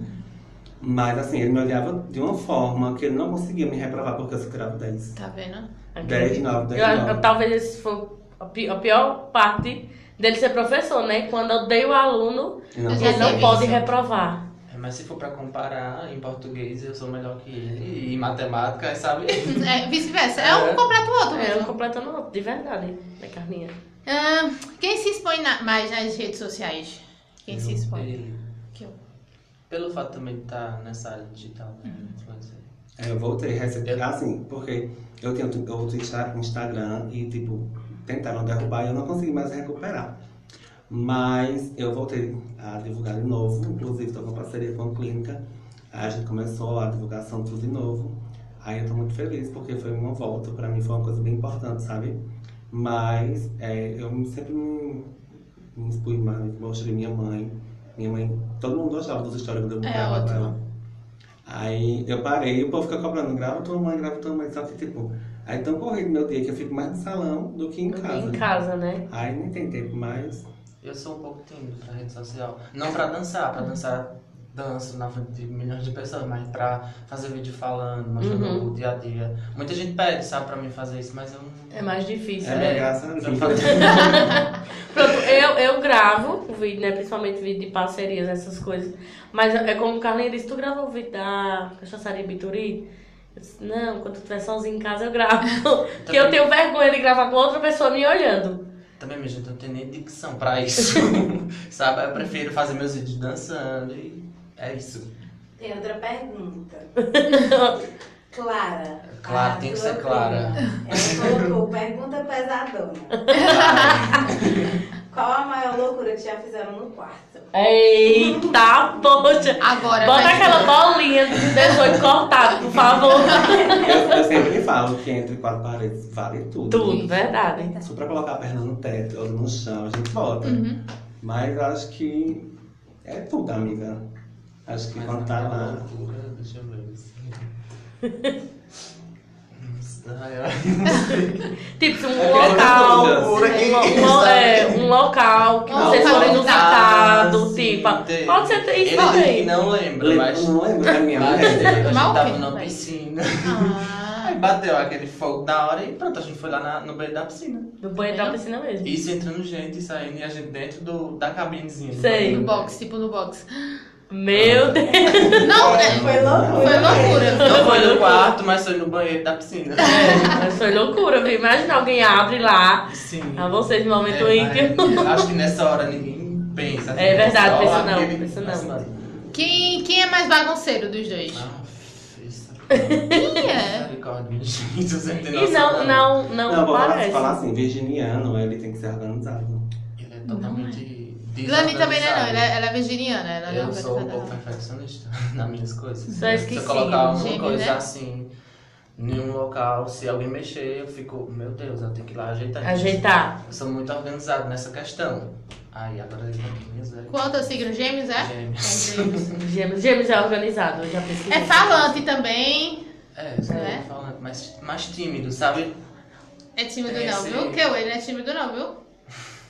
[SPEAKER 3] Mas assim, ele me odiava de uma forma que ele não conseguia me reprovar porque eu só tirava 10.
[SPEAKER 2] Tá vendo?
[SPEAKER 3] 10 de 9, 10
[SPEAKER 1] Eu,
[SPEAKER 3] de
[SPEAKER 1] acho
[SPEAKER 3] 9.
[SPEAKER 1] que talvez esse foi a pi- a pior parte dele ser professor, né? Quando odeia o aluno,
[SPEAKER 3] Não,
[SPEAKER 2] Eu já
[SPEAKER 1] ele não
[SPEAKER 2] sei
[SPEAKER 1] pode
[SPEAKER 2] isso.
[SPEAKER 1] reprovar.
[SPEAKER 4] É, Mas se for pra comparar, em português eu sou melhor que ele. E em matemática, sabe?
[SPEAKER 2] É, vice-versa. É um
[SPEAKER 4] É.
[SPEAKER 2] completo o
[SPEAKER 1] É,
[SPEAKER 2] outro
[SPEAKER 1] um
[SPEAKER 2] mesmo.
[SPEAKER 1] completando o outro, de verdade, né, Carlinha?
[SPEAKER 2] Ah, quem se expõe na- mais nas redes sociais? Quem se expõe?
[SPEAKER 4] Ele.
[SPEAKER 2] Que eu-
[SPEAKER 4] Pelo fato também de estar nessa área digital, né?
[SPEAKER 1] Uhum.
[SPEAKER 4] influencer.
[SPEAKER 3] É, Eu voltei a receber, assim, porque eu tinha o Twitter, o Instagram e, tipo, tentaram derrubar e eu não consegui mais recuperar. Mas eu voltei a divulgar de novo, inclusive estou com parceria com a clínica, Aí a gente começou a divulgação tudo de novo. Aí eu estou muito feliz porque foi uma volta, para mim foi uma coisa bem importante, sabe? Mas é, eu me- sempre me, me expus mais, mostrei minha mãe. Minha mãe, todo mundo gostava dos stories quando eu
[SPEAKER 2] É,
[SPEAKER 3] divulgava
[SPEAKER 2] ótimo.
[SPEAKER 3] ela. Aí eu parei, o povo fica cobrando, grava tua mãe, grava tua mãe, só que tipo, aí tão corrido meu dia que eu fico mais no salão do que em casa.
[SPEAKER 1] Em casa, né?
[SPEAKER 3] Aí nem tem tempo mais.
[SPEAKER 4] Eu sou um pouco tímido pra rede social. Não pra dançar, pra dançar danço na frente de milhões de pessoas, mas pra fazer vídeo falando, mostrando
[SPEAKER 1] Uhum.
[SPEAKER 4] o dia a dia. Muita gente pede, sabe, pra mim fazer isso, mas eu não.
[SPEAKER 1] É mais difícil,
[SPEAKER 3] É,
[SPEAKER 1] né?
[SPEAKER 3] é engraçado.
[SPEAKER 4] Eu falo-
[SPEAKER 1] Pronto, eu, eu gravo o vídeo, né? Principalmente vídeo de parcerias, essas coisas. Mas é como o Carlinhos disse, tu gravou o vídeo da Cachaçaria Bituri? Eu disse, não, quando eu estiver sozinho em casa eu gravo. Porque eu tenho vergonha de gravar com outra pessoa me olhando.
[SPEAKER 4] Também, minha gente, eu não tenho nem dicção pra isso. sabe? Eu prefiro fazer meus vídeos dançando e é isso.
[SPEAKER 5] Tem outra pergunta. Clara.
[SPEAKER 4] Clara,
[SPEAKER 5] a
[SPEAKER 4] tem que
[SPEAKER 5] tua
[SPEAKER 4] ser clara.
[SPEAKER 5] prima. Ela colocou pergunta pesadona. Qual a maior loucura que já fizeram no quarto?
[SPEAKER 1] Eita, poxa!
[SPEAKER 2] Agora,
[SPEAKER 1] Bota
[SPEAKER 2] mas-
[SPEAKER 1] aquela bolinha de 18 cortada, por favor.
[SPEAKER 3] Eu, eu sempre falo que entre quatro paredes vale tudo.
[SPEAKER 1] Tudo, verdade.
[SPEAKER 3] Só pra colocar a perna no teto ou no chão, a gente volta. Mas acho que é tudo, amiga. Acho que quando
[SPEAKER 4] é
[SPEAKER 3] tá lá.
[SPEAKER 4] Loucura, deixa eu ver.
[SPEAKER 1] Tipo, se um
[SPEAKER 3] É
[SPEAKER 1] local.
[SPEAKER 3] criatura.
[SPEAKER 1] Um, lo- é, um local que
[SPEAKER 2] Não,
[SPEAKER 1] vocês
[SPEAKER 2] sabe,
[SPEAKER 1] forem
[SPEAKER 4] Ah,
[SPEAKER 1] inusitado,
[SPEAKER 4] sim,
[SPEAKER 1] tipo.
[SPEAKER 4] tem.
[SPEAKER 1] Pode ser tem isso
[SPEAKER 4] Ele
[SPEAKER 1] também.
[SPEAKER 4] não lembra,
[SPEAKER 3] Lembra, né?
[SPEAKER 4] mas.
[SPEAKER 3] não lembro da minha
[SPEAKER 4] mas
[SPEAKER 3] mulher.
[SPEAKER 4] a gente
[SPEAKER 2] Mal
[SPEAKER 4] tava
[SPEAKER 2] feito,
[SPEAKER 4] na
[SPEAKER 2] mas-
[SPEAKER 4] piscina.
[SPEAKER 2] Ah,
[SPEAKER 4] Aí bateu aquele fogo da hora e pronto, a gente foi lá na- no banheiro da piscina.
[SPEAKER 1] Do banheiro da piscina mesmo.
[SPEAKER 4] Isso entrando gente e saindo e a gente dentro do, da cabinezinha.
[SPEAKER 1] Sei.
[SPEAKER 2] no box, tipo no box.
[SPEAKER 1] Meu Deus.
[SPEAKER 2] Não, né?
[SPEAKER 5] Foi loucura.
[SPEAKER 2] Foi loucura.
[SPEAKER 4] Não foi no quarto, mas foi no banheiro da piscina.
[SPEAKER 1] Mas foi é loucura, viu? Imagina alguém abre lá.
[SPEAKER 4] Sim.
[SPEAKER 1] A vocês no momento
[SPEAKER 4] É,
[SPEAKER 1] íntimo.
[SPEAKER 4] mas Acho que nessa hora ninguém pensa.
[SPEAKER 1] É
[SPEAKER 4] assim,
[SPEAKER 1] verdade,
[SPEAKER 4] só
[SPEAKER 1] pensa não,
[SPEAKER 4] aquele-
[SPEAKER 1] pensa não.
[SPEAKER 4] assim,
[SPEAKER 2] Quem, quem é mais bagunceiro dos dois?
[SPEAKER 4] Ah, festa.
[SPEAKER 2] Quem é?
[SPEAKER 4] Misericórdia, minha é gente, você não tem
[SPEAKER 1] E
[SPEAKER 4] noção,
[SPEAKER 1] não, não,
[SPEAKER 3] Não,
[SPEAKER 1] não,
[SPEAKER 3] vou falar,
[SPEAKER 1] parece.
[SPEAKER 3] falar assim, virginiano, ele tem que ser organizado.
[SPEAKER 4] Ele é totalmente
[SPEAKER 2] Lani também não é, não.
[SPEAKER 4] desorganizado.
[SPEAKER 2] Ela, ela é virginiana. Ela não
[SPEAKER 4] Eu
[SPEAKER 2] é
[SPEAKER 4] sou um
[SPEAKER 2] organizada,
[SPEAKER 4] pouco
[SPEAKER 2] não.
[SPEAKER 4] perfeccionista nas minhas coisas.
[SPEAKER 1] Só
[SPEAKER 4] Se
[SPEAKER 1] esqueci,
[SPEAKER 4] eu colocar uma
[SPEAKER 2] gêmeo,
[SPEAKER 4] coisa
[SPEAKER 2] né?
[SPEAKER 4] assim em um local, se alguém mexer, eu fico, meu Deus, eu tenho que ir lá ajeitar. isso."
[SPEAKER 1] Ajeitar.
[SPEAKER 4] Eu sou muito organizado nessa questão. Aí agora ele vai me dizer.
[SPEAKER 2] Qual o teu signo? Gêmeos, é?
[SPEAKER 4] Gêmeos.
[SPEAKER 1] Gêmeos, gêmeos é organizado, eu já pesquisei.
[SPEAKER 2] É falante também.
[SPEAKER 4] É, eu sou
[SPEAKER 2] É.
[SPEAKER 4] muito falante, mas mais tímido, sabe?
[SPEAKER 2] É tímido
[SPEAKER 4] Tem
[SPEAKER 2] não,
[SPEAKER 4] esse-
[SPEAKER 2] viu? Que eu, ele não é tímido não, viu?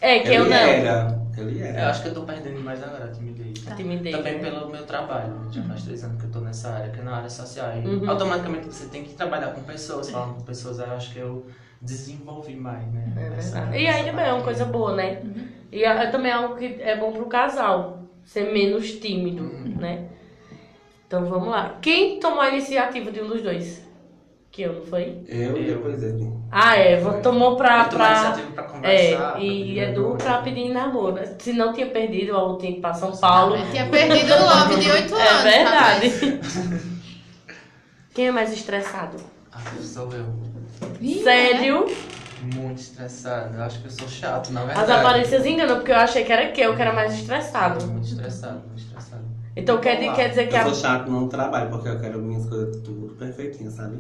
[SPEAKER 1] É, que eu
[SPEAKER 3] ele
[SPEAKER 1] não.
[SPEAKER 3] era. Ele
[SPEAKER 4] Eu
[SPEAKER 3] era.
[SPEAKER 4] acho que eu tô perdendo mais agora a timidez.
[SPEAKER 1] A timidez.
[SPEAKER 4] Também
[SPEAKER 1] né?
[SPEAKER 4] pelo meu trabalho, né? já faz três anos que eu tô nessa área, que é na área social. E
[SPEAKER 1] Uhum.
[SPEAKER 4] automaticamente você tem que trabalhar com pessoas, falando com pessoas, aí eu acho que eu desenvolvi mais, né?
[SPEAKER 1] É
[SPEAKER 4] Essa-
[SPEAKER 1] verdade. E
[SPEAKER 4] essa
[SPEAKER 1] ainda bem, é uma
[SPEAKER 4] parte.
[SPEAKER 1] coisa boa, né?
[SPEAKER 4] Uhum.
[SPEAKER 1] E é é também algo que é bom pro casal, ser menos tímido,
[SPEAKER 4] Uhum.
[SPEAKER 1] né? Então vamos lá. Quem tomou a iniciativa de um dos dois? Que eu, não foi?
[SPEAKER 3] Eu e depois ele.
[SPEAKER 1] A Eva tomou pra.
[SPEAKER 4] Eu tomei a
[SPEAKER 1] pra...
[SPEAKER 4] iniciativa pra
[SPEAKER 1] É,
[SPEAKER 4] conversar.
[SPEAKER 1] e
[SPEAKER 4] pra
[SPEAKER 1] Edu
[SPEAKER 4] pedir
[SPEAKER 1] pra pedir em namoro. né? Se não tinha perdido ou tinha ido pra São Paulo.
[SPEAKER 4] tá
[SPEAKER 2] Ele tinha perdido o love de 8
[SPEAKER 1] É
[SPEAKER 2] anos.
[SPEAKER 1] verdade.
[SPEAKER 2] rapaz.
[SPEAKER 4] Tá
[SPEAKER 1] Quem é mais estressado?
[SPEAKER 4] Ah, sou eu.
[SPEAKER 1] né?
[SPEAKER 2] Ih, é.
[SPEAKER 1] Sério?
[SPEAKER 4] Muito estressado. Eu acho que eu sou chato, na
[SPEAKER 1] As
[SPEAKER 4] verdade.
[SPEAKER 1] aparências enganam, porque eu achei que era que eu que era mais
[SPEAKER 4] Tô
[SPEAKER 1] estressado.
[SPEAKER 4] Muito estressado, muito estressado.
[SPEAKER 1] Então quer, di- quer dizer que
[SPEAKER 3] Eu
[SPEAKER 1] a
[SPEAKER 3] sou chato no trabalho, porque eu quero minhas coisas tudo perfeitinhas, sabe?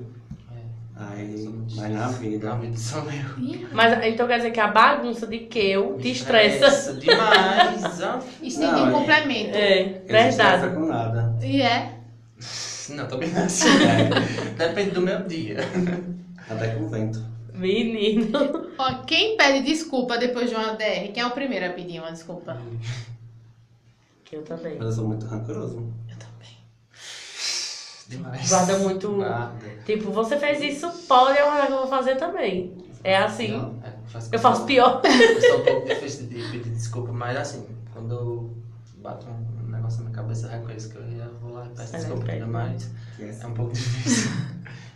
[SPEAKER 4] É, eu
[SPEAKER 3] Aí,
[SPEAKER 4] sou
[SPEAKER 3] mas
[SPEAKER 4] muito
[SPEAKER 3] na
[SPEAKER 4] estressado. Na
[SPEAKER 3] vida.
[SPEAKER 4] vida sou eu.
[SPEAKER 2] Ih,
[SPEAKER 1] Mas então quer dizer que a bagunça de que eu te
[SPEAKER 4] Me
[SPEAKER 1] estressa.
[SPEAKER 4] demais. ó.
[SPEAKER 2] Isso tem
[SPEAKER 3] Não,
[SPEAKER 2] um
[SPEAKER 3] é-
[SPEAKER 2] complemento.
[SPEAKER 1] É,
[SPEAKER 3] Ele estressa
[SPEAKER 1] verdade.
[SPEAKER 3] com nada.
[SPEAKER 2] E é.
[SPEAKER 4] Não, tô bem assim. Depende do meu dia.
[SPEAKER 3] Até com o vento.
[SPEAKER 1] Menino.
[SPEAKER 2] Ó, quem pede desculpa depois de uma DR? Quem é o primeiro a pedir uma desculpa?
[SPEAKER 4] Hum.
[SPEAKER 1] Que eu também.
[SPEAKER 3] Mas eu sou muito rancoroso.
[SPEAKER 2] Eu também.
[SPEAKER 4] Demais.
[SPEAKER 1] Guarda muito-
[SPEAKER 4] Guarda.
[SPEAKER 1] Tipo, você fez isso, pode, é uma que eu vou fazer também. É assim.
[SPEAKER 4] Não, é,
[SPEAKER 1] Eu faço pior.
[SPEAKER 4] Eu sou um pouco difícil de pedir desculpa, mas assim, quando eu bato um negócio na minha cabeça, eu reconheço que eu ia, vou lá e peço
[SPEAKER 1] Olha
[SPEAKER 4] desculpa,
[SPEAKER 1] pra ele.
[SPEAKER 4] mas
[SPEAKER 3] Que é
[SPEAKER 4] é
[SPEAKER 3] assim.
[SPEAKER 4] um pouco difícil.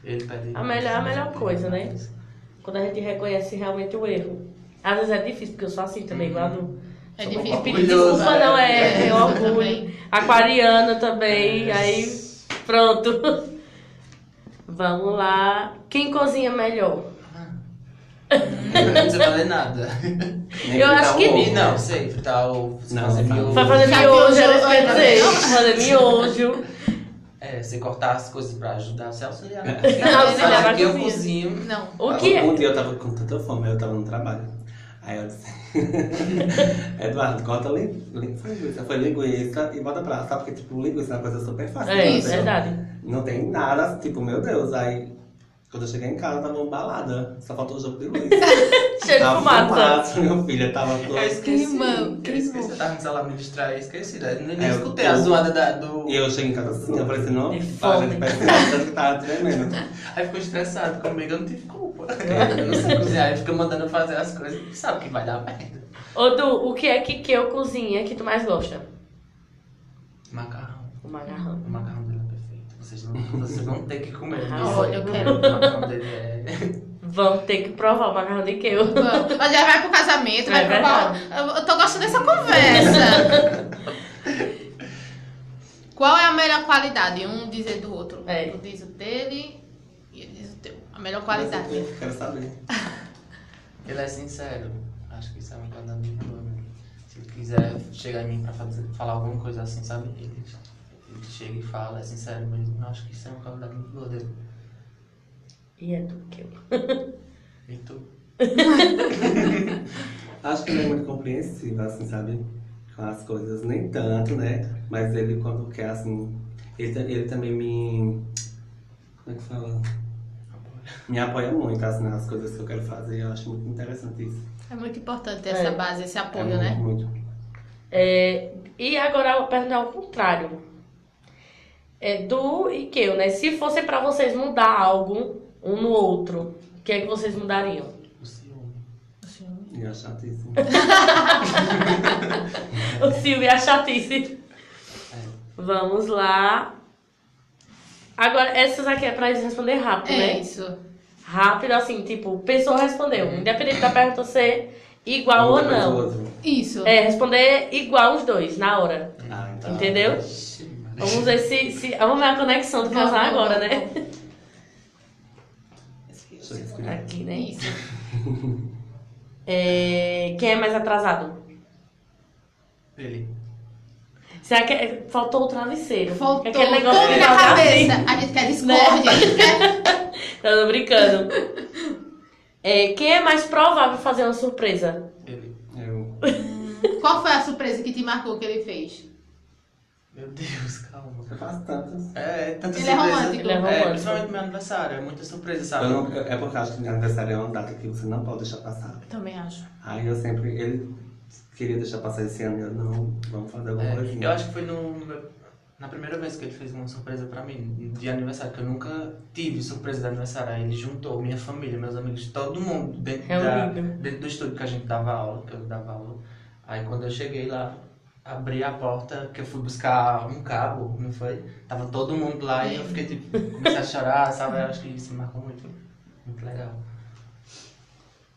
[SPEAKER 4] Ele pede
[SPEAKER 1] A melhor- a melhor coisa, né? Quando a gente reconhece realmente o erro. Às vezes é difícil, porque eu sou assim também, igual a Du.
[SPEAKER 2] É
[SPEAKER 4] Sou
[SPEAKER 2] difícil
[SPEAKER 4] pouco
[SPEAKER 1] Pedir
[SPEAKER 4] Orgulhoso,
[SPEAKER 1] desculpa
[SPEAKER 4] né?
[SPEAKER 1] não é, é
[SPEAKER 2] Eu
[SPEAKER 1] orgulho.
[SPEAKER 2] também.
[SPEAKER 1] Aquariana também,
[SPEAKER 4] É.
[SPEAKER 1] aí pronto. Vamos lá. Quem cozinha melhor?
[SPEAKER 4] Não precisa fazer nada.
[SPEAKER 3] Nem
[SPEAKER 1] eu
[SPEAKER 3] fritar
[SPEAKER 1] acho
[SPEAKER 3] um
[SPEAKER 1] que-
[SPEAKER 4] E
[SPEAKER 3] ovo.
[SPEAKER 4] tá não, sei, fritar ovo,
[SPEAKER 3] Não,
[SPEAKER 4] fazer
[SPEAKER 3] não.
[SPEAKER 4] miojo.
[SPEAKER 1] Vai fazer
[SPEAKER 2] Já
[SPEAKER 1] miojo,
[SPEAKER 2] que
[SPEAKER 1] era isso que eu
[SPEAKER 2] hoje
[SPEAKER 1] ia
[SPEAKER 2] eu-
[SPEAKER 1] dizer. Fazer miojo.
[SPEAKER 4] É, você cortar as coisas pra ajudar, você
[SPEAKER 3] É.
[SPEAKER 4] auxiliar.
[SPEAKER 1] Auxiliar na
[SPEAKER 4] Sabe que eu
[SPEAKER 1] cozinha.
[SPEAKER 4] cozinho.
[SPEAKER 2] Não.
[SPEAKER 1] O que é?
[SPEAKER 3] Um dia eu tava com tanta fome, eu tava no trabalho. Aí eu disse, Eduardo, corta li, li, foi linguiça, foi linguiça e bota pra lá. Sabe porque, tipo, linguiça é uma coisa super fácil.
[SPEAKER 1] É,
[SPEAKER 3] né?
[SPEAKER 1] isso,
[SPEAKER 3] Tipo,
[SPEAKER 1] verdade.
[SPEAKER 3] Não tem nada, tipo, meu Deus. Aí, quando eu cheguei em casa, tava uma balada. Só faltou o jogo de luz.
[SPEAKER 1] Cheio de
[SPEAKER 3] tava
[SPEAKER 1] fumaça.
[SPEAKER 3] fumaça, meu filho, tava com...
[SPEAKER 4] Eu esqueci.
[SPEAKER 2] Queimou,
[SPEAKER 4] eu esqueci. Eu tava no celular me distrair, esqueci. né? Nem nem
[SPEAKER 3] É, eu
[SPEAKER 4] escutei
[SPEAKER 3] tô-
[SPEAKER 4] a zoada da- do.
[SPEAKER 3] E eu cheguei em casa assim, eu falei assim, não,
[SPEAKER 1] De
[SPEAKER 3] a
[SPEAKER 1] fome.
[SPEAKER 3] gente parece que tanto que tava tremendo.
[SPEAKER 4] Aí ficou estressado comigo, eu não tive culpa. Eu não sei cozinhar, aí fica mandando eu fazer as coisas. Sabe que vai dar merda.
[SPEAKER 1] Ô Du, o que é que, que eu cozinha que tu mais gosta?
[SPEAKER 4] Macarrão.
[SPEAKER 1] O macarrão.
[SPEAKER 4] O macarrão dele é perfeito. Vocês não, vocês vão ter que comer.
[SPEAKER 1] Ah,
[SPEAKER 4] isso.
[SPEAKER 2] olha, eu quero.
[SPEAKER 4] O macarrão dele é.
[SPEAKER 1] Vamos ter que provar o macarrão de queijo.
[SPEAKER 2] Vamos. Mas já vai pro casamento, vai
[SPEAKER 1] É
[SPEAKER 2] pro qual... Eu- Eu tô gostando dessa conversa. qual é a melhor qualidade? Um dizer do outro.
[SPEAKER 1] É.
[SPEAKER 2] Tu diz o dele e ele diz o teu. A melhor
[SPEAKER 3] Mas
[SPEAKER 2] qualidade.
[SPEAKER 3] eu Quero saber.
[SPEAKER 4] Ele é sincero. Acho que isso é uma coisa muito boa. né? Se ele quiser chegar em mim pra fazer, falar alguma coisa assim, sabe? Ele, ele chega e fala, é sincero mesmo. Eu Acho que isso é uma qualidade muito boa dele.
[SPEAKER 1] E é do que eu.
[SPEAKER 4] E tu?
[SPEAKER 3] Acho que ele é muito compreensivo, assim, sabe? Com as coisas, nem tanto, né? Mas ele, quando quer, assim. Ele, ta- ele também me. Como é que fala? Me apoia muito, assim, nas coisas que eu quero fazer. Eu acho muito interessante isso.
[SPEAKER 2] É muito importante ter essa
[SPEAKER 1] É.
[SPEAKER 2] base, esse apoio,
[SPEAKER 3] é
[SPEAKER 2] né?
[SPEAKER 3] muito, muito.
[SPEAKER 1] É, e agora eu vou perguntar ao contrário. É Du e que eu, né? Se fosse pra vocês mudar algo um no outro, o que é que vocês mudariam?
[SPEAKER 4] O ciúme.
[SPEAKER 3] E eu chatíssimo.
[SPEAKER 1] O Silvio e a chatice.
[SPEAKER 4] É.
[SPEAKER 1] Vamos lá. Agora, essas aqui é pra eles responder rápido,
[SPEAKER 2] É
[SPEAKER 1] né?
[SPEAKER 2] isso.
[SPEAKER 1] Rápido, assim, tipo, pessoa respondeu.
[SPEAKER 2] Uhum.
[SPEAKER 1] Independente da pergunta ser igual
[SPEAKER 3] Um
[SPEAKER 1] ou
[SPEAKER 3] depois do
[SPEAKER 1] não.
[SPEAKER 3] outro.
[SPEAKER 2] Isso.
[SPEAKER 1] É, responder igual os dois, na hora.
[SPEAKER 3] Ah, então.
[SPEAKER 1] Entendeu?
[SPEAKER 4] Ixi,
[SPEAKER 1] Vamos ver se, se. Vamos ver a conexão do casal agora, né?
[SPEAKER 3] Deixa eu escolher.
[SPEAKER 1] Aqui, né?
[SPEAKER 2] Isso.
[SPEAKER 1] É, quem é mais atrasado?
[SPEAKER 4] Ele.
[SPEAKER 1] Será que é- faltou o travesseiro? É
[SPEAKER 2] Faltou
[SPEAKER 1] Aquele
[SPEAKER 2] tudo
[SPEAKER 1] negócio de
[SPEAKER 2] na
[SPEAKER 1] jogar assim.
[SPEAKER 2] cabeça. A gente quer discórdia, a gente quer
[SPEAKER 1] Não, tô brincando. É, quem é mais provável fazer uma surpresa?
[SPEAKER 4] Ele.
[SPEAKER 3] Eu.
[SPEAKER 1] né?
[SPEAKER 2] Qual foi a surpresa que te marcou que ele fez?
[SPEAKER 4] Meu Deus, calma.
[SPEAKER 3] Eu faço tantas.
[SPEAKER 4] É, é tanta
[SPEAKER 2] Ele é
[SPEAKER 4] surpresa.
[SPEAKER 2] romântico.
[SPEAKER 1] Ele é
[SPEAKER 4] É,
[SPEAKER 1] romântico.
[SPEAKER 4] principalmente meu aniversário, é muita surpresa,
[SPEAKER 3] Eu
[SPEAKER 4] sabe?
[SPEAKER 3] não- eu- é porque eu acho que meu aniversário é uma data que você não pode deixar passar.
[SPEAKER 2] Também acho.
[SPEAKER 3] Aí eu sempre. Ele queria deixar passar esse ano e eu não, vamos fazer alguma
[SPEAKER 4] É,
[SPEAKER 3] coisinha.
[SPEAKER 4] eu acho que foi no, meu- na primeira vez que ele fez uma surpresa pra mim, de aniversário, que eu nunca tive surpresa de aniversário. Aí ele juntou minha família, meus amigos, todo mundo dentro,
[SPEAKER 1] É um
[SPEAKER 4] da,
[SPEAKER 1] Reunido.
[SPEAKER 4] dentro do estúdio que a gente dava aula, que eu dava aula. Aí quando eu cheguei lá, abri a porta, que eu fui buscar um cabo, não foi? Tava todo mundo lá e eu fiquei tipo, comecei a chorar, sabe? Eu acho que isso me marcou muito. Muito legal.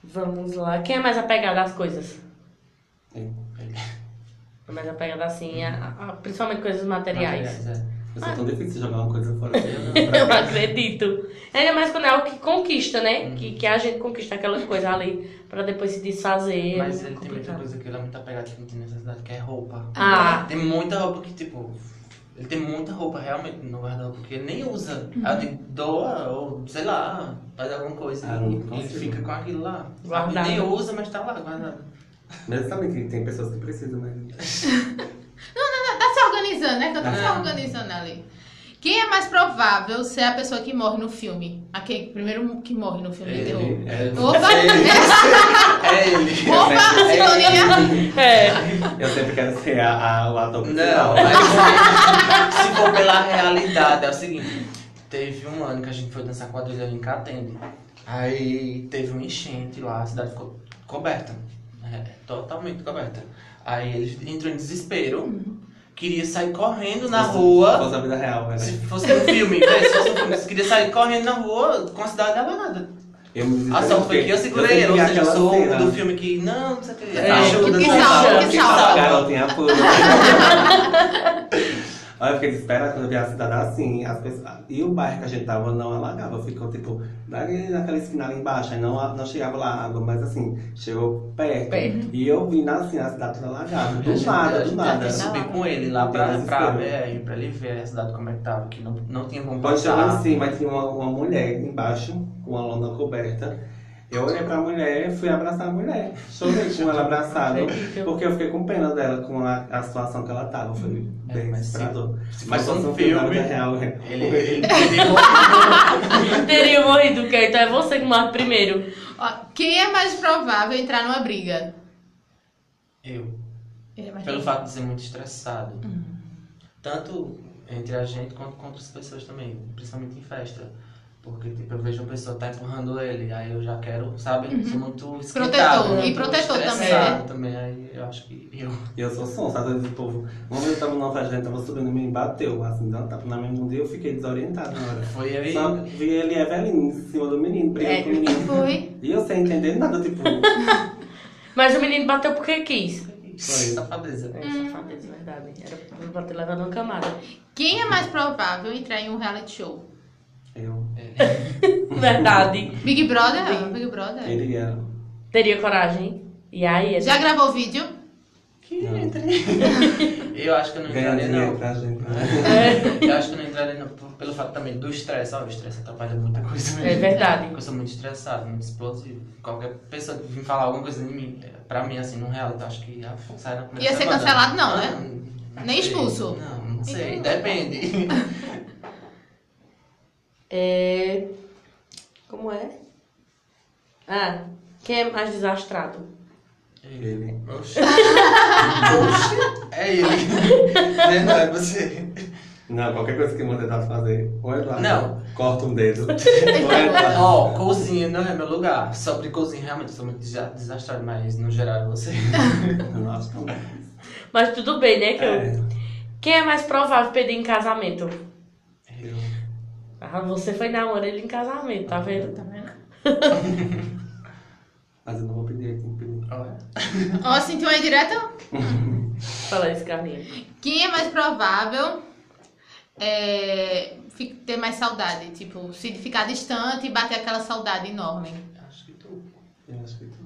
[SPEAKER 1] Vamos lá. Quem é mais apegado às coisas?
[SPEAKER 4] Ele-
[SPEAKER 1] É mais apegado assim, a, a- a- principalmente coisas materiais.
[SPEAKER 4] Materiais, é.
[SPEAKER 3] Eu sou tão difícil jogar uma coisa fora. Eu
[SPEAKER 1] Eu acredito. Ainda mais quando é algo que conquista,
[SPEAKER 4] Uhum.
[SPEAKER 1] né? Que, que a gente conquista aquela coisa ali pra depois se desfazer.
[SPEAKER 4] Mas
[SPEAKER 1] É
[SPEAKER 4] ele tem muita
[SPEAKER 1] complicado.
[SPEAKER 4] coisa que ele é muito apegado que não tem necessidade, que é roupa.
[SPEAKER 1] Ah.
[SPEAKER 4] Tem muita roupa que, tipo, ele tem muita roupa realmente no guarda-roupa que ele nem usa. Aí eu digo, doa, ou sei lá, faz alguma coisa.
[SPEAKER 3] Ah, eu não
[SPEAKER 4] e ele
[SPEAKER 3] consigo.
[SPEAKER 4] fica com aquilo lá. sabe?
[SPEAKER 1] Guardado.
[SPEAKER 4] Nem usa, mas tá lá guardado.
[SPEAKER 3] Mesmo também que tem pessoas que precisam, né? mas.
[SPEAKER 2] Tá, tá se organizando, né? Que eu tô se
[SPEAKER 4] Ah.
[SPEAKER 2] organizando ali. Quem é mais provável ser a pessoa que morre no filme? Aquele primeiro que morre no filme de
[SPEAKER 4] Ele.
[SPEAKER 2] terror.
[SPEAKER 3] É,
[SPEAKER 2] Opa!
[SPEAKER 4] É ele.
[SPEAKER 2] Opa,
[SPEAKER 3] É.
[SPEAKER 2] sintonia!
[SPEAKER 1] É.
[SPEAKER 3] eu sempre quero ser a, a, o ator
[SPEAKER 4] Não,
[SPEAKER 3] principal.
[SPEAKER 4] mas se for pela realidade, é o seguinte. Teve um ano que a gente foi dançar quadrilha ali em Catende. Aí teve um enchente lá, a cidade ficou coberta. é, totalmente coberta. Aí ele entrou em desespero, queria sair correndo na
[SPEAKER 3] Se
[SPEAKER 4] rua.
[SPEAKER 3] fosse a vida real, né?
[SPEAKER 4] Se fosse um filme, né? se fosse um filme, você queria sair correndo na rua com a cidade abandonada.
[SPEAKER 3] Eu me
[SPEAKER 4] A
[SPEAKER 3] desespero
[SPEAKER 4] sorte foi
[SPEAKER 3] porque
[SPEAKER 4] que um eu segurei ele, ou
[SPEAKER 3] sempre
[SPEAKER 4] seja, eu
[SPEAKER 3] aquela
[SPEAKER 4] sou
[SPEAKER 3] cena.
[SPEAKER 4] o do filme que não, não sei o que.
[SPEAKER 1] É,
[SPEAKER 4] ajuda,
[SPEAKER 2] que
[SPEAKER 4] não
[SPEAKER 2] salva, que salva.
[SPEAKER 3] Garotinha pura. Olha, eu fiquei desesperada quando eu vi a cidade assim. As pessoas... E o bairro que a gente tava não alagava. Ficou tipo, dali naquela esquina ali embaixo. Aí não, não chegava lá a água, mas assim, chegou perto.
[SPEAKER 1] Perto.
[SPEAKER 3] E eu vi na, assim, a cidade toda alagada.
[SPEAKER 4] A
[SPEAKER 3] Do
[SPEAKER 4] gente-
[SPEAKER 3] nada,
[SPEAKER 4] a
[SPEAKER 3] do
[SPEAKER 4] gente
[SPEAKER 3] nada.
[SPEAKER 4] teve
[SPEAKER 2] tá
[SPEAKER 4] que subir com ele lá pra,
[SPEAKER 3] Deus
[SPEAKER 4] pra,
[SPEAKER 3] esperou.
[SPEAKER 4] ver, pra ele ver a cidade como é que tava, que não, não tinha como
[SPEAKER 3] Pode assim. chegar
[SPEAKER 4] passar.
[SPEAKER 3] em cima, mas tinha uma, uma mulher embaixo, com uma lona coberta. Eu olhei pra mulher e fui abraçar a mulher. Chorei com ela
[SPEAKER 4] É
[SPEAKER 3] abraçada.
[SPEAKER 1] Acredito.
[SPEAKER 3] Porque eu fiquei com pena dela com a, a situação que ela tava. Foi
[SPEAKER 4] É,
[SPEAKER 3] bem
[SPEAKER 4] mas se-
[SPEAKER 3] desesperador.
[SPEAKER 4] se
[SPEAKER 3] Mas
[SPEAKER 4] fosse
[SPEAKER 3] só
[SPEAKER 4] um
[SPEAKER 3] um filme na
[SPEAKER 4] filme,
[SPEAKER 3] vida real. é.
[SPEAKER 4] Ele, ele, ele morreu.
[SPEAKER 1] Teria morrido, porque então é você que morre primeiro.
[SPEAKER 2] Ó, Quem é mais provável entrar numa briga?
[SPEAKER 4] Eu,
[SPEAKER 2] Ele Hum. é mais
[SPEAKER 4] pelo
[SPEAKER 2] provável.
[SPEAKER 4] fato de ser muito estressado. Tanto entre a gente quanto com outras pessoas também, principalmente em festa. Porque, tipo, eu vejo uma pessoa tá empurrando ele, aí eu já quero, sabe? Sou muito esquentado.
[SPEAKER 2] Uhum. Protetor, e
[SPEAKER 4] muito
[SPEAKER 2] protetor também, né?
[SPEAKER 4] estressado também. Aí eu acho que eu...
[SPEAKER 3] E eu sou som, sabe? Esse povo. Uma vez eu tava numa festa, ele tava subindo em mim e bateu. Assim, dando tapa na minha bunda e eu fiquei desorientado na hora.
[SPEAKER 4] Foi eu e...
[SPEAKER 3] Só vi ele e Evelyn em cima do menino, brigando
[SPEAKER 1] É.
[SPEAKER 3] com o
[SPEAKER 4] tipo-
[SPEAKER 3] menino.
[SPEAKER 2] Foi.
[SPEAKER 3] E eu sem entender nada, tipo.
[SPEAKER 1] Mas o menino bateu porque quis.
[SPEAKER 3] Foi.
[SPEAKER 4] Safadeza.
[SPEAKER 1] É, safadeza, verdade. Era pra ter levado uma camada.
[SPEAKER 2] Quem é mais provável entrar em um reality show?
[SPEAKER 3] Eu
[SPEAKER 4] É.
[SPEAKER 1] Verdade.
[SPEAKER 2] Big Brother? Big Brother.
[SPEAKER 3] queria.
[SPEAKER 1] Teria coragem. E aí, é
[SPEAKER 2] Já gravou vídeo?
[SPEAKER 4] Que
[SPEAKER 3] Não.
[SPEAKER 4] Eu acho que eu não
[SPEAKER 3] Ganhar
[SPEAKER 4] entraria
[SPEAKER 3] dinheiro
[SPEAKER 4] não.
[SPEAKER 3] pra gente. né?
[SPEAKER 4] Eu acho que eu não entraria não, por- pelo fato também do estresse. Ó, o estresse atrapalha muita coisa mesmo.
[SPEAKER 1] É verdade.
[SPEAKER 4] Porque eu sou muito estressado, muito explosivo. Qualquer pessoa que vir falar alguma coisa de mim, é, pra mim, assim, no real, eu acho que ia sai na primeira
[SPEAKER 2] Ia ser
[SPEAKER 4] semana.
[SPEAKER 2] cancelado não, né?
[SPEAKER 4] não
[SPEAKER 2] Nem
[SPEAKER 4] sei.
[SPEAKER 2] expulso. Então, tá
[SPEAKER 4] Não, não sei. Depende.
[SPEAKER 1] É... Como é? Ah, quem é mais desastrado?
[SPEAKER 3] Ele.
[SPEAKER 4] Oxi. Oxi. É ele. Não é, não é você.
[SPEAKER 3] Não, qualquer coisa que você tentar fazer, ou Eduardo
[SPEAKER 4] Não.
[SPEAKER 3] corta um dedo, ou Eduardo
[SPEAKER 4] Ó, cozinha não é meu lugar. Sobre cozinha, realmente, eu sou muito desa- desastrado, mas no geral é você.
[SPEAKER 3] Nossa, como é?
[SPEAKER 1] Mas tudo bem, né? Que eu-
[SPEAKER 3] É.
[SPEAKER 1] Quem é mais provável pedir em casamento?
[SPEAKER 4] Eu.
[SPEAKER 1] Ah, você foi namoro ele em casamento, tá
[SPEAKER 3] Ah, é
[SPEAKER 1] vendo?
[SPEAKER 3] Mas eu não vou pedir aqui, pedir.
[SPEAKER 4] Olha.
[SPEAKER 2] Ó, sentiu aí direto?
[SPEAKER 1] Fala isso, Carlinhos.
[SPEAKER 2] Quem é mais provável é, fi- ter mais saudade? Tipo, se ficar distante e bater aquela saudade enorme.
[SPEAKER 4] Acho que tu. Eu acho que tu.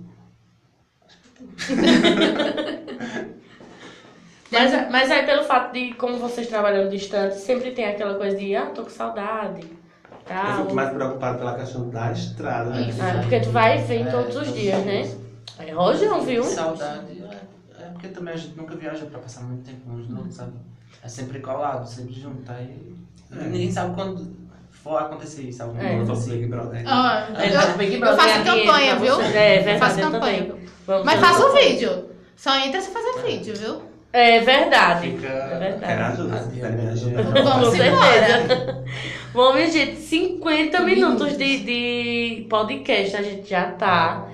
[SPEAKER 2] é-
[SPEAKER 1] Mas, mas aí, pelo fato de como vocês trabalham distante, sempre tem aquela coisa de, ah, tô com saudade.
[SPEAKER 3] Eu
[SPEAKER 1] Tal.
[SPEAKER 3] fico mais preocupado pela questão da estrada, né?
[SPEAKER 4] Ah, Isso.
[SPEAKER 1] Ah, porque tu vai e vem
[SPEAKER 4] É,
[SPEAKER 1] todos os
[SPEAKER 4] todos
[SPEAKER 1] dias,
[SPEAKER 4] os
[SPEAKER 1] né?
[SPEAKER 4] dias.
[SPEAKER 1] É rojão, viu?
[SPEAKER 4] Saudade é, é porque também a gente nunca viaja pra passar muito tempo longe do outro, sabe? É sempre colado, sempre junto. Aí
[SPEAKER 3] É.
[SPEAKER 4] ninguém sabe quando for acontecer isso. Algum
[SPEAKER 1] É.
[SPEAKER 3] Eu tô
[SPEAKER 4] momento,
[SPEAKER 3] com o
[SPEAKER 4] assim.
[SPEAKER 3] Big Brother.
[SPEAKER 2] Ah,
[SPEAKER 1] Ele tá com o Big
[SPEAKER 2] eu, eu
[SPEAKER 1] Brother,
[SPEAKER 2] faço
[SPEAKER 1] ganha dinheiro
[SPEAKER 2] campanha,
[SPEAKER 1] pra
[SPEAKER 2] viu?
[SPEAKER 1] você. É,
[SPEAKER 2] Eu
[SPEAKER 1] verdade.
[SPEAKER 2] faço
[SPEAKER 1] eu
[SPEAKER 2] campanha.
[SPEAKER 1] também. Vamos
[SPEAKER 2] Mas
[SPEAKER 1] lá.
[SPEAKER 2] faça um vídeo. Só entra se fazer vídeo, viu?
[SPEAKER 1] É verdade.
[SPEAKER 4] Fica-
[SPEAKER 1] É
[SPEAKER 3] Quero
[SPEAKER 1] verdade.
[SPEAKER 3] ajuda,
[SPEAKER 4] Adeus.
[SPEAKER 3] quer me ajudar?
[SPEAKER 2] Vamos
[SPEAKER 1] Com
[SPEAKER 2] embora.
[SPEAKER 1] certeza. Bom, minha gente, 50 minutos
[SPEAKER 2] Minutos.
[SPEAKER 1] de, de podcast a gente já tá.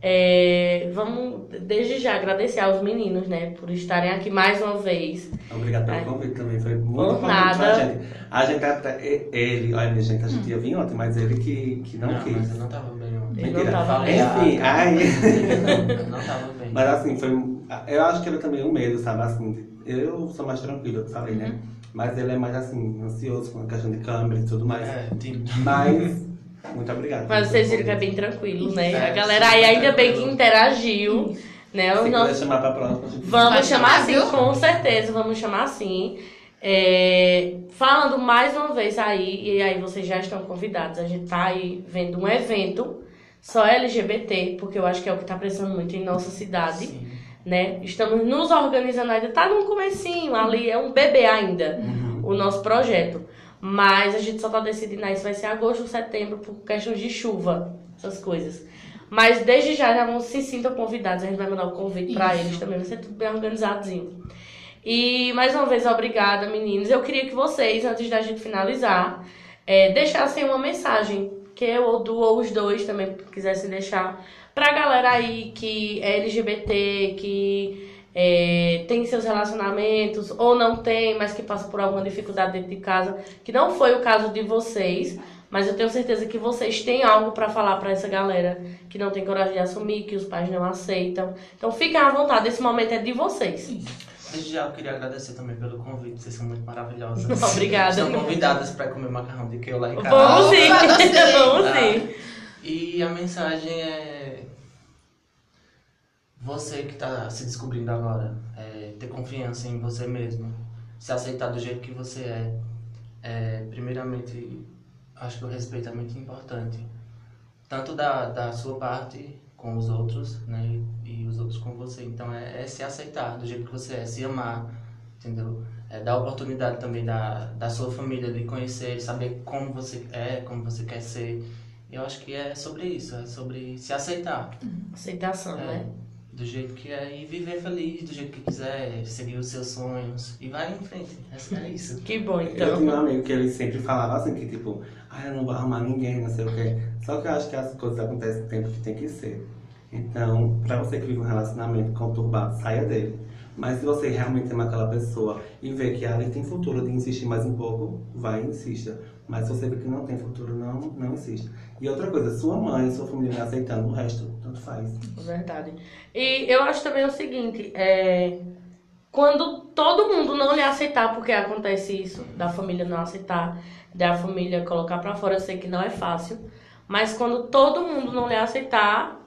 [SPEAKER 1] É, vamos desde já agradecer aos meninos, né, por estarem aqui mais uma vez.
[SPEAKER 3] Obrigado
[SPEAKER 1] Ai.
[SPEAKER 4] É.
[SPEAKER 3] pelo convite também, foi muito
[SPEAKER 1] Por
[SPEAKER 3] importante pra
[SPEAKER 1] nada.
[SPEAKER 3] gente. A gente até, e- ele, olha minha gente, a gente ia vir ontem, mas ele que, que não,
[SPEAKER 4] Hum. Não,
[SPEAKER 3] quis.
[SPEAKER 4] mas eu não tava bem ontem.
[SPEAKER 1] Ele não
[SPEAKER 3] Mentira.
[SPEAKER 1] tava
[SPEAKER 4] bem.
[SPEAKER 3] Enfim, aí...
[SPEAKER 4] Eu não tava bem.
[SPEAKER 3] Mas assim, foi. um- Eu acho que ele também é um medo, sabe? Assim, eu sou mais tranquilo, eu te falei, né?
[SPEAKER 1] Uhum.
[SPEAKER 3] Mas ele é mais assim, ansioso com a questão de câmera e tudo mais.
[SPEAKER 4] É, tem-
[SPEAKER 3] Mas, muito obrigado.
[SPEAKER 1] Mas vocês viram que é bem tranquilo, né?
[SPEAKER 4] É,
[SPEAKER 1] A galera aí ainda bem que
[SPEAKER 4] tranquilo.
[SPEAKER 1] interagiu, né?
[SPEAKER 3] Se
[SPEAKER 1] Os
[SPEAKER 3] quiser
[SPEAKER 1] nossos
[SPEAKER 3] chamar pra próxima, a gente
[SPEAKER 1] Vamos
[SPEAKER 2] Vai
[SPEAKER 1] chamar
[SPEAKER 2] chamar,
[SPEAKER 1] assim,
[SPEAKER 2] viu?
[SPEAKER 1] com certeza, vamos chamar assim. É, falando mais uma vez aí, e aí vocês já estão convidados, a gente tá aí vendo um evento só LGBT, porque eu acho que é o que tá precisando muito em nossa cidade,
[SPEAKER 4] Sim.
[SPEAKER 1] né? Estamos nos organizando ainda, tá num comecinho ali, é um bebê ainda, o nosso projeto. Mas a gente só tá decidindo aí se vai ser agosto ou setembro, por questões de chuva, essas coisas. Mas desde já, já vão se sintam convidados, a gente vai mandar o convite pra
[SPEAKER 2] Isso.
[SPEAKER 1] eles também, vai ser tudo bem organizadinho. E mais uma vez, obrigada, meninos. Eu queria que vocês, antes da gente finalizar, eh, deixassem uma mensagem, que eu ou Du ou os dois também quisessem deixar, pra galera aí que é LGBT, que eh, tem seus relacionamentos, ou não tem, mas que passa por alguma dificuldade dentro de casa, que não foi o caso de vocês, mas eu tenho certeza que vocês têm algo pra falar pra essa galera que não tem coragem de assumir, que os pais não aceitam. Então fiquem à vontade, esse momento é de vocês.
[SPEAKER 4] Desde já eu queria agradecer também pelo convite, vocês são muito maravilhosas.
[SPEAKER 1] Obrigada.
[SPEAKER 4] Estão convidadas para comer macarrão de queijo lá em casa.
[SPEAKER 1] Vamos sim,
[SPEAKER 2] Opa, gostei.
[SPEAKER 1] vamos
[SPEAKER 4] Ah,
[SPEAKER 1] sim.
[SPEAKER 4] E a mensagem é. Você que tá se descobrindo agora, é, ter confiança em você mesmo, se aceitar do jeito que você é. É, primeiramente, acho que o respeito é muito importante, tanto da, da sua parte com os outros, né, e os outros com você. Então é, é se aceitar do jeito que você é, se amar, entendeu? É dar oportunidade também da, da sua família de conhecer, saber como você é, como você quer ser. Eu acho que é sobre isso, é sobre se aceitar
[SPEAKER 1] Aceitação,
[SPEAKER 4] É.
[SPEAKER 1] né?
[SPEAKER 4] do jeito que é e viver feliz do jeito que quiser, seguir os seus sonhos e vai em frente. É, é isso.
[SPEAKER 1] Que bom,
[SPEAKER 3] Eu tinha um
[SPEAKER 1] então.
[SPEAKER 3] amigo que ele sempre falava assim, que tipo, ah, eu não vou arrumar ninguém, não sei o quê. Só que eu acho que as coisas acontecem no tempo que tem que ser. Então, pra você que vive um relacionamento conturbado, saia dele. Mas se você realmente ama aquela pessoa e vê que ela tem futuro de insistir mais um pouco, vai e insista. Mas se você vê que não tem futuro, não, não insista. E outra coisa, sua mãe, sua família não aceitando o resto, tanto faz.
[SPEAKER 1] É Verdade. E eu acho também o seguinte, é... Quando todo mundo não lhe aceitar, porque acontece isso, da família não aceitar, da família colocar pra fora, eu sei que não é fácil, mas quando todo mundo não lhe aceitar,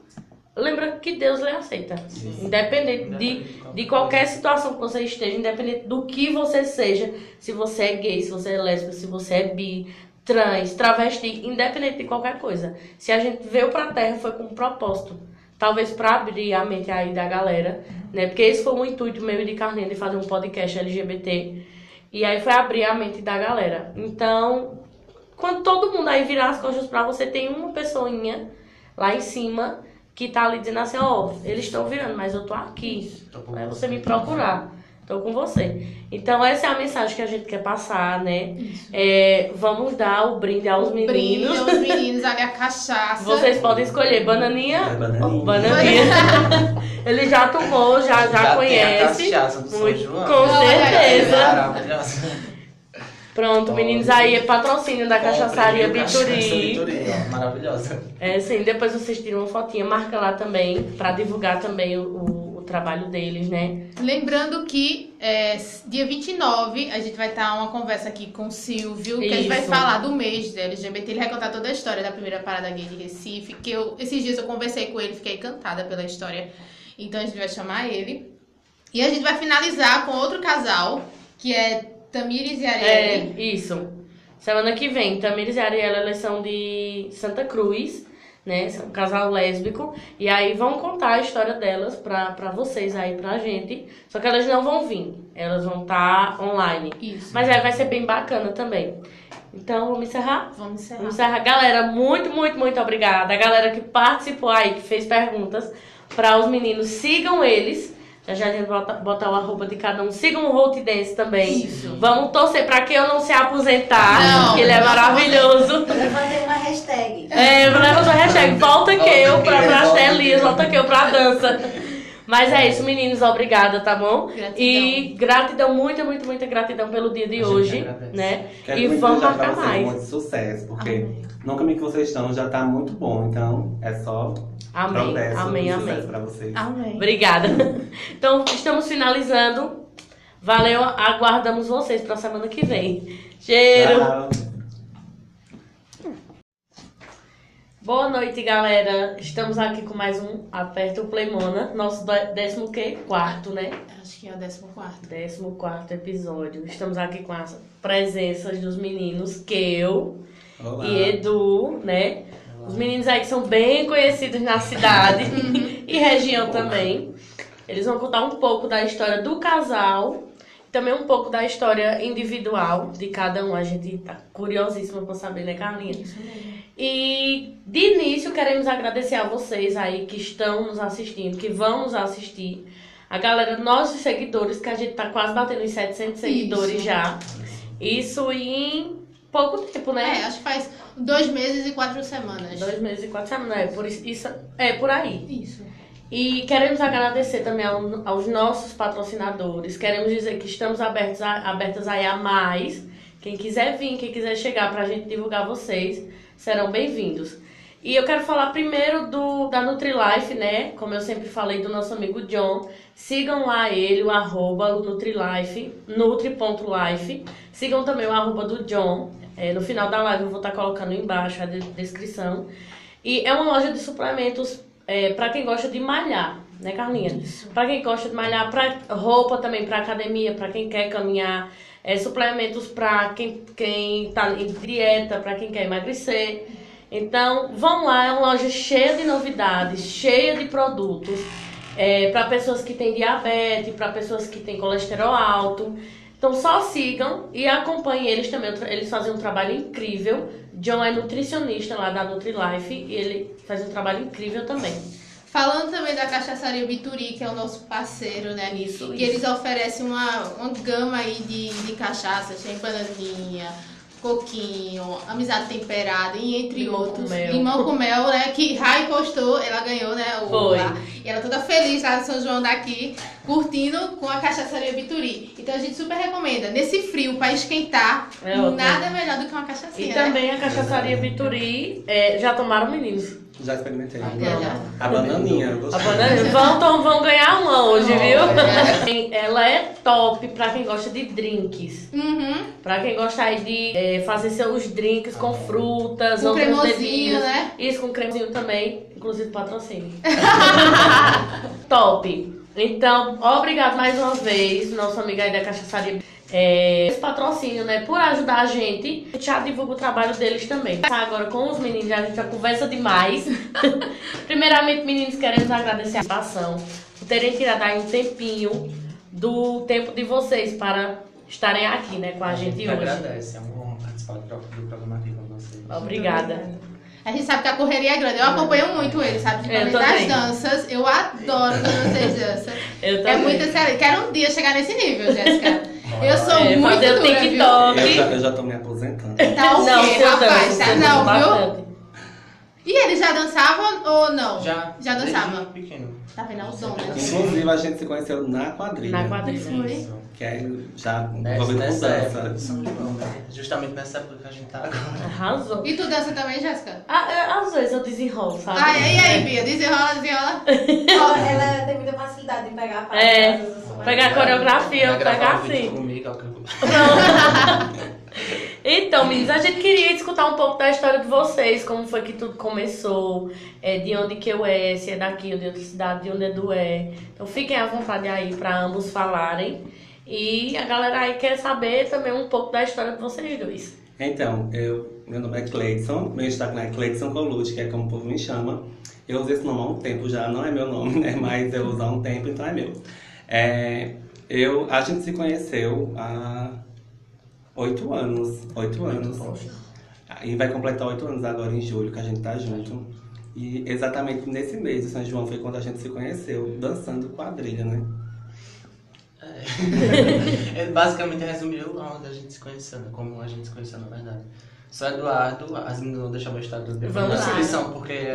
[SPEAKER 1] lembra que Deus lhe aceita.
[SPEAKER 4] Sim.
[SPEAKER 1] Independente de
[SPEAKER 4] Tá
[SPEAKER 1] De qualquer situação que você esteja, independente do que você seja, se você é gay, se você é lésbica, se você é bi, trans, travesti, independente de qualquer coisa. Se a gente veio pra terra foi com um propósito. Talvez pra abrir a mente aí da galera, né? Porque esse foi o intuito meu e de Carlinha de fazer um podcast LGBT. E aí foi abrir a mente da galera. Então, quando todo mundo aí virar as costas pra você, tem uma pessoinha lá em cima que tá ali dizendo assim, ó, eles estão virando, mas eu tô aqui. É você me procurar. Tô com você. Então, essa é a mensagem que a gente quer passar, né? É, vamos dar o brinde aos meninos.
[SPEAKER 2] Brinde os meninos, ali a cachaça.
[SPEAKER 1] Vocês podem escolher
[SPEAKER 3] É
[SPEAKER 1] bananinha ou
[SPEAKER 3] bananinha.
[SPEAKER 1] bananinha. Ele já tomou, já, já, conhece.
[SPEAKER 4] Tem a cachaça do São
[SPEAKER 1] Muito-
[SPEAKER 4] João.
[SPEAKER 1] com
[SPEAKER 4] né?
[SPEAKER 1] certeza.
[SPEAKER 4] Maravilhosa.
[SPEAKER 1] Pronto, meninos, aí é patrocínio da cachaçaria
[SPEAKER 4] Comprem, viu? Cachaça
[SPEAKER 1] Bituri.
[SPEAKER 4] Bituri, ó, Maravilhosa.
[SPEAKER 1] É, sim, depois vocês tiram uma fotinha, marca lá também, pra divulgar também o, o- o trabalho deles, né?
[SPEAKER 2] Lembrando que É, s- dia 29, a gente vai estar uma conversa aqui com o Silvio, que a gente vai
[SPEAKER 1] Isso.
[SPEAKER 2] falar do mês da LGBT. Ele vai contar toda a história da primeira parada gay de Recife, que eu, esses dias eu conversei com ele, fiquei encantada pela história. Então a gente vai chamar ele. E a gente vai finalizar com outro casal, que é Tamires e
[SPEAKER 1] É,
[SPEAKER 2] Ariel.
[SPEAKER 1] isso. Semana que vem, Tamires e Ariela, elas são de Santa Cruz, né? São um casal lésbico. E aí vão contar a história delas pra, pra vocês aí, pra gente. Só que elas não vão vir, elas vão estar online.
[SPEAKER 2] Isso.
[SPEAKER 1] Mas aí vai ser bem bacana também. Então, vamos encerrar?
[SPEAKER 2] Vamos encerrar.
[SPEAKER 1] Vamos encerrar. Galera, muito, muito, muito obrigada. A galera que participou aí, que fez perguntas para os meninos, sigam eles. Já já a gente bota, botar o arroba de cada um. Sigam o Holt Dance também.
[SPEAKER 2] Isso.
[SPEAKER 1] Vamos torcer para que eu não se aposentar,
[SPEAKER 2] Não,
[SPEAKER 1] que ele é
[SPEAKER 2] não.
[SPEAKER 1] maravilhoso.
[SPEAKER 5] Levantei uma hashtag.
[SPEAKER 1] É, levanta a hashtag, volta que
[SPEAKER 4] Volta
[SPEAKER 1] eu
[SPEAKER 4] que
[SPEAKER 1] pra,
[SPEAKER 4] eu,
[SPEAKER 1] pra
[SPEAKER 4] volta que
[SPEAKER 1] Elias,
[SPEAKER 4] eu.
[SPEAKER 1] volta que eu pra dança. Mas é isso, meninos, obrigada, tá bom?
[SPEAKER 2] Gratidão.
[SPEAKER 1] E gratidão, muita, muita, muita gratidão pelo dia de
[SPEAKER 4] A gente
[SPEAKER 1] hoje,
[SPEAKER 4] agradece.
[SPEAKER 1] né?
[SPEAKER 3] Quero
[SPEAKER 1] e
[SPEAKER 3] muito
[SPEAKER 1] vamos
[SPEAKER 3] desejar
[SPEAKER 1] marcar
[SPEAKER 3] pra vocês
[SPEAKER 1] mais.
[SPEAKER 3] muito sucesso, porque no caminho que vocês estão já tá muito bom, então é só
[SPEAKER 1] Amém,
[SPEAKER 3] progresso
[SPEAKER 1] amém,
[SPEAKER 3] e
[SPEAKER 1] amém.
[SPEAKER 3] sucesso né, pra vocês.
[SPEAKER 2] Amém.
[SPEAKER 1] Obrigada. Então, estamos finalizando. Valeu, aguardamos vocês para semana que vem. Cheiro.
[SPEAKER 3] Tchau.
[SPEAKER 1] Boa noite, galera. Estamos aqui com mais um Aperta o Playmona, nosso dé- décimo que? Quarto, né?
[SPEAKER 2] Acho que é o 14.
[SPEAKER 1] Décimo quarto episódio. Estamos aqui com as presenças dos meninos Keu
[SPEAKER 3] Olá.
[SPEAKER 1] e Edu, né? Os meninos aí que são bem conhecidos na cidade
[SPEAKER 2] Uhum.
[SPEAKER 1] e região também. Eles vão contar um pouco da história do casal, também um pouco da história individual de cada um. A gente tá curiosíssima pra saber, né, Carlinha?
[SPEAKER 2] Isso mesmo.
[SPEAKER 1] E de início queremos agradecer a vocês aí que estão nos assistindo, que vão nos assistir. A galera, nossos seguidores, que a gente tá quase batendo os 700 seguidores
[SPEAKER 2] Isso.
[SPEAKER 1] já. Isso em pouco tempo, né?
[SPEAKER 2] É, acho que faz dois meses e quatro semanas.
[SPEAKER 1] Dois meses e quatro semanas, é por, isso- isso, é por aí.
[SPEAKER 2] Isso.
[SPEAKER 1] E queremos agradecer também ao- aos nossos patrocinadores. Queremos dizer que estamos abertos a, abertas aí a mais. Quem quiser vir, quem quiser chegar pra gente divulgar vocês, serão bem-vindos. E eu quero falar primeiro do da Nutrilite, né? Como eu sempre falei do nosso amigo John. Sigam lá ele, o arroba Nutrilife, nutri.life. Sigam também o arroba do John. É, no final da live eu vou estar colocando embaixo a de- descrição. E é uma loja de suplementos é, para quem gosta de malhar, né, Carlinha? Pra quem gosta de malhar, pra roupa também pra academia, pra quem quer caminhar, é, suplementos pra quem, quem tá em dieta, pra quem quer emagrecer. Então, vão lá, é uma loja cheia de novidades, cheia de produtos, é, para pessoas que têm diabetes, pra pessoas que têm colesterol alto. Então, só sigam e acompanhem eles também. Eles fazem um trabalho incrível. John é nutricionista lá da Nutrilife e ele faz um trabalho incrível também.
[SPEAKER 2] Falando também da cachaçaria Bituri, que é o nosso parceiro, né?
[SPEAKER 1] Isso,
[SPEAKER 2] que eles oferecem uma, uma gama aí de, de cachaças, tem bananinha, coquinho, amizade temperada e entre
[SPEAKER 1] Limão com
[SPEAKER 2] outros.
[SPEAKER 1] mel.
[SPEAKER 2] Limão com mel, né? Que Rai postou, ela ganhou, né? O,
[SPEAKER 1] Foi.
[SPEAKER 2] lá. E ela toda feliz lá no São João daqui, curtindo com a cachaçaria Bituri. Então a gente super recomenda. Nesse frio, pra esquentar,
[SPEAKER 1] É ótimo.
[SPEAKER 2] nada melhor do que uma cachaçinha,
[SPEAKER 1] E
[SPEAKER 2] né?
[SPEAKER 1] também a cachaçaria Bituri, é, já tomaram meninos.
[SPEAKER 3] Já experimentei.
[SPEAKER 2] Olha, já.
[SPEAKER 3] A bananinha,
[SPEAKER 1] A
[SPEAKER 3] gostei.
[SPEAKER 1] banana- vão, tom- vão ganhar uma hoje,
[SPEAKER 2] Olha.
[SPEAKER 1] viu? Ela é top pra quem gosta de drinks.
[SPEAKER 2] Uhum.
[SPEAKER 1] Pra quem gosta aí de é, fazer seus drinks com frutas,
[SPEAKER 2] Um
[SPEAKER 1] outras
[SPEAKER 2] cremosinho,
[SPEAKER 1] bebidas.
[SPEAKER 2] né?
[SPEAKER 1] Isso com cremosinho também, inclusive patrocínio. Top! Então, obrigado mais uma vez, nosso amigo aí da Cachaçaria. É, esse patrocínio, né? Por ajudar a gente. A gente já divulga o trabalho deles também. Tá agora com os meninos, já a gente já conversa demais. Primeiramente, meninos, queremos agradecer a ação por terem tirado aí um tempinho do tempo de vocês para estarem aqui, né, com a, gente,
[SPEAKER 4] que
[SPEAKER 1] hoje.
[SPEAKER 4] agradece, é uma honra participar do, do programa aqui com vocês.
[SPEAKER 1] Obrigada.
[SPEAKER 2] A gente sabe que a correria é grande. Eu acompanho muito ele, sabe?
[SPEAKER 1] É, Eu
[SPEAKER 2] Principalmente
[SPEAKER 1] também.
[SPEAKER 2] das danças. Eu adoro quando vocês dançam.
[SPEAKER 1] Eu
[SPEAKER 2] É
[SPEAKER 1] também.
[SPEAKER 2] muito excelente. Quero um dia chegar nesse nível, Jéssica. Eu sou
[SPEAKER 1] É,
[SPEAKER 2] muito
[SPEAKER 1] fazer o
[SPEAKER 2] dura, viu?
[SPEAKER 1] TikTok.
[SPEAKER 3] Eu já, eu já tô me aposentando.
[SPEAKER 2] Tá ok,
[SPEAKER 1] Não, seu
[SPEAKER 2] rapaz.
[SPEAKER 1] danço,
[SPEAKER 2] Tá,
[SPEAKER 1] seu
[SPEAKER 2] não,
[SPEAKER 1] danço
[SPEAKER 2] viu?
[SPEAKER 1] bastante.
[SPEAKER 2] E ele já dançava ou não?
[SPEAKER 4] Já,
[SPEAKER 2] Já
[SPEAKER 4] desde
[SPEAKER 2] dançava.
[SPEAKER 4] pequeno.
[SPEAKER 2] Tá vendo? É o dom, né?
[SPEAKER 3] Inclusive, a gente se conheceu na quadrilha.
[SPEAKER 1] Na quadrilha.
[SPEAKER 2] Foi.
[SPEAKER 4] Isso.
[SPEAKER 3] Que aí já
[SPEAKER 4] Nessa,
[SPEAKER 3] envolveu com
[SPEAKER 4] nessa época,
[SPEAKER 3] dança.
[SPEAKER 4] só que não, né? Justamente nessa época que a gente tá agora.
[SPEAKER 1] Arrasou.
[SPEAKER 2] E tu dança também, Jéssica?
[SPEAKER 1] Ah, é, Às vezes eu desenrolo, sabe? é.
[SPEAKER 2] Ah, e aí, Bia? Desenrola, desenrola.
[SPEAKER 5] Ó, Ela tem muita facilidade em pegar a parte.
[SPEAKER 1] É.
[SPEAKER 5] das pessoas.
[SPEAKER 1] Pegar a coreografia, eu
[SPEAKER 4] Vai gravar
[SPEAKER 1] pegar
[SPEAKER 4] um vídeo
[SPEAKER 1] assim.
[SPEAKER 4] comigo, ó, que eu-
[SPEAKER 1] Então, meninos, a gente queria escutar um pouco da história de vocês, como foi que tudo começou, é, de onde que eu é, se é daqui ou de outra cidade, de onde Edu é. Então fiquem à vontade aí para ambos falarem. E a galera aí quer saber também um pouco da história de vocês dois.
[SPEAKER 3] Então, eu, meu nome é Cleidson, meu Instagram é Cleidson Colucci, que é como o povo me chama. Eu uso esse nome há um tempo já, não é meu nome, né? Mas eu uso há um tempo, então é meu. É, eu, a gente se conheceu há oito anos. Oito anos. E vai completar oito anos agora em julho, que a gente tá junto. E exatamente nesse mês de São João foi quando a gente se conheceu, dançando quadrilha, né?
[SPEAKER 4] Ele É, basicamente resumiu onde a gente se conheceu, né? Como a gente se conheceu, na verdade. Sou Eduardo, as meninas vão deixar meu estado de
[SPEAKER 1] Vamos
[SPEAKER 4] na
[SPEAKER 1] lá.
[SPEAKER 4] descrição, porque é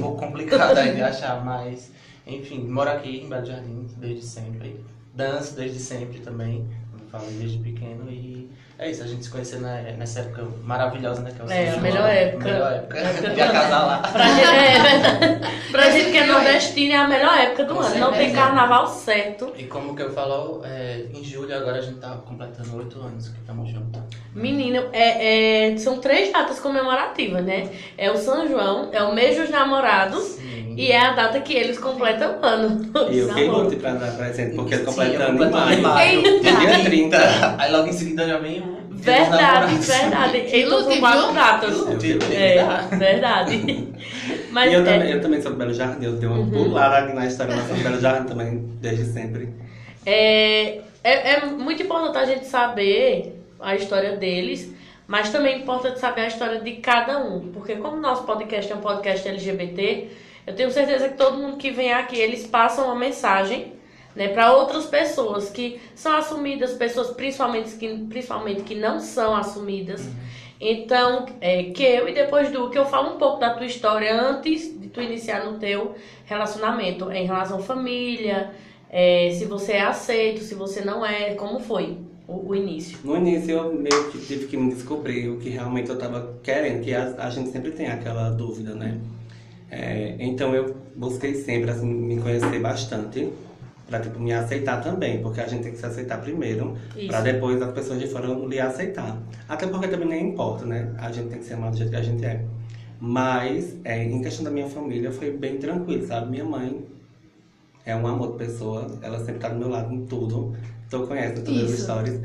[SPEAKER 4] pouco complicado aí de achar, mas enfim, moro aqui em Belo Jardim desde sempre. Danço desde sempre também, como eu falei desde pequeno e é isso, a gente se conheceu na- nessa época maravilhosa, né? Que é, o
[SPEAKER 1] É,
[SPEAKER 4] São
[SPEAKER 1] a
[SPEAKER 4] João,
[SPEAKER 1] melhor época. É
[SPEAKER 4] Melhor época.
[SPEAKER 1] Época do
[SPEAKER 4] Ia
[SPEAKER 1] ano.
[SPEAKER 4] casar lá.
[SPEAKER 1] Pra gente, é, verdade. pra gente que é
[SPEAKER 2] Esse filme.
[SPEAKER 1] nordestino é a melhor época do
[SPEAKER 4] Com
[SPEAKER 1] ano. Não tem
[SPEAKER 4] certeza.
[SPEAKER 1] carnaval certo.
[SPEAKER 4] E como que eu falo, é, em julho agora a gente tá completando oito anos que estamos juntos.
[SPEAKER 1] Menino, é, é, são três datas comemorativas, né? É o São João, é o mês dos namorados
[SPEAKER 4] Sim.
[SPEAKER 1] E é a data que eles completam o ano.
[SPEAKER 3] E eu fiquei
[SPEAKER 1] Namoro.
[SPEAKER 3] muito pra dar presente, porque ele
[SPEAKER 4] Sim,
[SPEAKER 3] completando em
[SPEAKER 4] completando em
[SPEAKER 3] maio.
[SPEAKER 4] maio.
[SPEAKER 3] No dia 30.
[SPEAKER 4] Aí logo em seguida já vem o Dia dos
[SPEAKER 1] Verdade,
[SPEAKER 4] Namorados.
[SPEAKER 1] verdade. Então são
[SPEAKER 2] Inclusive,
[SPEAKER 1] quatro
[SPEAKER 2] viu?
[SPEAKER 1] datas.
[SPEAKER 4] Eu digo, tá?
[SPEAKER 1] É, verdade. Mas
[SPEAKER 3] e
[SPEAKER 1] é,
[SPEAKER 3] eu,
[SPEAKER 1] Uhum.
[SPEAKER 3] também, eu também sou do Belo Jardim, eu dei uma pulada aqui na história, mas sou do Belo Jardim também, desde sempre.
[SPEAKER 1] é, é- é muito importante a gente saber a história deles, mas também é importante saber a história de cada um. Porque como o nosso podcast é um podcast LGBT, eu tenho certeza que todo mundo que vem aqui, eles passam uma mensagem né, para outras pessoas que são assumidas, pessoas principalmente que, principalmente que não são assumidas. Então, é, que eu e depois do que eu falo um pouco da tua história antes de tu iniciar no teu relacionamento, em relação à família, é, se você é aceito, se você não é, como foi o, o início.
[SPEAKER 3] No início eu meio que tive que me descobrir o que realmente eu tava querendo, que a, a gente sempre tem aquela dúvida, né? É, então eu busquei sempre assim, me conhecer bastante, pra tipo, me aceitar também, porque a gente tem que se aceitar primeiro,
[SPEAKER 1] Isso.
[SPEAKER 3] pra depois as pessoas de fora lhe aceitar. Até porque também nem importa, né? A gente tem que ser amado do jeito que a gente é. Mas, é, em questão da minha família, foi bem tranquilo, sabe? Minha mãe é um amor de pessoa, ela sempre tá do meu lado em tudo. Então conhece todas as
[SPEAKER 2] Isso.
[SPEAKER 3] histórias.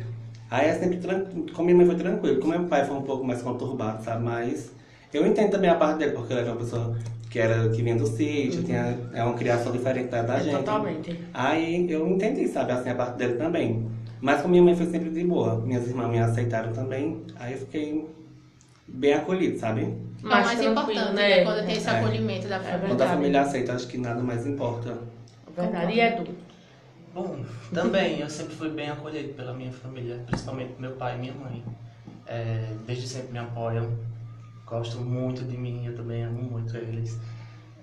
[SPEAKER 3] Aí é sempre tranquilo. Com minha mãe foi tranquilo. Com meu pai foi um pouco mais conturbado, sabe? Mas eu entendo também a parte dele, porque ele era uma pessoa que, era, que vinha do sítio, tinha, é uma criação diferente da, da
[SPEAKER 1] É,
[SPEAKER 3] gente.
[SPEAKER 1] Totalmente.
[SPEAKER 3] Aí eu entendi, sabe, assim, a parte dele também. Mas com minha mãe foi sempre de boa. Minhas irmãs me aceitaram também. Aí eu fiquei bem acolhido, sabe?
[SPEAKER 2] É o mais
[SPEAKER 1] tranquilo,
[SPEAKER 2] importante, né? Quando tem esse
[SPEAKER 3] É.
[SPEAKER 2] acolhimento da família.
[SPEAKER 3] Quando a família aceita, acho que nada mais importa.
[SPEAKER 1] Verdade. é E Edu?
[SPEAKER 4] Bom, também eu sempre fui bem acolhido pela minha família, principalmente meu pai e minha mãe. É, desde sempre me apoiam, gostam muito de mim, eu também amo muito eles.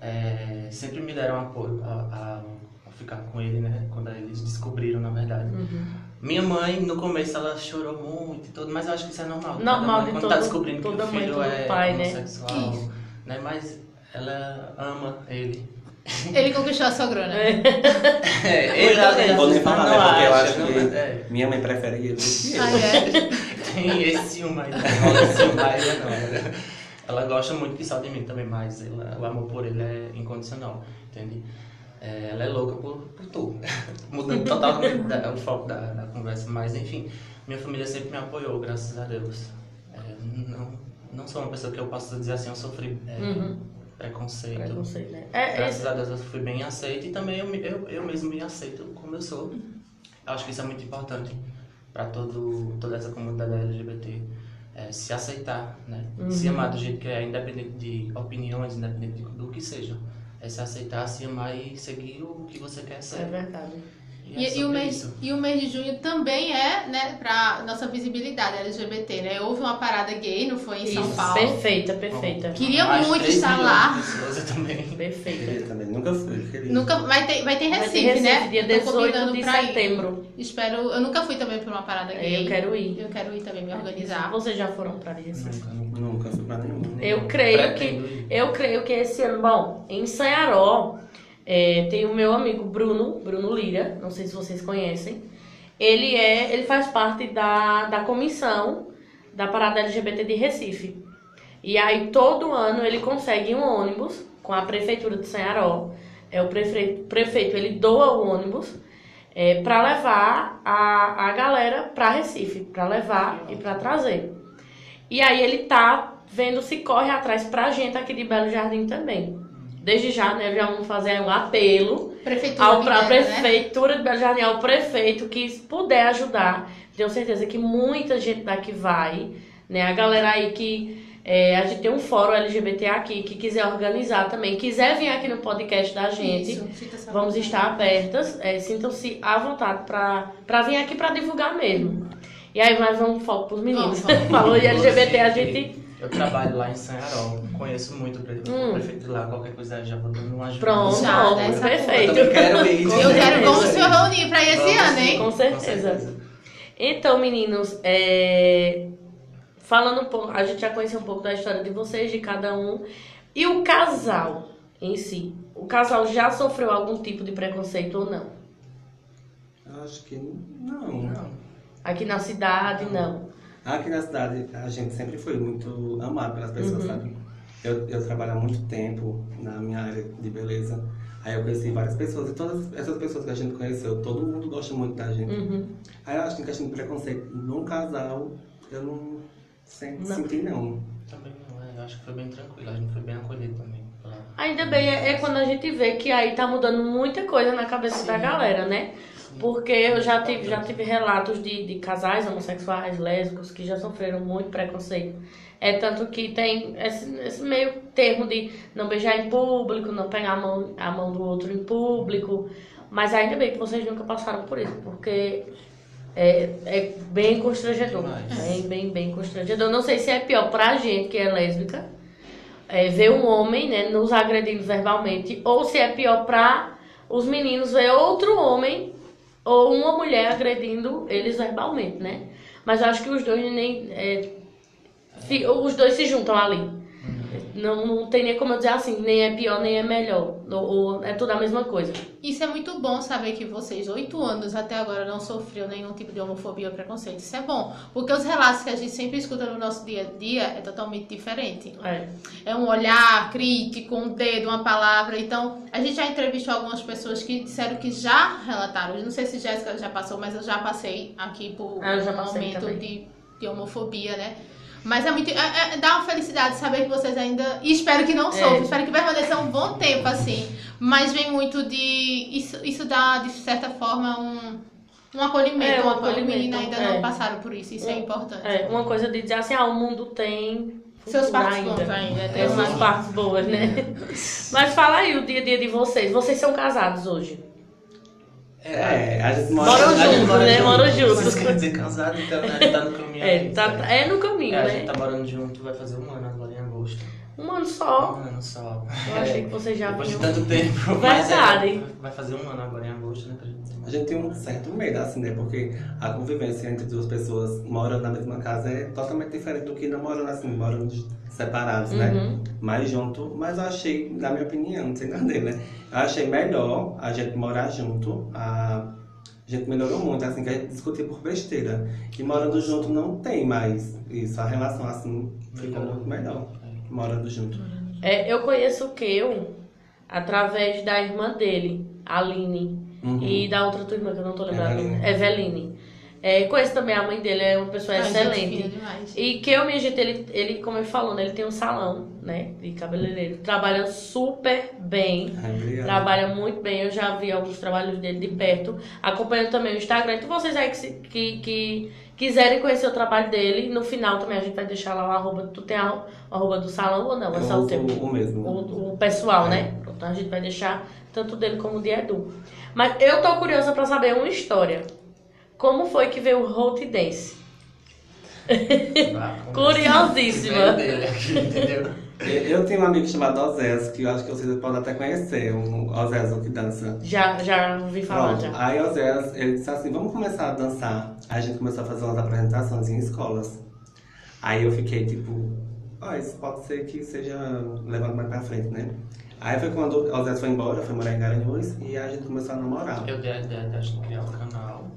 [SPEAKER 4] É, sempre me deram apoio a, a- a ficar com ele, né? Quando eles descobriram, na verdade.
[SPEAKER 1] Uhum.
[SPEAKER 4] Minha mãe, no começo, ela chorou muito e tudo, mas eu acho que isso é normal.
[SPEAKER 1] Normal
[SPEAKER 4] Toda mãe,
[SPEAKER 1] de
[SPEAKER 4] Quando
[SPEAKER 1] todo-
[SPEAKER 4] tá descobrindo que
[SPEAKER 1] toda
[SPEAKER 4] o
[SPEAKER 1] mãe,
[SPEAKER 4] filho
[SPEAKER 1] todo
[SPEAKER 4] é
[SPEAKER 1] pai, né?
[SPEAKER 4] homossexual,
[SPEAKER 2] Isso.
[SPEAKER 4] né? Mas ela ama ele.
[SPEAKER 2] Ele conquistou a sogrona.
[SPEAKER 4] É,
[SPEAKER 3] Eu também,
[SPEAKER 4] às
[SPEAKER 3] vou nem
[SPEAKER 4] vezes,
[SPEAKER 3] falar,
[SPEAKER 4] não
[SPEAKER 3] né? Porque eu
[SPEAKER 4] acha,
[SPEAKER 3] acho
[SPEAKER 4] não,
[SPEAKER 3] que-
[SPEAKER 4] mas é.
[SPEAKER 3] Minha mãe prefere ele do que eu.
[SPEAKER 2] Ah, é?
[SPEAKER 4] Tem esse uma aí, não rola esse uma aí, não. né? Ela gosta muito que só de mim também, mas ela- o amor por ele é incondicional, entende? É, ela é louca por, por tu. Mudando totalmente da- o foco da, da conversa, mas enfim, minha família sempre me apoiou, graças a Deus. É, não, não sou uma pessoa que eu posso dizer assim, eu sofri é,
[SPEAKER 1] Uhum.
[SPEAKER 4] preconceito.
[SPEAKER 1] Preconceito, né? É, é,
[SPEAKER 4] Graças a Deus eu fui bem aceito e também eu, me- eu, eu mesmo me aceito como eu sou. Eu acho que isso é muito importante para toda essa comunidade LGBT é, se aceitar, né? Se
[SPEAKER 1] Uhum.
[SPEAKER 4] amar do jeito que é, independente de opiniões, independente de- do que seja. É se aceitar, se amar e seguir o que você quer
[SPEAKER 1] é
[SPEAKER 4] ser.
[SPEAKER 1] verdade.
[SPEAKER 4] E, é
[SPEAKER 2] E, e o
[SPEAKER 4] sobre
[SPEAKER 2] mês,
[SPEAKER 4] isso.
[SPEAKER 2] e o mês de junho também é, né, pra nossa visibilidade LGBT, né? Houve uma parada gay, não foi em São
[SPEAKER 1] Isso,
[SPEAKER 2] Paulo?
[SPEAKER 1] Perfeita, perfeita.
[SPEAKER 2] Queria
[SPEAKER 4] Mais
[SPEAKER 2] muito
[SPEAKER 4] três
[SPEAKER 2] estar
[SPEAKER 4] milhões
[SPEAKER 2] lá.
[SPEAKER 4] de pessoas, eu também.
[SPEAKER 1] Perfeita.
[SPEAKER 3] Queria também, nunca fui, queria.
[SPEAKER 2] Nunca, vai ter, vai ter
[SPEAKER 1] Vai ter
[SPEAKER 2] Recife,
[SPEAKER 1] Recife,
[SPEAKER 2] né?
[SPEAKER 1] Dia
[SPEAKER 2] Eu tô
[SPEAKER 1] 18
[SPEAKER 2] combinando
[SPEAKER 1] de
[SPEAKER 2] pra ir.
[SPEAKER 1] setembro. É,
[SPEAKER 2] Espero, eu nunca fui também pra uma parada gay.
[SPEAKER 1] Eu quero ir.
[SPEAKER 2] Eu quero ir também me organizar.
[SPEAKER 1] Vocês já foram pra Recife?
[SPEAKER 4] Nunca, nunca.
[SPEAKER 3] Nunca fui pra nenhuma.
[SPEAKER 1] Eu creio que-
[SPEAKER 4] Pretendo ir.
[SPEAKER 1] Eu creio que esse ano, bom, em Ceará É, tem o meu amigo Bruno, Bruno Lira, não sei se vocês conhecem. Ele é, ele faz parte da, da comissão da parada LGBT de Recife. E aí todo ano ele consegue um ônibus com a prefeitura de Sanharó. É o prefeito, prefeito ele doa o ônibus é, para levar a, a galera para Recife, para levar e para trazer. E aí ele tá vendo se corre atrás pra gente aqui de Belo Jardim também. Desde já, né, já vamos fazer um apelo
[SPEAKER 2] Prefeitura.
[SPEAKER 1] ao, pra
[SPEAKER 2] Mineira, né?
[SPEAKER 1] prefeitura de Belo Jardim, ao prefeito que puder ajudar. Tenho certeza que muita gente daqui vai, né? A galera aí que é, a gente tem um fórum LGBT aqui que quiser organizar também, quiser vir aqui no podcast da gente.
[SPEAKER 2] Isso, fita essa
[SPEAKER 1] Vamos
[SPEAKER 2] vontade.
[SPEAKER 1] estar abertas, é, sintam-se à vontade para vir aqui para divulgar mesmo. E aí, mas vamos foco pros meninos.
[SPEAKER 2] Vamos, vamos.
[SPEAKER 1] Falou de LGBT, a
[SPEAKER 4] Inclusive,
[SPEAKER 1] gente.
[SPEAKER 4] Eu trabalho lá em Sanharol, conheço muito o prefeito,
[SPEAKER 1] Hum.
[SPEAKER 4] o prefeito lá, qualquer coisa já vou dando uma ajuda.
[SPEAKER 1] Pronto,
[SPEAKER 2] Já,
[SPEAKER 1] pronto,
[SPEAKER 2] dessa
[SPEAKER 1] perfeito.
[SPEAKER 3] Eu quero né? ir.
[SPEAKER 1] Com
[SPEAKER 2] Eu quero, vamos se
[SPEAKER 1] certeza.
[SPEAKER 2] reunir pra ir esse
[SPEAKER 4] Vamos
[SPEAKER 2] ano,
[SPEAKER 4] sim.
[SPEAKER 2] hein?
[SPEAKER 1] Com certeza. Então, meninos, é, falando um pouco, a gente já conheceu um pouco da história de vocês, de cada um. E o casal em si? O casal já sofreu algum tipo de preconceito ou não?
[SPEAKER 3] Acho que não.
[SPEAKER 4] Não,
[SPEAKER 1] Aqui na cidade, não.
[SPEAKER 3] Aqui na cidade, a gente sempre foi muito amado pelas pessoas,
[SPEAKER 1] Uhum.
[SPEAKER 3] sabe? Eu, eu trabalho há muito tempo na minha área de beleza. Aí eu conheci várias pessoas, e todas essas pessoas que a gente conheceu, todo mundo gosta muito da gente.
[SPEAKER 1] Uhum.
[SPEAKER 3] Aí eu acho que em questão de preconceito num casal, eu não, sen-
[SPEAKER 1] Não.
[SPEAKER 3] senti não.
[SPEAKER 4] também não é. Eu acho que foi bem tranquilo, a gente foi bem acolhido também. pela-
[SPEAKER 1] Ainda bem, é, é quando a gente vê que aí tá mudando muita coisa na cabeça da galera, né? Porque eu já tive, já tive relatos de, de casais homossexuais, lésbicos, que já sofreram muito preconceito. É tanto que tem esse, esse meio termo de não beijar em público, não pegar a mão, a mão do outro em público. Mas ainda bem que vocês nunca passaram por isso, porque é, é bem constrangedor. né?
[SPEAKER 4] Demais.
[SPEAKER 1] Bem, bem, bem constrangedor. Não sei se é pior pra gente que é lésbica, é, ver um homem né, nos agredindo verbalmente, ou se é pior pra os meninos ver outro homem ou uma mulher agredindo eles verbalmente, né? Mas eu acho que os dois nem. é, fi- os dois se juntam ali. Não, não tem nem como eu dizer assim, nem é pior, nem é melhor. Ou, ou é tudo a mesma coisa.
[SPEAKER 2] Isso é muito bom saber que vocês, oito anos até agora, não sofreu nenhum tipo de homofobia ou preconceito. Isso é bom, porque os relatos que a gente sempre escuta no nosso dia a dia é totalmente diferente.
[SPEAKER 1] É.
[SPEAKER 2] É um olhar crítico, um dedo, uma palavra. Então, a gente já entrevistou algumas pessoas que disseram que já relataram. Eu Não sei se Jéssica já passou, mas eu já passei aqui por
[SPEAKER 1] Ah, eu já
[SPEAKER 2] um
[SPEAKER 1] passei
[SPEAKER 2] momento
[SPEAKER 1] também.
[SPEAKER 2] de, de homofobia, né? Mas é muito. é- é- dá uma felicidade saber que vocês ainda. E espero que
[SPEAKER 1] É.
[SPEAKER 2] não sofram. Espero que permaneça um bom tempo, assim. Mas vem muito de. Isso, isso dá, de certa forma, um, um acolhimento.
[SPEAKER 1] É, um
[SPEAKER 2] uma acolhimento.
[SPEAKER 1] acolhimento,
[SPEAKER 2] ainda
[SPEAKER 1] é.
[SPEAKER 2] não passaram por isso. Isso é,
[SPEAKER 1] Um-
[SPEAKER 2] importante.
[SPEAKER 1] É, uma coisa de dizer assim, ah, o mundo tem.
[SPEAKER 2] Seus
[SPEAKER 1] futuro
[SPEAKER 2] partos bons né? ainda.
[SPEAKER 1] Tem
[SPEAKER 2] Tem
[SPEAKER 1] umas
[SPEAKER 2] uma-
[SPEAKER 1] partes boas, né? Mas fala aí o dia a dia de vocês. Vocês são casados hoje.
[SPEAKER 3] É, a gente mora.
[SPEAKER 1] Moram
[SPEAKER 3] a gente
[SPEAKER 1] juntos,
[SPEAKER 3] mora
[SPEAKER 1] né?
[SPEAKER 3] junto.
[SPEAKER 1] Moram juntos.
[SPEAKER 4] Vocês querem dizer casado, então né? a gente tá no caminho.
[SPEAKER 1] É,
[SPEAKER 4] aí,
[SPEAKER 1] tá-
[SPEAKER 4] sabe?
[SPEAKER 1] é no caminho,
[SPEAKER 4] É, a gente
[SPEAKER 1] né?
[SPEAKER 4] tá morando junto, vai fazer um ano agora em agosto.
[SPEAKER 1] Um ano só.
[SPEAKER 4] Um ano só.
[SPEAKER 1] Eu achei que vocês já
[SPEAKER 4] Depois de
[SPEAKER 1] vinham.
[SPEAKER 4] tanto tempo.
[SPEAKER 1] Verdade.
[SPEAKER 4] Mas, é, vai fazer um ano agora em agosto, né? que a gente tem
[SPEAKER 3] A
[SPEAKER 4] mais-
[SPEAKER 3] gente tem um certo medo, assim, né? Porque a convivência entre duas pessoas morando na mesma casa é totalmente diferente do que não morando assim, morando separados, né?
[SPEAKER 1] Uhum.
[SPEAKER 3] Mais junto. Mas eu achei, na minha opinião, não sei nada dele, né? Eu achei melhor a gente morar junto. A, a gente melhorou muito, assim, que a gente discutia por besteira. E morando junto não tem mais isso. A relação, assim, ficou
[SPEAKER 4] Melhorou.
[SPEAKER 3] muito melhor morando junto.
[SPEAKER 1] É, eu conheço o Keu através da irmã dele, Aline,
[SPEAKER 3] Uhum.
[SPEAKER 1] e da outra turma que eu não tô lembrada,
[SPEAKER 3] Eveline.
[SPEAKER 1] Eveline. É, conheço também a mãe dele, é uma pessoa
[SPEAKER 2] Ai, Ah, gente,
[SPEAKER 1] excelente.
[SPEAKER 2] fina demais.
[SPEAKER 1] E que eu, minha gente, ele, ele, como ele falou, né, ele tem um salão, né, de cabeleireiro. Trabalha super bem.
[SPEAKER 3] Ai, obrigado.
[SPEAKER 1] Trabalha muito bem, eu já vi alguns trabalhos dele de perto. Acompanho também o Instagram. Então, vocês aí que, se- que, que quiserem conhecer o trabalho dele, no final também a gente vai deixar lá o arroba. Tu tem a- o arroba do salão ou não? É
[SPEAKER 3] Eu
[SPEAKER 1] só o
[SPEAKER 3] uso
[SPEAKER 1] teu?
[SPEAKER 3] o mesmo.
[SPEAKER 1] O, o pessoal, né? Então a gente vai deixar tanto dele como de Edu. Mas eu tô curiosa pra saber uma história. Como foi que veio o Hot Dance?
[SPEAKER 4] Tá, começa.
[SPEAKER 1] Curiosíssima.
[SPEAKER 4] Primeiro dele aqui, entendeu?
[SPEAKER 3] Eu eu tenho um amigo chamado Ozésio, que eu acho que vocês podem até conhecer, um Ozésio que dança.
[SPEAKER 1] Já, já ouvi falar,
[SPEAKER 3] Pronto.
[SPEAKER 1] já.
[SPEAKER 3] Aí Ozésio, ele disse assim, vamos começar a dançar. Aí a gente começou a fazer umas apresentações em escolas. Aí eu fiquei tipo, ó, isso pode ser que seja levado mais pra frente, né? Aí foi quando o Zé foi embora, foi morar em Garanhuns e a gente começou a namorar.
[SPEAKER 4] Eu dei a ideia de a gente criar um canal.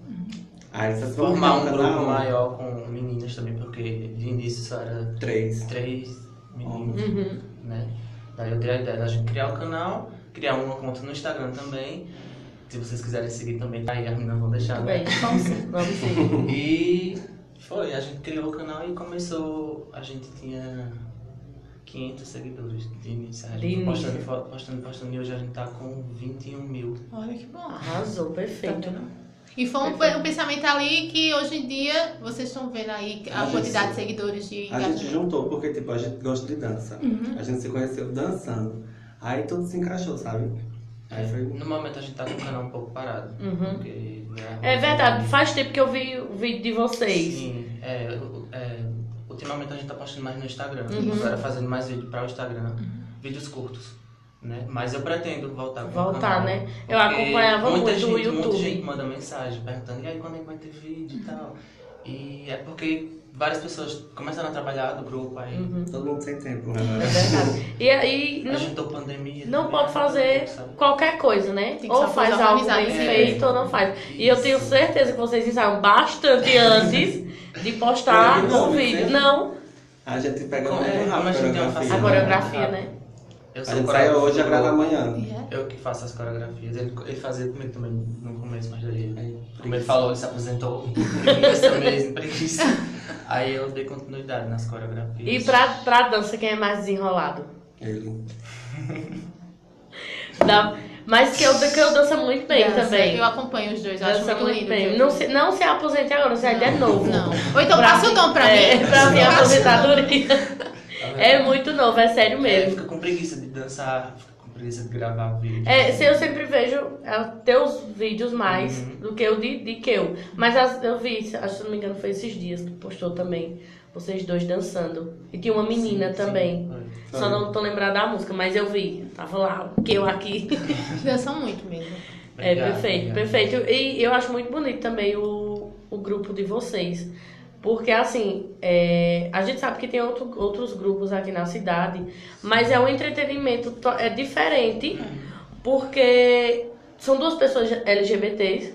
[SPEAKER 3] Aí vocês vão
[SPEAKER 4] Formar um
[SPEAKER 3] criar
[SPEAKER 4] grupo
[SPEAKER 3] canal?
[SPEAKER 4] maior com meninas também, porque de início só era
[SPEAKER 3] Três.
[SPEAKER 4] três meninas,
[SPEAKER 1] Uhum.
[SPEAKER 4] né? Daí eu dei a ideia da gente criar o canal, criar uma conta no Instagram também. Se vocês quiserem seguir também, tá aí, as meninas vão deixar,
[SPEAKER 1] Tudo
[SPEAKER 4] né?
[SPEAKER 1] bem, vamos sim, vamos sim.
[SPEAKER 4] E foi, a gente criou o canal e começou. A gente tinha 500 seguidores de início. A gente
[SPEAKER 1] De
[SPEAKER 4] foi
[SPEAKER 1] início.
[SPEAKER 4] postando, fo- postando, postando e hoje a gente tá com 21 mil.
[SPEAKER 2] Olha que bom.
[SPEAKER 1] Arrasou,
[SPEAKER 2] Tá
[SPEAKER 1] perfeito.
[SPEAKER 2] E foi um,
[SPEAKER 1] Perfeito.
[SPEAKER 2] um pensamento ali que hoje em dia vocês estão vendo aí a,
[SPEAKER 3] A gente-
[SPEAKER 2] quantidade de seguidores de
[SPEAKER 3] A gente
[SPEAKER 4] tá.
[SPEAKER 2] engajamento.
[SPEAKER 3] juntou, porque tipo, a gente gosta de dança.
[SPEAKER 4] Uhum.
[SPEAKER 3] A gente se conheceu dançando. Aí tudo se encaixou, sabe? Aí foi.
[SPEAKER 4] No momento a gente tá com o canal um pouco parado.
[SPEAKER 1] Uhum.
[SPEAKER 4] Porque, né,
[SPEAKER 1] É verdade, faz tempo que eu vi o vídeo de vocês.
[SPEAKER 4] Sim, é, o- é, ultimamente a gente tá postando mais no Instagram.
[SPEAKER 1] Uhum.
[SPEAKER 4] Agora fazendo mais vídeo para o Instagram. Vídeos curtos. Né? Mas eu pretendo voltar com o
[SPEAKER 1] Voltar,
[SPEAKER 4] canal.
[SPEAKER 1] né? Eu
[SPEAKER 4] Porque
[SPEAKER 1] acompanhava
[SPEAKER 4] muita
[SPEAKER 1] muito
[SPEAKER 4] gente,
[SPEAKER 1] o
[SPEAKER 4] Muita
[SPEAKER 1] YouTube.
[SPEAKER 4] gente manda mensagem perguntando, e aí quando é que vai ter vídeo e tal. E é porque várias pessoas começaram a trabalhar do grupo aí.
[SPEAKER 1] Uhum.
[SPEAKER 3] Todo mundo sem tempo, né?
[SPEAKER 1] É verdade. E aí
[SPEAKER 4] A
[SPEAKER 1] não,
[SPEAKER 4] gente deu pandemia.
[SPEAKER 1] não
[SPEAKER 4] também,
[SPEAKER 1] pode fazer
[SPEAKER 4] sabe?
[SPEAKER 1] qualquer coisa, né?
[SPEAKER 2] Tem que
[SPEAKER 1] Ou
[SPEAKER 2] ser uma
[SPEAKER 1] faz
[SPEAKER 2] coisa
[SPEAKER 1] algo
[SPEAKER 2] organizada,
[SPEAKER 1] bem
[SPEAKER 4] né?
[SPEAKER 1] feito ou não faz. E eu tenho
[SPEAKER 4] Isso.
[SPEAKER 1] certeza que vocês ensaiam bastante antes de postar
[SPEAKER 3] Eu não
[SPEAKER 1] um
[SPEAKER 3] sei.
[SPEAKER 1] vídeo. Não,
[SPEAKER 3] A gente pega
[SPEAKER 4] Como
[SPEAKER 3] muito
[SPEAKER 4] é, como a
[SPEAKER 3] rápido
[SPEAKER 4] gente tem uma
[SPEAKER 3] coreografia.
[SPEAKER 1] a
[SPEAKER 4] Sim.
[SPEAKER 1] coreografia, Uhum. né?
[SPEAKER 4] Eu
[SPEAKER 3] A
[SPEAKER 4] sou
[SPEAKER 3] gente sai
[SPEAKER 4] coreógrafo
[SPEAKER 3] hoje e
[SPEAKER 4] do
[SPEAKER 3] grava
[SPEAKER 4] grupo.
[SPEAKER 3] amanhã.
[SPEAKER 2] E é.
[SPEAKER 4] Eu que faço as coreografias. Ele, ele fazia comigo também no começo, mas daí, aí, como ele falou, ele se aposentou. Preguiça mesmo, preguiça. Aí eu dei continuidade nas coreografias.
[SPEAKER 1] E pra, pra dança, quem é mais desenrolado?
[SPEAKER 3] Ele.
[SPEAKER 1] Dá- Mas que eu, que eu danço muito bem
[SPEAKER 2] Dança.
[SPEAKER 1] também.
[SPEAKER 2] Eu acompanho os dois, eu acho
[SPEAKER 1] Dança
[SPEAKER 2] muito
[SPEAKER 1] muito
[SPEAKER 2] lindo.
[SPEAKER 1] bem.
[SPEAKER 2] viu?
[SPEAKER 1] Não se, não se aposente agora, você ainda é novo.
[SPEAKER 2] Não. Ou então
[SPEAKER 1] Pra
[SPEAKER 2] passa o dom pra
[SPEAKER 1] É,
[SPEAKER 2] mim.
[SPEAKER 1] pra mim, a
[SPEAKER 2] Passa o dom.
[SPEAKER 1] aposentadoria. É muito novo, é sério
[SPEAKER 4] Ele
[SPEAKER 1] mesmo.
[SPEAKER 4] fica com preguiça de dançar, fica com preguiça de gravar vídeo.
[SPEAKER 1] É, se eu sempre vejo é, teus vídeos mais
[SPEAKER 4] Uhum.
[SPEAKER 1] do que o de, de que eu. Mas as- eu vi, se acho que não me engano, foi esses dias que postou também. Vocês dois dançando. E tinha uma menina
[SPEAKER 4] Sim,
[SPEAKER 1] também. É,
[SPEAKER 4] foi.
[SPEAKER 1] Só não tô lembrada da música, mas eu vi. Tava lá, o que eu aqui.
[SPEAKER 2] Dançam muito mesmo.
[SPEAKER 1] É,
[SPEAKER 4] Obrigado,
[SPEAKER 1] perfeito,
[SPEAKER 4] obrigado.
[SPEAKER 1] perfeito. E eu acho muito bonito também o, o grupo de vocês. Porque, assim, é, a gente sabe que tem outro- outros grupos aqui na cidade, mas é um entretenimento to- é diferente, porque são duas pessoas LGBTs,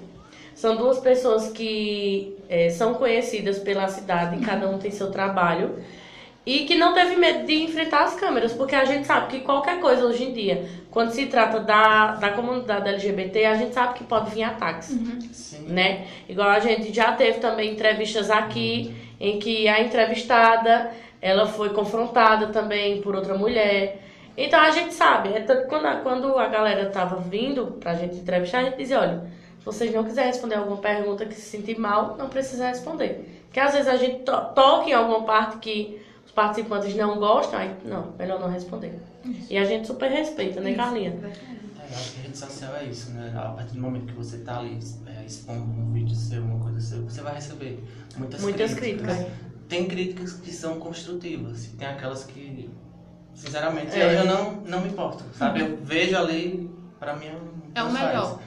[SPEAKER 1] são duas pessoas que é, são conhecidas pela cidade, cada um tem seu trabalho, e que não teve medo de enfrentar as câmeras, porque a gente sabe que qualquer coisa hoje em dia, quando se trata da, da comunidade LGBT, a gente sabe que pode vir ataques,
[SPEAKER 4] Sim.
[SPEAKER 1] né? Igual a gente já teve também entrevistas aqui, em que a entrevistada, ela foi confrontada também por outra mulher. Então a gente sabe, é tanto- quando, a, quando a galera tava vindo pra gente entrevistar, a gente dizia, olha, se vocês não quiserem responder alguma pergunta que se sentir mal, não precisa responder. Porque às vezes a gente to toca em alguma parte que os participantes não gostam, aí, não, melhor não responder. E a gente super respeita, né, Carlinha?
[SPEAKER 4] É, acho que rede social é isso, né? A partir do momento que você tá ali é, expondo um vídeo seu, uma coisa seu, você vai receber muitas, né?
[SPEAKER 1] Muitas críticas.
[SPEAKER 4] Tem críticas que são construtivas, e tem aquelas que, sinceramente,
[SPEAKER 1] É.
[SPEAKER 4] eu, eu não, não me importo, sabe? Eu vejo ali, pra mim, um-
[SPEAKER 2] É o
[SPEAKER 4] faz.
[SPEAKER 2] melhor.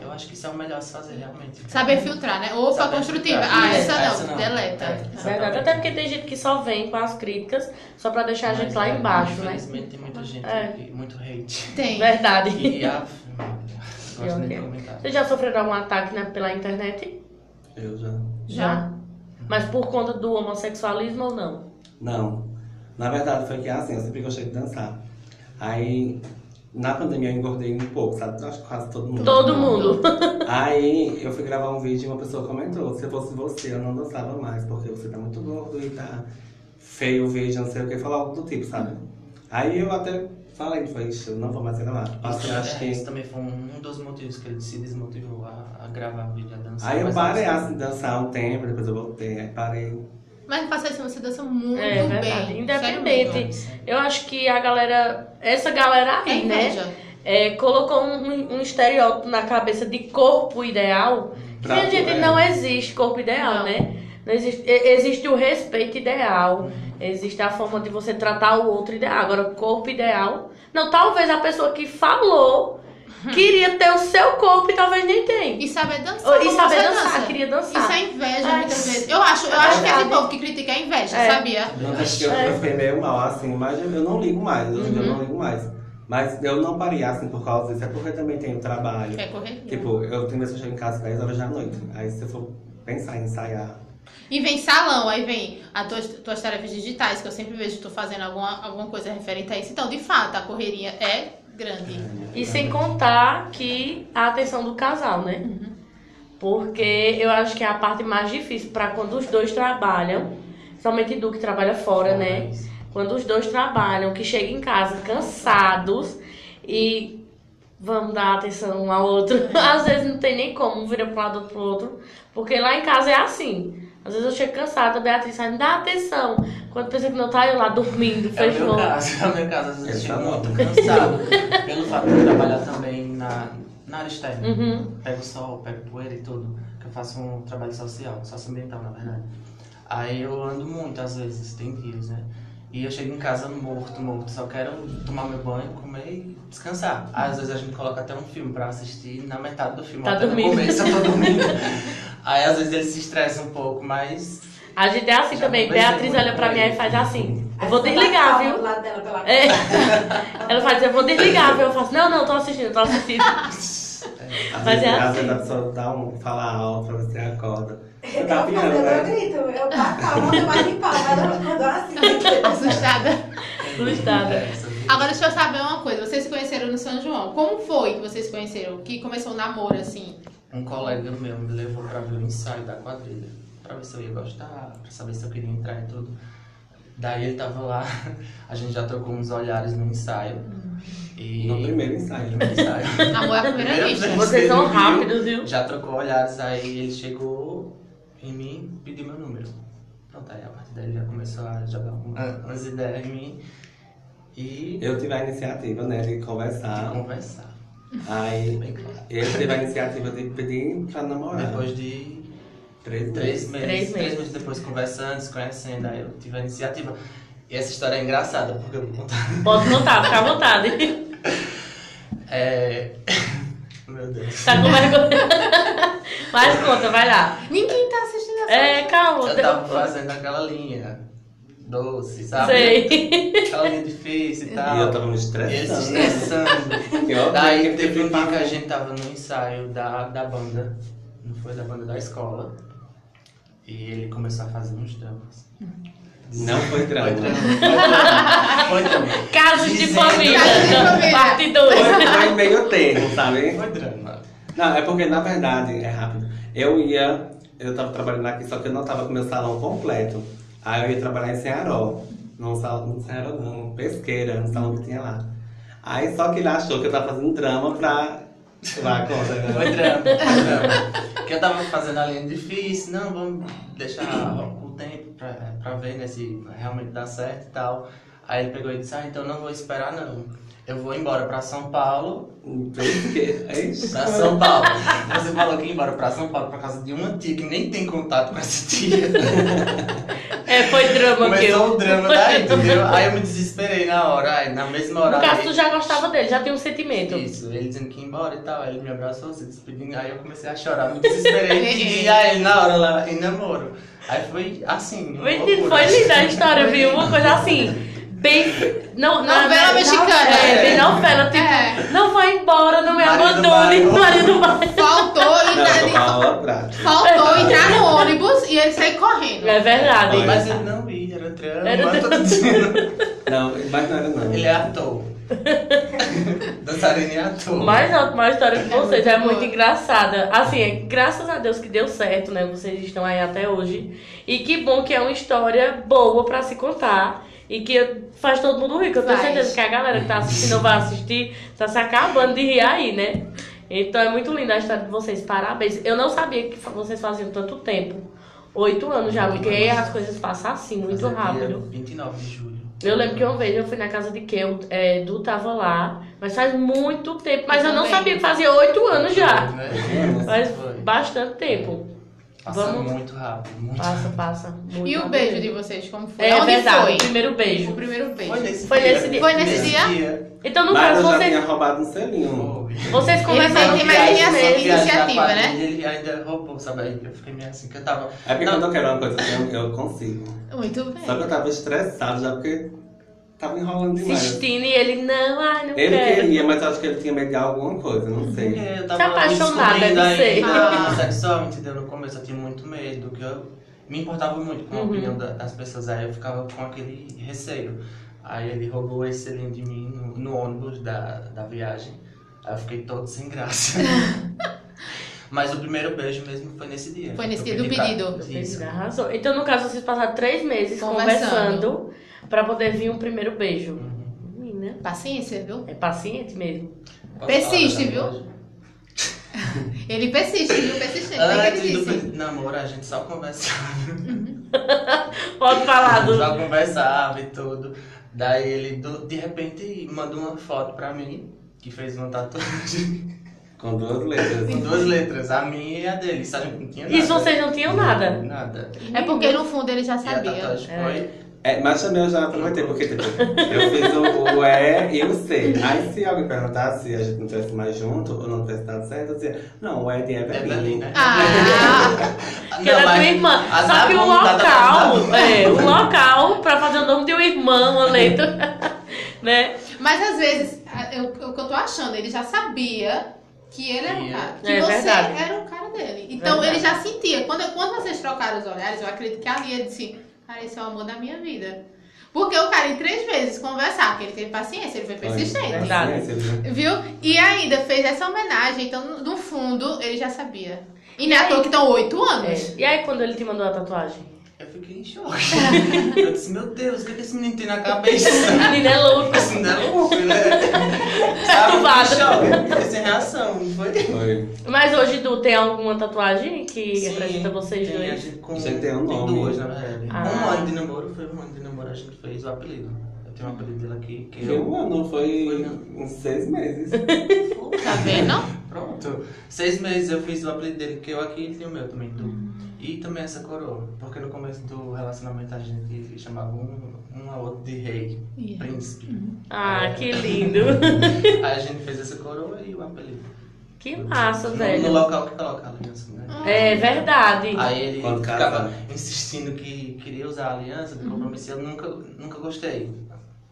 [SPEAKER 4] Eu acho que isso é o melhor a se fazer, realmente.
[SPEAKER 2] Saber filtrar, né? Ou foi
[SPEAKER 4] Saber
[SPEAKER 2] construtiva.
[SPEAKER 4] filtrar.
[SPEAKER 2] Ah,
[SPEAKER 4] Isso,
[SPEAKER 2] essa não. Deleta.
[SPEAKER 4] É,
[SPEAKER 1] Verdade,
[SPEAKER 4] exatamente.
[SPEAKER 1] até porque tem gente que só vem com as críticas só pra deixar a gente
[SPEAKER 4] Mas,
[SPEAKER 1] lá
[SPEAKER 4] é,
[SPEAKER 1] embaixo, né?
[SPEAKER 4] Infelizmente, tem muita gente,
[SPEAKER 1] É.
[SPEAKER 4] que- muito hate.
[SPEAKER 2] Tem.
[SPEAKER 1] Verdade.
[SPEAKER 4] E, ah, não gosto nem de comentar.
[SPEAKER 1] Você já sofreu algum ataque né, pela internet?
[SPEAKER 3] Eu já.
[SPEAKER 2] Já.
[SPEAKER 1] Mas por conta do homossexualismo ou não?
[SPEAKER 3] Não. Na verdade, foi que assim, eu sempre gostei de dançar. Aí, na pandemia, eu engordei um pouco, sabe? Acho que quase todo mundo.
[SPEAKER 1] Todo mundo.
[SPEAKER 3] Aí, eu fui gravar um vídeo e uma pessoa comentou: se fosse você, eu não dançava mais, porque você tá muito gordo e tá feio o vídeo, não sei o que, falar algo do tipo, sabe? Aí eu até falei: foi isso, eu não vou mais gravar. Passei,
[SPEAKER 4] Isso,
[SPEAKER 3] acho
[SPEAKER 4] é,
[SPEAKER 3] que.
[SPEAKER 4] isso também foi um dos motivos que ele se desmotivou a, a gravar vídeo, a dançar.
[SPEAKER 3] Aí eu
[SPEAKER 4] mas
[SPEAKER 3] parei
[SPEAKER 4] não-
[SPEAKER 3] assim, de dançar um tempo, depois eu voltei, aí parei. um
[SPEAKER 2] Mas faça isso, você dança muito
[SPEAKER 1] É verdade.
[SPEAKER 2] bem.
[SPEAKER 1] Independente. É Eu acho que a galera. Essa galera
[SPEAKER 2] Sério
[SPEAKER 1] aí,
[SPEAKER 2] mesmo. É
[SPEAKER 1] né?
[SPEAKER 2] inveja.
[SPEAKER 1] é, colocou um, um estereótipo na cabeça de corpo ideal.
[SPEAKER 3] Pra
[SPEAKER 1] que, gente,
[SPEAKER 3] tu, é.
[SPEAKER 1] não existe corpo ideal,
[SPEAKER 2] Não.
[SPEAKER 1] né? Não existe, e- existe o respeito ideal, existe a forma de você tratar o outro ideal. Agora, corpo ideal. Não, talvez a pessoa que falou queria ter o seu corpo e talvez nem tem.
[SPEAKER 2] E saber dançar.
[SPEAKER 1] E
[SPEAKER 2] como
[SPEAKER 1] saber
[SPEAKER 2] você
[SPEAKER 1] dançar,
[SPEAKER 2] dança.
[SPEAKER 1] queria dançar.
[SPEAKER 2] é Isso é
[SPEAKER 1] Ah.
[SPEAKER 2] inveja
[SPEAKER 1] Ai. É
[SPEAKER 2] muitas vezes. Eu acho, eu acho que esse
[SPEAKER 1] verdade.
[SPEAKER 2] povo que critica é inveja,
[SPEAKER 1] É.
[SPEAKER 2] sabia?
[SPEAKER 3] Não, acho que eu,
[SPEAKER 1] É. Uhum.
[SPEAKER 3] eu fiquei meio mal, assim, mas eu não ligo mais, hoje em dia eu não ligo mais. Mas eu não parei assim por causa disso, é porque eu também tenho trabalho.
[SPEAKER 2] É correria.
[SPEAKER 3] Tipo, eu tenho vezes que eu chego em casa às 10 horas da noite. Aí se eu for pensar em ensaiar.
[SPEAKER 2] E vem salão, aí vem as tuas, tuas tarefas digitais, que eu sempre vejo tu fazendo alguma, alguma coisa referente a isso. Então, de fato, a correria é grande.
[SPEAKER 1] E sem contar que a atenção do casal, né?
[SPEAKER 2] Uhum.
[SPEAKER 1] Porque eu acho que é a parte mais difícil para quando os dois trabalham, somente Du que trabalha fora, né? Quando os dois trabalham, que chega em casa cansados e vamos dar atenção um ao outro. Às vezes não tem nem como, um vira para um lado outro pro outro, porque lá em casa é assim. Às vezes eu chego cansada, a Beatriz sai, me dá atenção. Quando pensa que não tá, eu lá dormindo,
[SPEAKER 4] É o meu
[SPEAKER 1] fechou.
[SPEAKER 4] caso, é o meu caso. Às vezes eu
[SPEAKER 3] Essa
[SPEAKER 4] chego
[SPEAKER 3] nota.
[SPEAKER 4] muito cansado pelo fato de eu trabalhar também na, na área externa.
[SPEAKER 1] Uhum.
[SPEAKER 4] Pego sol, pego poeira e tudo, que eu faço um trabalho social, socioambiental, na verdade. Aí eu ando muito, às vezes, tem dias, né? E eu chego em casa morto, morto, só quero tomar meu banho, comer e descansar. Às vezes a gente coloca até um filme pra assistir, na metade do filme,
[SPEAKER 1] Tá
[SPEAKER 4] até
[SPEAKER 1] dormindo.
[SPEAKER 4] no começo eu tô dormindo. Aí às vezes ele se estressa um pouco, mas...
[SPEAKER 1] A gente é assim
[SPEAKER 4] Já
[SPEAKER 1] também.
[SPEAKER 4] conversei
[SPEAKER 1] Beatriz
[SPEAKER 4] muito
[SPEAKER 1] olha pra
[SPEAKER 4] com
[SPEAKER 1] mim e
[SPEAKER 4] ele.
[SPEAKER 1] faz assim. Eu
[SPEAKER 5] Aí
[SPEAKER 1] vou
[SPEAKER 5] você
[SPEAKER 1] desligar,
[SPEAKER 5] passa
[SPEAKER 1] viu?
[SPEAKER 5] Do lado dela pela
[SPEAKER 1] É. Ela faz, eu vou desligar, viu? Eu faço, não, não, tô assistindo, tô assistindo.
[SPEAKER 3] Às
[SPEAKER 1] Mas
[SPEAKER 3] vezes,
[SPEAKER 1] é assim.
[SPEAKER 3] às
[SPEAKER 1] É
[SPEAKER 3] vezes a pessoa dá um, fala alto pra você acorda. Você
[SPEAKER 5] Eu
[SPEAKER 3] tá
[SPEAKER 5] tava
[SPEAKER 3] vindo,
[SPEAKER 5] fazendo, eu
[SPEAKER 3] né?
[SPEAKER 5] grito. Eu bato a mão, eu bato em pau, mas ela acordou assim.
[SPEAKER 2] Assustada.
[SPEAKER 1] Assustada.
[SPEAKER 4] É, sobre
[SPEAKER 2] Agora deixa eu saber uma coisa. Vocês se conheceram no São João. Como foi que vocês se conheceram? Que começou o namoro, assim?
[SPEAKER 4] Um colega meu me levou pra ver o ensaio da quadrilha, pra ver se eu ia gostar, pra saber se eu queria entrar e tudo. Daí ele tava lá, a gente já trocou uns olhares no ensaio. E...
[SPEAKER 3] No primeiro ensaio. né?
[SPEAKER 4] Primeiro ensaio.
[SPEAKER 2] Amor à primeira vista.
[SPEAKER 1] Vocês são
[SPEAKER 4] Ele viu,
[SPEAKER 1] rápidos, viu?
[SPEAKER 4] Já trocou olhares, aí ele chegou em mim e pediu meu número. Pronto, aí a partir daí ele já começou a jogar
[SPEAKER 3] Ah.
[SPEAKER 4] uma- umas ideias em mim e
[SPEAKER 3] Eu tive a iniciativa, né, de conversar.
[SPEAKER 4] de conversar.
[SPEAKER 3] Aí
[SPEAKER 4] Bem claro.
[SPEAKER 3] eu tive a iniciativa de pedir pra namorar.
[SPEAKER 4] Depois de
[SPEAKER 3] três meses.
[SPEAKER 4] Três meses.
[SPEAKER 1] Três meses.
[SPEAKER 4] depois conversando, se conhecendo, aí eu tive a iniciativa. E essa história é engraçada, porque eu vou contar.
[SPEAKER 1] Pode contar, fica à vontade.
[SPEAKER 4] É. Meu Deus.
[SPEAKER 1] Tá com vergonha. Mas conta, vai lá.
[SPEAKER 2] Ninguém tá assistindo essa.
[SPEAKER 1] É, calma.
[SPEAKER 4] Eu
[SPEAKER 1] tem-
[SPEAKER 4] tava fazendo aquela linha doce, sabe?
[SPEAKER 1] Sei.
[SPEAKER 4] Aquela linha difícil e tal.
[SPEAKER 3] E eu tava me
[SPEAKER 4] E eles se
[SPEAKER 3] estressando. né?
[SPEAKER 4] estressando.
[SPEAKER 3] Eu
[SPEAKER 4] Daí
[SPEAKER 3] tenho
[SPEAKER 4] teve um dia
[SPEAKER 3] papo.
[SPEAKER 4] que a gente tava no ensaio da, da banda, não foi? Da banda da escola. E ele começou a fazer uns dramas.
[SPEAKER 3] Não foi drama.
[SPEAKER 4] Foi drama. Foi drama.
[SPEAKER 1] Casos de
[SPEAKER 4] Dizendo-
[SPEAKER 1] família.
[SPEAKER 2] Casos de família.
[SPEAKER 1] Parte 2.
[SPEAKER 3] Foi, foi meio termo, sabe?
[SPEAKER 4] Foi drama.
[SPEAKER 3] Não, é porque na verdade, é rápido. Eu ia, eu tava trabalhando aqui, só que eu não tava com meu salão completo. Aí eu ia trabalhar em Cearó. Num salão, não Cearó não, um pesqueira, no salão que tinha lá. Aí só que ele achou que eu tava fazendo drama pra. Lá, conta, né?
[SPEAKER 4] Foi drama, foi drama. Porque eu tava fazendo a linha difícil, não, vamos deixar o tempo pra, pra ver né, se realmente dá certo e tal. Aí ele pegou e disse, ah, então não vou esperar não. Eu vou embora pra São Paulo.
[SPEAKER 3] Um Pesqueira. é Ixi.
[SPEAKER 4] Pra São Paulo. Você falou que ia embora pra São Paulo por causa de uma tia que nem tem contato com essa tia.
[SPEAKER 1] É, foi drama que
[SPEAKER 4] Começou
[SPEAKER 1] eu.
[SPEAKER 4] o drama daí, entendeu? Aí eu me desesperei na hora, aí na mesma hora.
[SPEAKER 1] No caso,
[SPEAKER 4] aí-
[SPEAKER 1] tu já gostava dele, já tem um sentimento.
[SPEAKER 4] né? Isso, ele dizendo que ia embora e tal, aí ele me abraçou, se despedindo, aí eu comecei a chorar, me desesperei, pedi a ele na hora lá em namoro. Aí foi assim, uma
[SPEAKER 1] Menino,
[SPEAKER 4] loucura.
[SPEAKER 1] foi linda a história, viu? Uma coisa assim, bem. Não, na-
[SPEAKER 2] Novela
[SPEAKER 1] na-
[SPEAKER 2] mexicana.
[SPEAKER 1] É, bem novela, tipo,
[SPEAKER 2] É.
[SPEAKER 1] não vai embora, não me
[SPEAKER 4] Marido
[SPEAKER 1] abandone,
[SPEAKER 4] vai.
[SPEAKER 1] marido vai.
[SPEAKER 2] Faltou
[SPEAKER 3] Não, eu tô com
[SPEAKER 2] entrar,
[SPEAKER 3] a aula prática.
[SPEAKER 2] faltou entrar no ônibus e ele saiu correndo.
[SPEAKER 1] É verdade.
[SPEAKER 3] Foi.
[SPEAKER 4] Mas ele não ia, era trama,
[SPEAKER 1] Era
[SPEAKER 4] eu tô dizendo.
[SPEAKER 3] Não, mas não era não.
[SPEAKER 4] Ele é ator. Dançarino é ator.
[SPEAKER 1] Mas a uma história de vocês é
[SPEAKER 2] muito
[SPEAKER 1] muito
[SPEAKER 2] boa.
[SPEAKER 1] engraçada. Assim, é, graças a Deus que deu certo, né? Vocês estão aí até hoje. E que bom que é uma história boa pra se contar. E que faz todo mundo rico. Eu tenho
[SPEAKER 2] Faz.
[SPEAKER 1] certeza que a galera que tá assistindo vai assistir, tá se acabando de rir aí, né? Então é muito linda a história de vocês. Parabéns. Eu não sabia que fa- vocês faziam tanto tempo. Oito anos já, porque as coisas passam assim, muito
[SPEAKER 4] Mas é dia
[SPEAKER 1] rápido.
[SPEAKER 4] 29 de julho.
[SPEAKER 1] Eu lembro que é um uma vez eu fui na casa de Kel, é, Du tava lá, mas faz muito tempo. Mas eu,
[SPEAKER 2] Eu
[SPEAKER 1] não
[SPEAKER 2] também.
[SPEAKER 1] sabia que fazia oito anos já.
[SPEAKER 4] Né?
[SPEAKER 1] Faz
[SPEAKER 4] Foi.
[SPEAKER 1] bastante tempo.
[SPEAKER 4] Passa
[SPEAKER 1] Vamos-
[SPEAKER 4] muito rápido, muito
[SPEAKER 1] Passa,
[SPEAKER 4] rápido.
[SPEAKER 1] passa. Muito
[SPEAKER 2] E o
[SPEAKER 1] rápido.
[SPEAKER 2] beijo de vocês, como foi?
[SPEAKER 1] É
[SPEAKER 2] Onde
[SPEAKER 1] verdade, o
[SPEAKER 2] foi?
[SPEAKER 1] primeiro beijo.
[SPEAKER 2] O primeiro beijo.
[SPEAKER 4] nesse
[SPEAKER 1] Foi nesse dia.
[SPEAKER 2] Foi nesse dia?
[SPEAKER 1] Então, no
[SPEAKER 3] Mas
[SPEAKER 1] caso,
[SPEAKER 3] eu já tinha
[SPEAKER 1] vocês,
[SPEAKER 3] roubado um selinho.
[SPEAKER 4] Foi.
[SPEAKER 1] vocês
[SPEAKER 2] Ele
[SPEAKER 1] conversaram
[SPEAKER 2] tem
[SPEAKER 1] por
[SPEAKER 2] mais
[SPEAKER 1] aí
[SPEAKER 2] linha
[SPEAKER 1] mesmo.
[SPEAKER 2] assim. iniciativa, né?
[SPEAKER 4] Ele ainda roubou, sabe? Aí Eu fiquei meio assim, que eu tava.
[SPEAKER 3] É porque
[SPEAKER 4] Não.
[SPEAKER 3] quando eu quero uma coisa, eu, eu consigo.
[SPEAKER 2] Muito
[SPEAKER 3] Só que
[SPEAKER 2] bem.
[SPEAKER 3] eu tava estressado já porque tava enrolando demais.
[SPEAKER 1] Assistindo e ele, não, ai, não
[SPEAKER 3] Ele
[SPEAKER 1] quero.
[SPEAKER 3] queria, mas eu acho que ele tinha medo de alguma coisa, não
[SPEAKER 4] Porque
[SPEAKER 3] sei.
[SPEAKER 4] eu
[SPEAKER 1] Se
[SPEAKER 4] tava me
[SPEAKER 1] tá apaixonada,
[SPEAKER 4] descobrindo
[SPEAKER 1] não sei.
[SPEAKER 4] ainda sexual, entendeu? No começo eu tinha muito medo, que eu me importava muito com a
[SPEAKER 1] Uhum.
[SPEAKER 4] opinião da- das pessoas, aí eu ficava com aquele receio. Aí ele roubou esse selinho de mim no, no ônibus da, da viagem, aí eu fiquei todo sem graça. Mas o primeiro beijo mesmo foi nesse dia.
[SPEAKER 2] Foi nesse dia
[SPEAKER 4] Eu
[SPEAKER 2] do
[SPEAKER 4] pedi pra-
[SPEAKER 2] pedido.
[SPEAKER 4] Isso.
[SPEAKER 1] Arrasou. Então, no caso, vocês passaram três meses
[SPEAKER 2] Conversando.
[SPEAKER 1] conversando, pra poder vir um primeiro beijo.
[SPEAKER 4] Uhum.
[SPEAKER 1] Menina,
[SPEAKER 2] Paciência, viu?
[SPEAKER 1] é paciente mesmo.
[SPEAKER 4] Posso
[SPEAKER 2] Persiste,
[SPEAKER 4] falar é da
[SPEAKER 2] viu?
[SPEAKER 4] namoro?
[SPEAKER 2] Ele persiste, viu? Persistente. É que
[SPEAKER 4] Antes
[SPEAKER 2] ele
[SPEAKER 4] do
[SPEAKER 2] disse.
[SPEAKER 4] pe- namoro, a gente só conversava.
[SPEAKER 1] Pode falar do...
[SPEAKER 4] Só conversava e tudo. Daí ele, do- de repente, mandou uma foto pra mim, que fez uma tatuagem
[SPEAKER 3] Com duas letras.
[SPEAKER 4] com duas letras, a minha e a dele. Sabe? Não tinha nada.
[SPEAKER 1] Isso vocês não tinham nada.
[SPEAKER 4] Nada.
[SPEAKER 2] É porque no fundo ele já
[SPEAKER 4] E a
[SPEAKER 2] sabia.
[SPEAKER 4] tatuagem foi.
[SPEAKER 3] É, mas também eu já aproveitei, porque tipo, eu fiz o, o E e o C. Aí se alguém perguntar se a gente não tivesse mais junto ou não tivesse dado certo, eu dizia, não, o E de Evelyn.
[SPEAKER 4] Evelina.
[SPEAKER 2] Ah,
[SPEAKER 1] Que era tua irmã.
[SPEAKER 4] as
[SPEAKER 1] Só que o
[SPEAKER 4] abusadas
[SPEAKER 1] local,
[SPEAKER 4] abusadas.
[SPEAKER 1] é, o local pra fazer o nome de um irmão, uma letra, né?
[SPEAKER 2] mas às vezes, a- eu- o que eu tô achando, ele já sabia que ele era o cara. Que
[SPEAKER 1] É
[SPEAKER 2] você
[SPEAKER 1] verdade.
[SPEAKER 2] era o cara dele. Então
[SPEAKER 1] Verdade.
[SPEAKER 2] ele já sentia. Quando, quando vocês trocaram os olhares, eu acredito que ali ele disse, cara, esse é o amor da minha vida. Porque o cara em três meses conversar, que ele teve paciência, ele foi persistente.
[SPEAKER 1] Verdade.
[SPEAKER 2] Viu? E ainda fez essa homenagem, então no fundo ele já sabia. E não é à toa que estão oito anos.
[SPEAKER 1] É. E aí, quando ele te mandou a tatuagem?
[SPEAKER 4] Eu fiquei em choque. Eu disse, meu Deus, o que, que esse menino tem na cabeça?
[SPEAKER 1] Menina é louco.
[SPEAKER 4] Esse menino é louco, né? Sabe, eu
[SPEAKER 1] Perturbado.
[SPEAKER 4] fiquei em choque. Fiquei sem reação, não foi?
[SPEAKER 3] Foi.
[SPEAKER 1] Mas hoje, Du, tem alguma tatuagem que
[SPEAKER 4] Sim,
[SPEAKER 1] representa vocês
[SPEAKER 4] tem, a
[SPEAKER 1] dois?
[SPEAKER 4] gente com-
[SPEAKER 3] Você tem um nome.
[SPEAKER 4] duas, na verdade.
[SPEAKER 1] Ah.
[SPEAKER 4] Um ano de namoro foi um ano de namoro, a gente fez o apelido. Eu tenho um apelido dela aqui, que
[SPEAKER 3] Foi um
[SPEAKER 4] eu...
[SPEAKER 3] ano, foi um- uns seis meses.
[SPEAKER 1] É.
[SPEAKER 2] Tá vendo?
[SPEAKER 4] Pronto. Seis meses eu fiz o apelido dele, que eu aqui ele tem o meu também, tu.
[SPEAKER 1] Hum.
[SPEAKER 4] E também essa coroa, porque no começo do relacionamento a gente chamava um, um ao outro de rei, príncipe. É.
[SPEAKER 1] Ah, que lindo.
[SPEAKER 4] Aí a gente fez essa coroa e o apelido.
[SPEAKER 1] Que massa,
[SPEAKER 4] No,
[SPEAKER 1] velho.
[SPEAKER 4] no local que coloca a aliança, né?
[SPEAKER 1] É verdade.
[SPEAKER 4] Aí ele
[SPEAKER 3] Quando
[SPEAKER 4] ficava
[SPEAKER 3] casar.
[SPEAKER 1] tá-
[SPEAKER 4] insistindo que queria usar a aliança do compromisso e eu nunca, nunca gostei.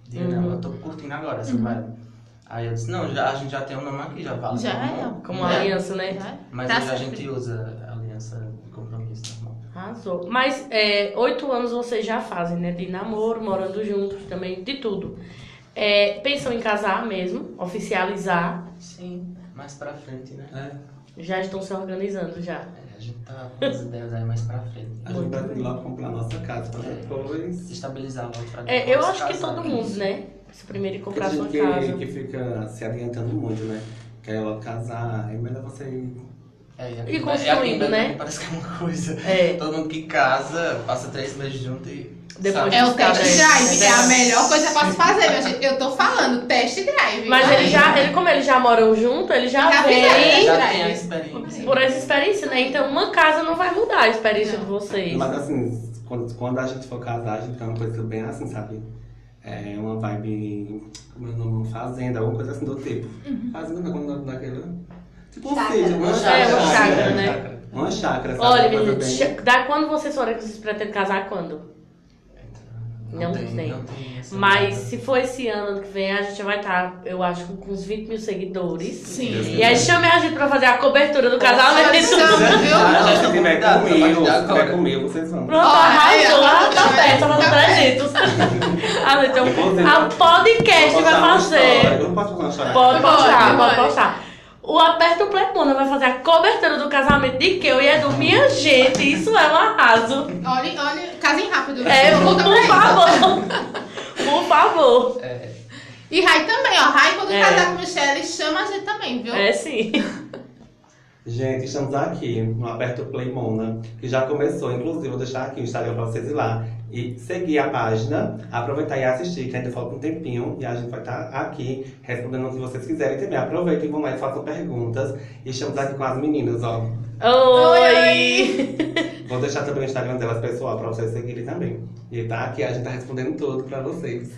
[SPEAKER 4] Digo,
[SPEAKER 1] Uhum.
[SPEAKER 4] não, eu tô curtindo agora essa vibe. Aí eu disse, não, já, a gente já tem um nome aqui, já vale.
[SPEAKER 2] Já
[SPEAKER 4] como
[SPEAKER 2] é.
[SPEAKER 4] nome,
[SPEAKER 1] Como
[SPEAKER 4] né?
[SPEAKER 1] aliança, né?
[SPEAKER 2] Tá?
[SPEAKER 4] Mas
[SPEAKER 2] Tá
[SPEAKER 4] hoje a
[SPEAKER 2] sempre.
[SPEAKER 4] gente usa a aliança do compromisso né, normal.
[SPEAKER 1] Arrasou. Mas é, oito anos vocês já fazem, né? De namoro, morando juntos também, de tudo. É, pensam em casar mesmo, oficializar.
[SPEAKER 4] Sim, mais pra frente, né?
[SPEAKER 3] É,
[SPEAKER 1] Já estão se organizando já.
[SPEAKER 4] É, a gente tá com as ideias aí mais pra frente.
[SPEAKER 3] a gente vai logo comprar a nossa casa pra depois.
[SPEAKER 4] Se estabilizar logo pra
[SPEAKER 1] É,
[SPEAKER 4] depois
[SPEAKER 1] eu acho que
[SPEAKER 4] casar.
[SPEAKER 1] todo mundo, né? Se primeiro ir
[SPEAKER 3] Porque
[SPEAKER 1] comprar
[SPEAKER 3] a
[SPEAKER 1] sua
[SPEAKER 3] gente
[SPEAKER 1] casa.
[SPEAKER 3] que, que fica se adiantando muito, né? Quer logo casar, é melhor você
[SPEAKER 4] É, e aqui,
[SPEAKER 1] E
[SPEAKER 4] é,
[SPEAKER 1] construindo,
[SPEAKER 4] aqui em Belém
[SPEAKER 1] né?
[SPEAKER 4] Parece que é uma coisa.
[SPEAKER 1] É.
[SPEAKER 4] Todo mundo que casa, passa três meses junto e.
[SPEAKER 1] Depois
[SPEAKER 4] sabe?
[SPEAKER 2] É o
[SPEAKER 1] Tá
[SPEAKER 2] test
[SPEAKER 1] bem.
[SPEAKER 2] drive, é a melhor coisa que eu posso fazer, minha gente. Eu tô falando, test drive.
[SPEAKER 1] Mas ele já, é. ele, como eles já moram junto, ele já,
[SPEAKER 2] Já
[SPEAKER 1] vem
[SPEAKER 2] fizeram.
[SPEAKER 4] Já
[SPEAKER 2] Drive.
[SPEAKER 4] tem a experiência.
[SPEAKER 1] por essa experiência, né? Então uma casa não vai mudar a experiência
[SPEAKER 2] Não.
[SPEAKER 1] de vocês.
[SPEAKER 3] Mas assim, quando, quando a gente for casar, a gente quer uma coisa bem assim, sabe? É uma vibe, como é o nome? Fazenda, alguma coisa assim do tipo. Fazenda, como é o nome daquela? Tipo um
[SPEAKER 5] Chácara.
[SPEAKER 3] sítio, uma
[SPEAKER 1] Uhum.
[SPEAKER 3] chácara.
[SPEAKER 1] É, uma chácara, né?
[SPEAKER 3] Uma chácara, sabe?
[SPEAKER 1] Olha,
[SPEAKER 3] Uma coisa
[SPEAKER 1] meninas,
[SPEAKER 3] bem-
[SPEAKER 1] che- da quando vocês forem que vocês pretendem casar quando? Não tem.
[SPEAKER 4] Não tem essa
[SPEAKER 1] Mas
[SPEAKER 3] né?
[SPEAKER 4] nada.
[SPEAKER 1] se for esse ano que vem, a gente vai estar, eu acho, com uns 20 mil seguidores.
[SPEAKER 2] Sim.
[SPEAKER 1] E aí chame a gente pra fazer a cobertura do casamento.
[SPEAKER 2] Chama, viu?
[SPEAKER 3] Ah,
[SPEAKER 4] Já
[SPEAKER 3] já se
[SPEAKER 4] estão
[SPEAKER 3] tiver
[SPEAKER 4] convidados,
[SPEAKER 3] comigo,
[SPEAKER 4] já
[SPEAKER 3] se tiver
[SPEAKER 4] agora.
[SPEAKER 3] comigo, vocês vão.
[SPEAKER 1] Pronto,
[SPEAKER 2] Olha,
[SPEAKER 1] Ah, arrasou.
[SPEAKER 2] aí, ó,
[SPEAKER 1] Tá
[SPEAKER 2] tá
[SPEAKER 1] certo,
[SPEAKER 2] certo.
[SPEAKER 1] tá trezentos. Ah, então, a podcast vai fazer.
[SPEAKER 3] Eu não posso fazer uma chácara.
[SPEAKER 1] Pode postar,
[SPEAKER 2] Pode,
[SPEAKER 1] pode
[SPEAKER 2] pode.
[SPEAKER 1] postar. O Aperto Play Puna vai fazer a cobertura do casamento de que eu e é do Minha Gente. Isso é um arraso.
[SPEAKER 2] Olha, olha, casem rápido.
[SPEAKER 1] É, por
[SPEAKER 2] Volta pra isso.
[SPEAKER 1] favor. Por favor.
[SPEAKER 4] É,
[SPEAKER 2] E Rai também, ó. Rai, quando
[SPEAKER 1] É.
[SPEAKER 2] casar com Michelle, chama a gente também, viu?
[SPEAKER 1] É sim.
[SPEAKER 3] Gente, estamos aqui no Aperto Play Mona, que já começou. Inclusive, vou deixar aqui o Instagram pra vocês ir lá e seguir a página, aproveitar e assistir, que ainda falta um tempinho. E a gente vai estar aqui respondendo o que vocês quiserem também. Aproveitem e vão lá e façam perguntas. E estamos aqui com as meninas, ó.
[SPEAKER 1] Oi.
[SPEAKER 3] Vou deixar também o Instagram delas pessoal pra vocês seguirem também. E tá aqui, a gente tá respondendo tudo pra vocês.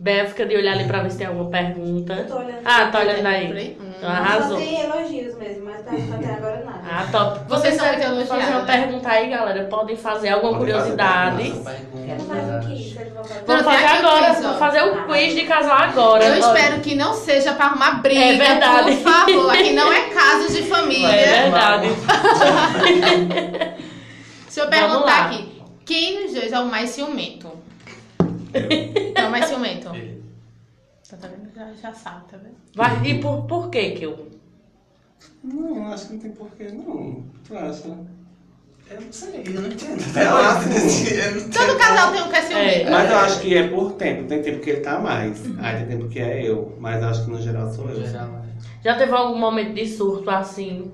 [SPEAKER 1] Bé, fica de olhar ali pra ver se tem alguma pergunta.
[SPEAKER 5] Eu tô olhando.
[SPEAKER 1] Ah, tá olhando aí.
[SPEAKER 2] Por aí? Hum.
[SPEAKER 1] Então arrasou.
[SPEAKER 5] Só tem elogios mesmo, mas tá- até agora nada.
[SPEAKER 1] Ah, top.
[SPEAKER 2] Vocês são
[SPEAKER 1] querem
[SPEAKER 2] muito
[SPEAKER 1] fazer uma
[SPEAKER 2] elogiadas.
[SPEAKER 1] pergunta aí, galera. Podem fazer alguma
[SPEAKER 3] Podem fazer
[SPEAKER 1] curiosidade.
[SPEAKER 3] perguntas.
[SPEAKER 5] Ele faz um quiz, ele vai fazer.
[SPEAKER 1] Vamos
[SPEAKER 2] Não, tem
[SPEAKER 1] fazer
[SPEAKER 2] aqui o
[SPEAKER 1] agora.
[SPEAKER 2] quiz, ó.
[SPEAKER 1] Vamos fazer o quiz de casal agora.
[SPEAKER 2] Eu
[SPEAKER 1] Olha.
[SPEAKER 2] espero que não seja pra arrumar briga,
[SPEAKER 1] É verdade.
[SPEAKER 2] por favor. Aqui não é caso de família.
[SPEAKER 1] É verdade.
[SPEAKER 2] Deixa eu
[SPEAKER 1] Vamos
[SPEAKER 2] perguntar
[SPEAKER 1] lá.
[SPEAKER 2] aqui. Quem dos dois é o mais ciumento? É o mais ciumento.
[SPEAKER 4] Ele.
[SPEAKER 2] Tá vendo? Já, já sabe, tá vendo?
[SPEAKER 1] Vai- e por, por que que eu?
[SPEAKER 3] Não, acho que não tem porquê, não. Tu acha?
[SPEAKER 4] Eu não sei, eu não entendo. assim,
[SPEAKER 3] É ótimo.
[SPEAKER 2] Todo casal tem um que é ciumento.
[SPEAKER 3] Mas eu acho que é por tempo. Tem tempo que ele tá mais. Aí tem tempo que é eu. Mas eu acho que no geral sou
[SPEAKER 4] No
[SPEAKER 3] eu.
[SPEAKER 4] geral, né?
[SPEAKER 1] Já teve algum momento de surto assim,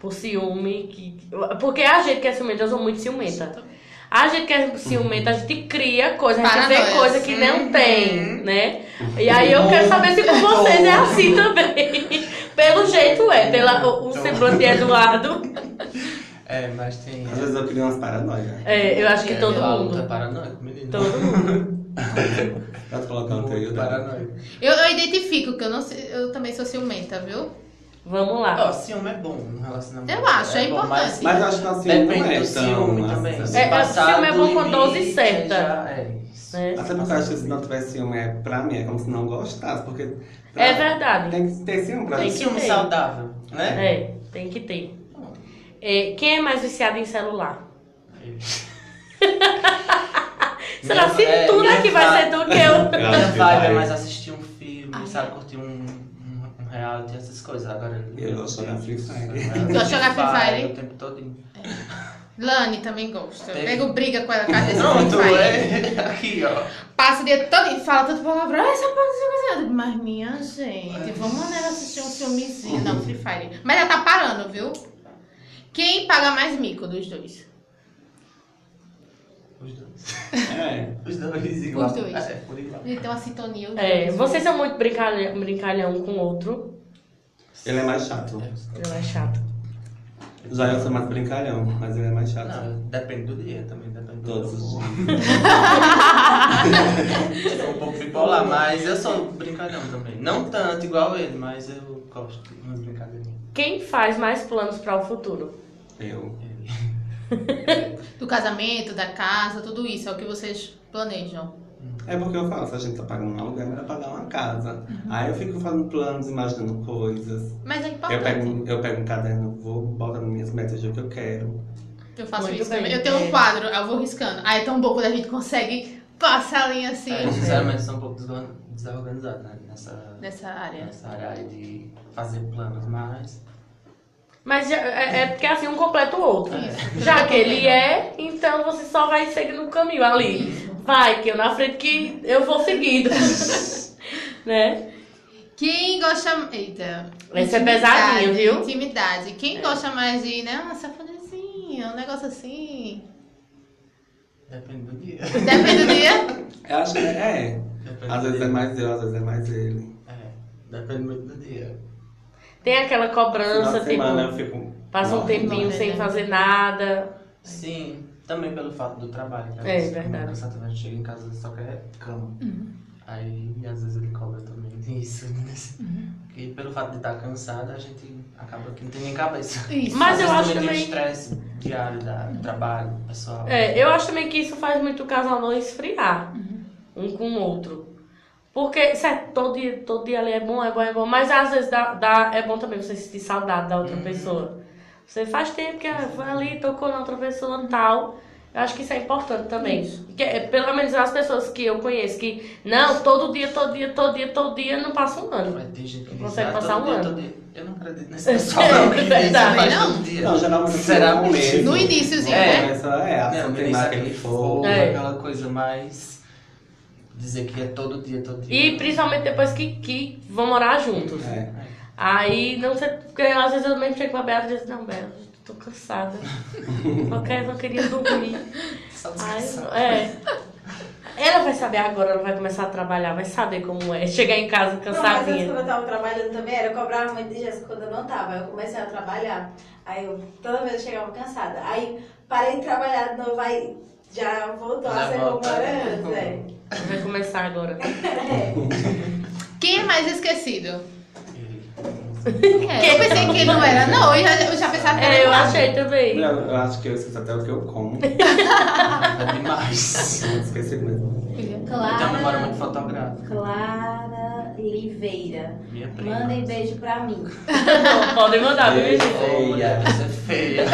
[SPEAKER 1] por ciúme? Que... Porque a gente que é ciumenta, eu sou muito ciumenta. A gente que é ciumenta, a gente cria coisa, a gente
[SPEAKER 2] Paranoias.
[SPEAKER 1] vê coisa que não tem, né? E aí eu
[SPEAKER 4] Muito
[SPEAKER 1] quero saber se com vocês é
[SPEAKER 4] bom.
[SPEAKER 1] assim também. Pelo jeito é, pela, o, o
[SPEAKER 4] Então.
[SPEAKER 1] semblante de Eduardo.
[SPEAKER 4] É, mas tem.
[SPEAKER 3] Às vezes eu crio umas paranoias.
[SPEAKER 1] É, eu acho que todo
[SPEAKER 4] Eduardo tá
[SPEAKER 1] mundo.
[SPEAKER 4] paranoico, menino.
[SPEAKER 1] Todo mundo.
[SPEAKER 3] Pra tu colocar um
[SPEAKER 4] Muito
[SPEAKER 3] teu
[SPEAKER 4] paranoico.
[SPEAKER 2] Eu, eu identifico que eu, não, sei- eu também sou ciumenta, viu?
[SPEAKER 1] Vamos lá.
[SPEAKER 4] Ó, ciúme é bom no relacionamento.
[SPEAKER 2] Eu acho, é
[SPEAKER 4] bom,
[SPEAKER 2] importante.
[SPEAKER 3] Mas eu acho que assim,
[SPEAKER 4] Depende
[SPEAKER 3] não é
[SPEAKER 4] do
[SPEAKER 3] tão
[SPEAKER 4] ciúme também.
[SPEAKER 3] assim.
[SPEAKER 1] É, mas
[SPEAKER 4] Passar
[SPEAKER 1] ciúme é
[SPEAKER 4] do
[SPEAKER 1] bom com a dose
[SPEAKER 4] limite,
[SPEAKER 1] certa.
[SPEAKER 4] já É isso.
[SPEAKER 1] Né?
[SPEAKER 3] Até porque eu acho que se não tivesse ciúme, é, pra mim, é como se não gostasse. Porque pra-
[SPEAKER 1] É verdade.
[SPEAKER 3] tem que ter ciúme pra
[SPEAKER 1] Tem
[SPEAKER 3] mim.
[SPEAKER 1] que
[SPEAKER 4] Ciúme
[SPEAKER 1] ter.
[SPEAKER 4] saudável, né?
[SPEAKER 1] É, tem que ter. É, quem é mais viciado em celular?
[SPEAKER 4] É
[SPEAKER 1] Será
[SPEAKER 4] Minha-
[SPEAKER 1] se
[SPEAKER 4] é,
[SPEAKER 1] tu
[SPEAKER 4] minha
[SPEAKER 1] né que vai
[SPEAKER 4] vibe-
[SPEAKER 1] ser do que eu?
[SPEAKER 3] Eu
[SPEAKER 4] Minha
[SPEAKER 3] acho que
[SPEAKER 4] vibe é
[SPEAKER 3] vai.
[SPEAKER 4] mais assistir um filme,
[SPEAKER 2] Ah,
[SPEAKER 4] sabe?
[SPEAKER 2] é.
[SPEAKER 4] Curtir um, um, um reality, essas coisas. Agora
[SPEAKER 3] Eu gosto de jogar Free Fire.
[SPEAKER 4] Eu
[SPEAKER 2] gosto de jogar Free Fire, hein?
[SPEAKER 4] O tempo todo.
[SPEAKER 2] Lani também gosta. Eu
[SPEAKER 4] Tem.
[SPEAKER 2] pego briga com ela, cara.
[SPEAKER 4] Não, tu é aqui, ó.
[SPEAKER 2] Passa o dia todo e fala tanto palavrão. Ah, essa porra, essa coisa. Eu digo, Mas minha gente, vamos né, assistir um filmezinho. Não, Free Fire. Mas ela tá parando, viu? Quem paga mais mico dos dois?
[SPEAKER 4] Os dois.
[SPEAKER 3] É.
[SPEAKER 4] Os dois igual.
[SPEAKER 2] Os dois.
[SPEAKER 4] É, por igual.
[SPEAKER 2] Ele tem uma sintonia. os
[SPEAKER 1] É,
[SPEAKER 2] dois.
[SPEAKER 1] vocês são muito brincalhão, brincalhão um com o outro.
[SPEAKER 3] Ele é mais chato.
[SPEAKER 1] Eu é chato.
[SPEAKER 3] Já eu sou mais brincalhão, mas ele é mais chato.
[SPEAKER 4] Não, depende do dia também, depende do
[SPEAKER 3] Todos os
[SPEAKER 4] dia.
[SPEAKER 3] dias.
[SPEAKER 4] Sou um pouco bipolar, mas eu sou um brincalhão também. Não tanto igual ele, mas eu gosto de umas brincadeirinhas.
[SPEAKER 1] Quem faz mais planos para o futuro?
[SPEAKER 3] Eu.
[SPEAKER 4] Ele.
[SPEAKER 2] Do casamento, da casa, tudo isso. É o que vocês planejam.
[SPEAKER 3] É porque eu falo, se a gente tá pagando um aluguel, era pagar uma casa. Aí eu fico fazendo planos, imaginando coisas.
[SPEAKER 2] Mas é importante.
[SPEAKER 3] Eu pego, um- eu pego um caderno, vou botando minhas metas do que eu quero.
[SPEAKER 2] Eu faço
[SPEAKER 1] Muito
[SPEAKER 2] isso
[SPEAKER 1] bem.
[SPEAKER 2] também. Eu tenho um
[SPEAKER 1] É.
[SPEAKER 2] quadro, eu vou riscando. Aí é tão bom quando a gente consegue passar a linha assim.
[SPEAKER 4] É, sinceramente, sou um pouco desorgan- desorganizado né, nessa,
[SPEAKER 2] Nessa área.
[SPEAKER 4] nessa É, área aí de fazer planos, mas.
[SPEAKER 1] Mas já- é, é porque assim um completa o outro.
[SPEAKER 3] É.
[SPEAKER 2] Isso.
[SPEAKER 1] Já que ele é, então você só vai seguindo o caminho ali. Vai, que eu na frente que eu vou seguindo. né?
[SPEAKER 2] Quem gosta. Eita.
[SPEAKER 1] Esse é
[SPEAKER 2] Intimidade,
[SPEAKER 1] pesadinho, viu? É.
[SPEAKER 2] Intimidade. Quem gosta mais de, né, uma safadezinha, um negócio assim.
[SPEAKER 4] Depende do dia.
[SPEAKER 2] Depende do dia.
[SPEAKER 3] Eu acho que é. é.
[SPEAKER 4] Depende
[SPEAKER 3] Às
[SPEAKER 4] do
[SPEAKER 3] vezes
[SPEAKER 4] dia.
[SPEAKER 3] é mais eu, às vezes é mais ele.
[SPEAKER 4] É, depende muito do dia.
[SPEAKER 1] Tem aquela
[SPEAKER 3] Final
[SPEAKER 1] cobrança, tipo,
[SPEAKER 3] de semana eu fico.
[SPEAKER 1] passa um
[SPEAKER 3] Nossa.
[SPEAKER 1] tempinho
[SPEAKER 2] Nossa,
[SPEAKER 1] sem
[SPEAKER 2] né?
[SPEAKER 1] fazer nada.
[SPEAKER 4] Sim, também pelo fato do trabalho. que às
[SPEAKER 1] É,
[SPEAKER 4] vezes
[SPEAKER 1] verdade.
[SPEAKER 4] O cansado a gente chega em casa e só quer cama. Aí, às vezes, ele cobra também nisso. nisso.
[SPEAKER 1] Uhum.
[SPEAKER 4] E pelo fato de estar cansado, a gente acaba que não tem nem cabeça.
[SPEAKER 2] Isso.
[SPEAKER 1] Mas
[SPEAKER 4] Às
[SPEAKER 1] eu
[SPEAKER 4] vezes
[SPEAKER 1] acho
[SPEAKER 4] tem
[SPEAKER 1] também-
[SPEAKER 4] o estresse diário da, do trabalho, pessoal.
[SPEAKER 1] É, eu acho também que isso faz muito o casal não esfriar um com o outro. Porque, certo, todo dia, todo dia ali é bom, é bom, é bom. Mas às vezes dá, dá- é bom também você sentir saudade da outra pessoa. Você faz tempo que ah, foi ali, tocou na outra pessoa e tal. Eu acho que isso é importante também. Que, é, pelo menos as pessoas que eu conheço que, não, todo dia, todo dia, todo dia, todo dia, não passa um ano.
[SPEAKER 4] Mas tem gente que
[SPEAKER 1] Não
[SPEAKER 4] diz,
[SPEAKER 1] consegue
[SPEAKER 4] ah,
[SPEAKER 1] passar
[SPEAKER 4] todo
[SPEAKER 1] um
[SPEAKER 4] dia,
[SPEAKER 1] ano.
[SPEAKER 4] todo dia. Eu não acredito nesse pessoal.
[SPEAKER 1] É
[SPEAKER 4] não, que diz,
[SPEAKER 1] verdade,
[SPEAKER 4] faz
[SPEAKER 2] não?
[SPEAKER 4] todo dia.
[SPEAKER 3] Não, geralmente
[SPEAKER 4] Será
[SPEAKER 3] no começo.
[SPEAKER 2] No iníciozinho,
[SPEAKER 3] É,
[SPEAKER 2] né?
[SPEAKER 3] começa, é, a
[SPEAKER 4] Não,
[SPEAKER 3] tem
[SPEAKER 4] tem
[SPEAKER 3] aquele
[SPEAKER 4] aquele fogo,
[SPEAKER 3] fogo.
[SPEAKER 1] É.
[SPEAKER 4] aquela coisa mais. Dizer que é todo dia, todo dia. né?
[SPEAKER 1] E principalmente depois que, que vão morar juntos.
[SPEAKER 3] É.
[SPEAKER 1] Aí, não sei, porque às vezes eu mesmo chego com a Beata e digo, não, Beata, tô cansada. Só quero, só queria dormir.
[SPEAKER 4] Só
[SPEAKER 1] Ai,
[SPEAKER 4] descansar.
[SPEAKER 1] é. Ela vai saber agora, ela vai começar a trabalhar, vai saber como é. Chegar em casa
[SPEAKER 5] Não, mas antes quando
[SPEAKER 1] cansadinha.
[SPEAKER 5] eu tava trabalhando também, era eu cobrava muito de Jéssica quando eu não tava. Eu comecei a trabalhar, aí eu toda vez eu chegava cansada. Aí parei de trabalhar de novo, aí já voltou
[SPEAKER 4] Já
[SPEAKER 5] a ser
[SPEAKER 4] volta.
[SPEAKER 5] como era antes, é.
[SPEAKER 1] Vai começar agora.
[SPEAKER 2] Quem é mais esquecido?
[SPEAKER 4] E-
[SPEAKER 2] É, eu pensei que não era, não. Eu já, eu já pensava que era. um
[SPEAKER 1] É, eu
[SPEAKER 2] errado.
[SPEAKER 1] achei também.
[SPEAKER 3] Mulher, eu acho que eu esqueci até o que eu como.
[SPEAKER 4] É demais. Então,
[SPEAKER 3] Eu esqueci mesmo.
[SPEAKER 4] Eu tenho uma memória é muito
[SPEAKER 5] Clara,
[SPEAKER 4] fotográfica.
[SPEAKER 5] Clara Oliveira.
[SPEAKER 4] Minha prima.
[SPEAKER 5] Mandem beijo pra mim.
[SPEAKER 1] Tá Podem mandar, viu,
[SPEAKER 3] Beijo.
[SPEAKER 1] gente?
[SPEAKER 4] Ô, mulher, você é feia.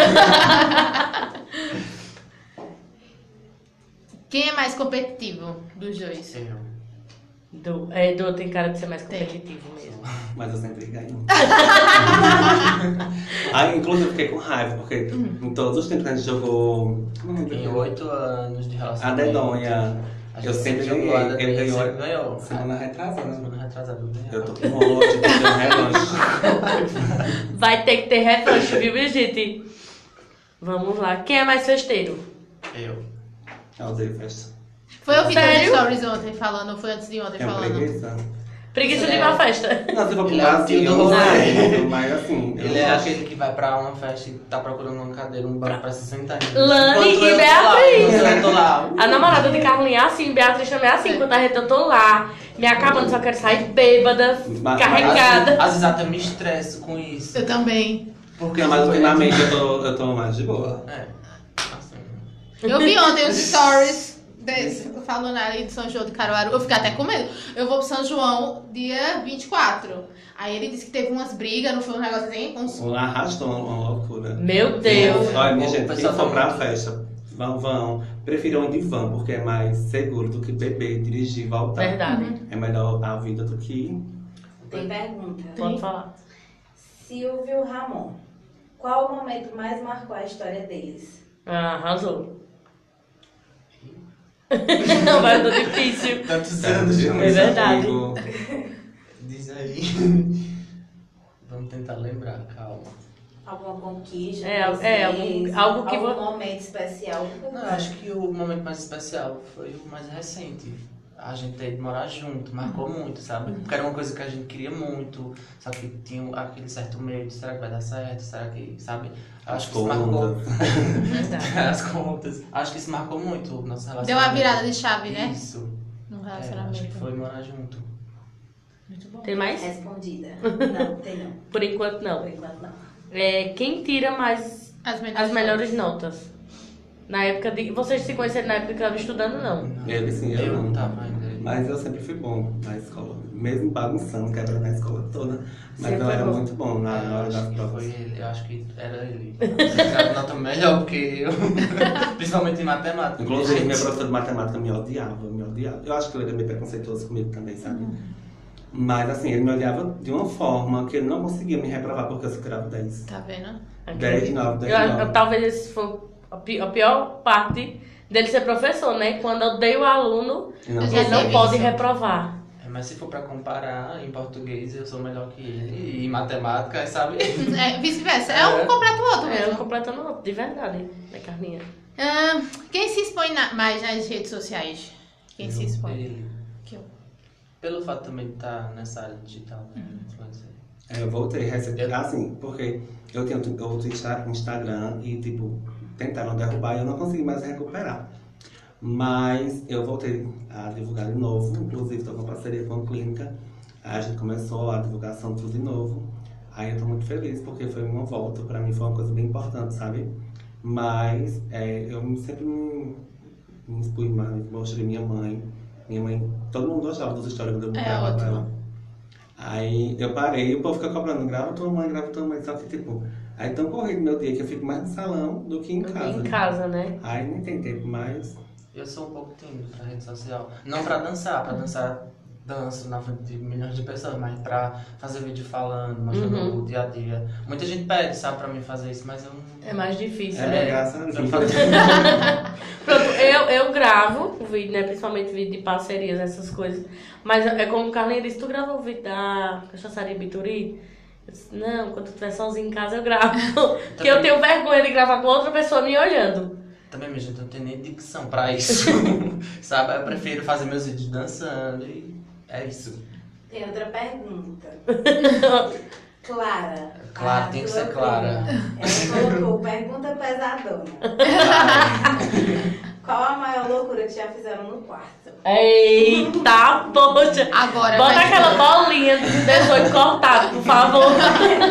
[SPEAKER 2] Quem é mais competitivo dos dois?
[SPEAKER 4] Eu.
[SPEAKER 1] Du, é, Du tem cara de ser mais
[SPEAKER 2] Tem.
[SPEAKER 1] competitivo mesmo.
[SPEAKER 3] Mas eu sempre ganho. Aí, inclusive, eu fiquei com raiva, porque em todos os tempos que a gente jogou. Não lembro.
[SPEAKER 4] Em oito anos de
[SPEAKER 3] é? A
[SPEAKER 4] relacionamento.
[SPEAKER 3] dedonha.
[SPEAKER 4] a
[SPEAKER 3] Eu
[SPEAKER 4] gente
[SPEAKER 3] sempre
[SPEAKER 4] jogou
[SPEAKER 3] ganhei.
[SPEAKER 4] a dedonha,
[SPEAKER 3] Ele ganhou.
[SPEAKER 4] sempre ganhou.
[SPEAKER 3] Semana retrasada.
[SPEAKER 4] A
[SPEAKER 3] né?
[SPEAKER 4] semana retrasada eu ganhei.
[SPEAKER 3] Eu tô com ódio, eu tenho um relógio.
[SPEAKER 1] Vai ter que ter revanche, viu, minha gente? Vamos lá. Quem é mais festeiro?
[SPEAKER 4] Eu.
[SPEAKER 3] Eu odeio festa.
[SPEAKER 2] Foi eu que fiz
[SPEAKER 1] Sério?
[SPEAKER 2] stories ontem falando, foi antes de ontem
[SPEAKER 3] Tenho
[SPEAKER 2] falando.
[SPEAKER 3] preguiça.
[SPEAKER 1] Preguiça de ir
[SPEAKER 4] É.
[SPEAKER 1] pra festa.
[SPEAKER 3] É um Não, se eu for pro
[SPEAKER 4] Ele é o
[SPEAKER 3] Brasil,
[SPEAKER 4] tio
[SPEAKER 3] eu
[SPEAKER 4] do
[SPEAKER 3] não
[SPEAKER 4] rolê.
[SPEAKER 3] sei. Mas assim, eu
[SPEAKER 4] Ele é
[SPEAKER 3] acho-
[SPEAKER 4] aquele que vai pra uma festa e tá procurando uma cadeira, um banco pra se sentar.
[SPEAKER 1] Lani
[SPEAKER 4] Enquanto
[SPEAKER 1] e
[SPEAKER 4] eu tô lá,
[SPEAKER 1] Beatriz.
[SPEAKER 4] enquanto Eu tô lá.
[SPEAKER 1] A namorada de Carlinhos é assim, Beatriz também é assim. Quando a gente eu tô lá, me acabando, só quero sair bêbada,
[SPEAKER 3] mas-
[SPEAKER 1] carregada.
[SPEAKER 4] Às vezes até me estresso com isso.
[SPEAKER 2] Eu também.
[SPEAKER 4] Porque
[SPEAKER 3] Não, mas
[SPEAKER 4] tipo, é
[SPEAKER 3] ultimamente eu tô, eu tô mais de boa.
[SPEAKER 4] É. Assim.
[SPEAKER 2] Eu vi ontem os stories desse, falando ali de São João de Caruaru. Eu fiquei até com medo. Eu vou pro São João dia 24. Aí ele disse que teve umas brigas, não foi um negócio assim? Uns...
[SPEAKER 3] Um arrasto é uma, uma loucura.
[SPEAKER 1] Meu Deus.
[SPEAKER 3] Olha, minha
[SPEAKER 4] O
[SPEAKER 3] gente, quem
[SPEAKER 4] pessoal
[SPEAKER 3] for
[SPEAKER 4] tá
[SPEAKER 3] pra
[SPEAKER 4] muito-
[SPEAKER 3] festa, vão, vão. Prefiram ir de van, porque é mais seguro do que beber, dirigir e voltar.
[SPEAKER 1] Verdade.
[SPEAKER 3] É melhor a vida do que.
[SPEAKER 5] Tem pergunta.
[SPEAKER 1] Pode falar.
[SPEAKER 5] Silvio Ramon. Qual o momento mais marcou a história deles?
[SPEAKER 1] Ah, arrasou. Vai tô difícil.
[SPEAKER 4] Tantos
[SPEAKER 1] É verdade.
[SPEAKER 3] Amigo.
[SPEAKER 4] Diz aí. Vamos tentar lembrar, calma.
[SPEAKER 5] Alguma conquista?
[SPEAKER 1] É,
[SPEAKER 5] vocês,
[SPEAKER 1] é, algum- algo que
[SPEAKER 5] algum
[SPEAKER 1] vo-
[SPEAKER 5] momento especial.
[SPEAKER 4] Não, eu acho que o momento mais especial foi o mais recente. A gente ter ido morar junto, marcou
[SPEAKER 2] Uhum.
[SPEAKER 4] muito, sabe? Porque era uma coisa que a gente queria muito, só que tinha aquele certo medo, será que vai dar certo? Será que, sabe? Eu Acho que isso marcou.
[SPEAKER 3] Conta.
[SPEAKER 1] Verdade.
[SPEAKER 4] As contas. Acho que isso marcou muito o nosso relacionamento.
[SPEAKER 2] Deu uma virada de chave, né?
[SPEAKER 4] Isso.
[SPEAKER 2] No
[SPEAKER 4] É, acho que
[SPEAKER 2] relacionamento.
[SPEAKER 4] foi morar junto.
[SPEAKER 2] Muito bom.
[SPEAKER 1] Tem mais?
[SPEAKER 5] É. Respondida. Não, tem não.
[SPEAKER 1] Por enquanto,
[SPEAKER 5] Por
[SPEAKER 1] não.
[SPEAKER 5] enquanto não.
[SPEAKER 1] É, quem tira mais
[SPEAKER 2] As melhores.
[SPEAKER 1] as melhores notas? Na época de... Vocês se conheceram na época que eu estava estudando, não?
[SPEAKER 3] Ele sim, eu
[SPEAKER 4] eu
[SPEAKER 3] não.
[SPEAKER 4] não tava ainda.
[SPEAKER 3] Mas eu sempre fui bom na escola. Mesmo bagunçando, quebrando a escola toda. Mas
[SPEAKER 1] Sempre
[SPEAKER 3] eu
[SPEAKER 1] foi
[SPEAKER 3] era
[SPEAKER 1] bom.
[SPEAKER 3] muito bom
[SPEAKER 4] Ah,
[SPEAKER 3] na
[SPEAKER 4] eu
[SPEAKER 3] hora
[SPEAKER 4] acho
[SPEAKER 3] das
[SPEAKER 4] que
[SPEAKER 3] provas.
[SPEAKER 4] Foi ele, eu acho que era ele. Você nota melhor que eu. Principalmente em matemática.
[SPEAKER 3] Inclusive, minha professora de matemática me odiava, me odiava. Eu acho que ele era meio preconceituoso comigo também, sabe? Mas assim, ele me odiava de uma forma que ele não conseguia me reprovar porque eu só tirava 10.
[SPEAKER 2] Tá vendo?
[SPEAKER 3] 10 de 9, 10
[SPEAKER 1] Eu,
[SPEAKER 3] de
[SPEAKER 1] acho que
[SPEAKER 3] 9.
[SPEAKER 1] talvez esse foi a pi- a pior parte dele ser professor, né? Quando eu dei o aluno,
[SPEAKER 3] Não,
[SPEAKER 2] Eu já
[SPEAKER 1] ele não
[SPEAKER 2] sei
[SPEAKER 1] pode
[SPEAKER 2] isso.
[SPEAKER 1] reprovar.
[SPEAKER 4] É, Mas se for pra comparar, em português eu sou melhor que ele. E em matemática, sabe?
[SPEAKER 2] É, Vice-versa. É um
[SPEAKER 4] É.
[SPEAKER 2] completo o outro
[SPEAKER 1] É, eu
[SPEAKER 2] mesmo.
[SPEAKER 1] completando outro, de verdade, né, Carlinha?
[SPEAKER 2] Ah, quem se expõe na- mais nas redes sociais? Quem se expõe?
[SPEAKER 4] Ele.
[SPEAKER 2] Que eu-
[SPEAKER 4] Pelo fato também de estar nessa área digital, né?
[SPEAKER 1] Uhum.
[SPEAKER 4] influencer.
[SPEAKER 3] É, eu voltei a receber, assim, porque eu tenho outro- outro Insta- Instagram e, tipo, tentaram derrubar e eu não consegui mais recuperar. Mas eu voltei a divulgar de novo, inclusive estou com parceria com a clínica. Aí a gente começou a divulgação tudo de novo. Aí eu tô muito feliz, porque foi uma volta, para mim foi uma coisa bem importante, sabe? Mas é, eu me- sempre me, me expus mais, mostrei minha mãe. Minha mãe, todo mundo gostava dos stories quando eu
[SPEAKER 2] É,
[SPEAKER 3] mudava
[SPEAKER 2] ótimo.
[SPEAKER 3] ela. Aí eu parei e o povo fica cobrando, grava tua mãe, grava tua mãe, só que tipo, aí tão corrido meu dia que eu fico mais no salão do que em casa.
[SPEAKER 1] Em casa, né?
[SPEAKER 3] Aí nem tem tempo mais.
[SPEAKER 4] Eu sou um pouco tímido pra rede social. Não pra dançar, pra dançar danço na frente de milhões de pessoas, mas pra fazer vídeo falando, mostrando
[SPEAKER 1] Uhum.
[SPEAKER 4] o dia a dia. Muita gente pede, sabe, pra mim fazer isso, mas eu não.
[SPEAKER 1] É mais difícil,
[SPEAKER 3] É,
[SPEAKER 1] né?
[SPEAKER 3] minha graça.
[SPEAKER 4] Pra
[SPEAKER 3] Não,
[SPEAKER 4] fazer.
[SPEAKER 1] Pronto, eu, eu gravo o vídeo, né? Principalmente vídeo de parcerias, essas coisas. Mas é como o Carlinhos disse, tu gravou o vídeo da Cachaçaria Bituri? Eu disse, não, quando eu estiver sozinho em casa eu gravo. Porque eu tenho vergonha de gravar com outra pessoa me olhando.
[SPEAKER 4] Também, minha gente, eu não tenho nem dicção pra isso. Sabe? Eu prefiro fazer meus vídeos dançando e é isso.
[SPEAKER 5] Tem outra pergunta. Clara.
[SPEAKER 4] Clara,
[SPEAKER 5] a
[SPEAKER 4] tem que
[SPEAKER 5] tua
[SPEAKER 4] ser clara.
[SPEAKER 5] prima. Ela colocou pergunta pesadona. Qual a maior loucura que já fizeram no quarto?
[SPEAKER 1] Eita, poxa.
[SPEAKER 2] Agora,
[SPEAKER 1] Bota
[SPEAKER 2] vai-
[SPEAKER 1] aquela bolinha de 18 cortada, por favor.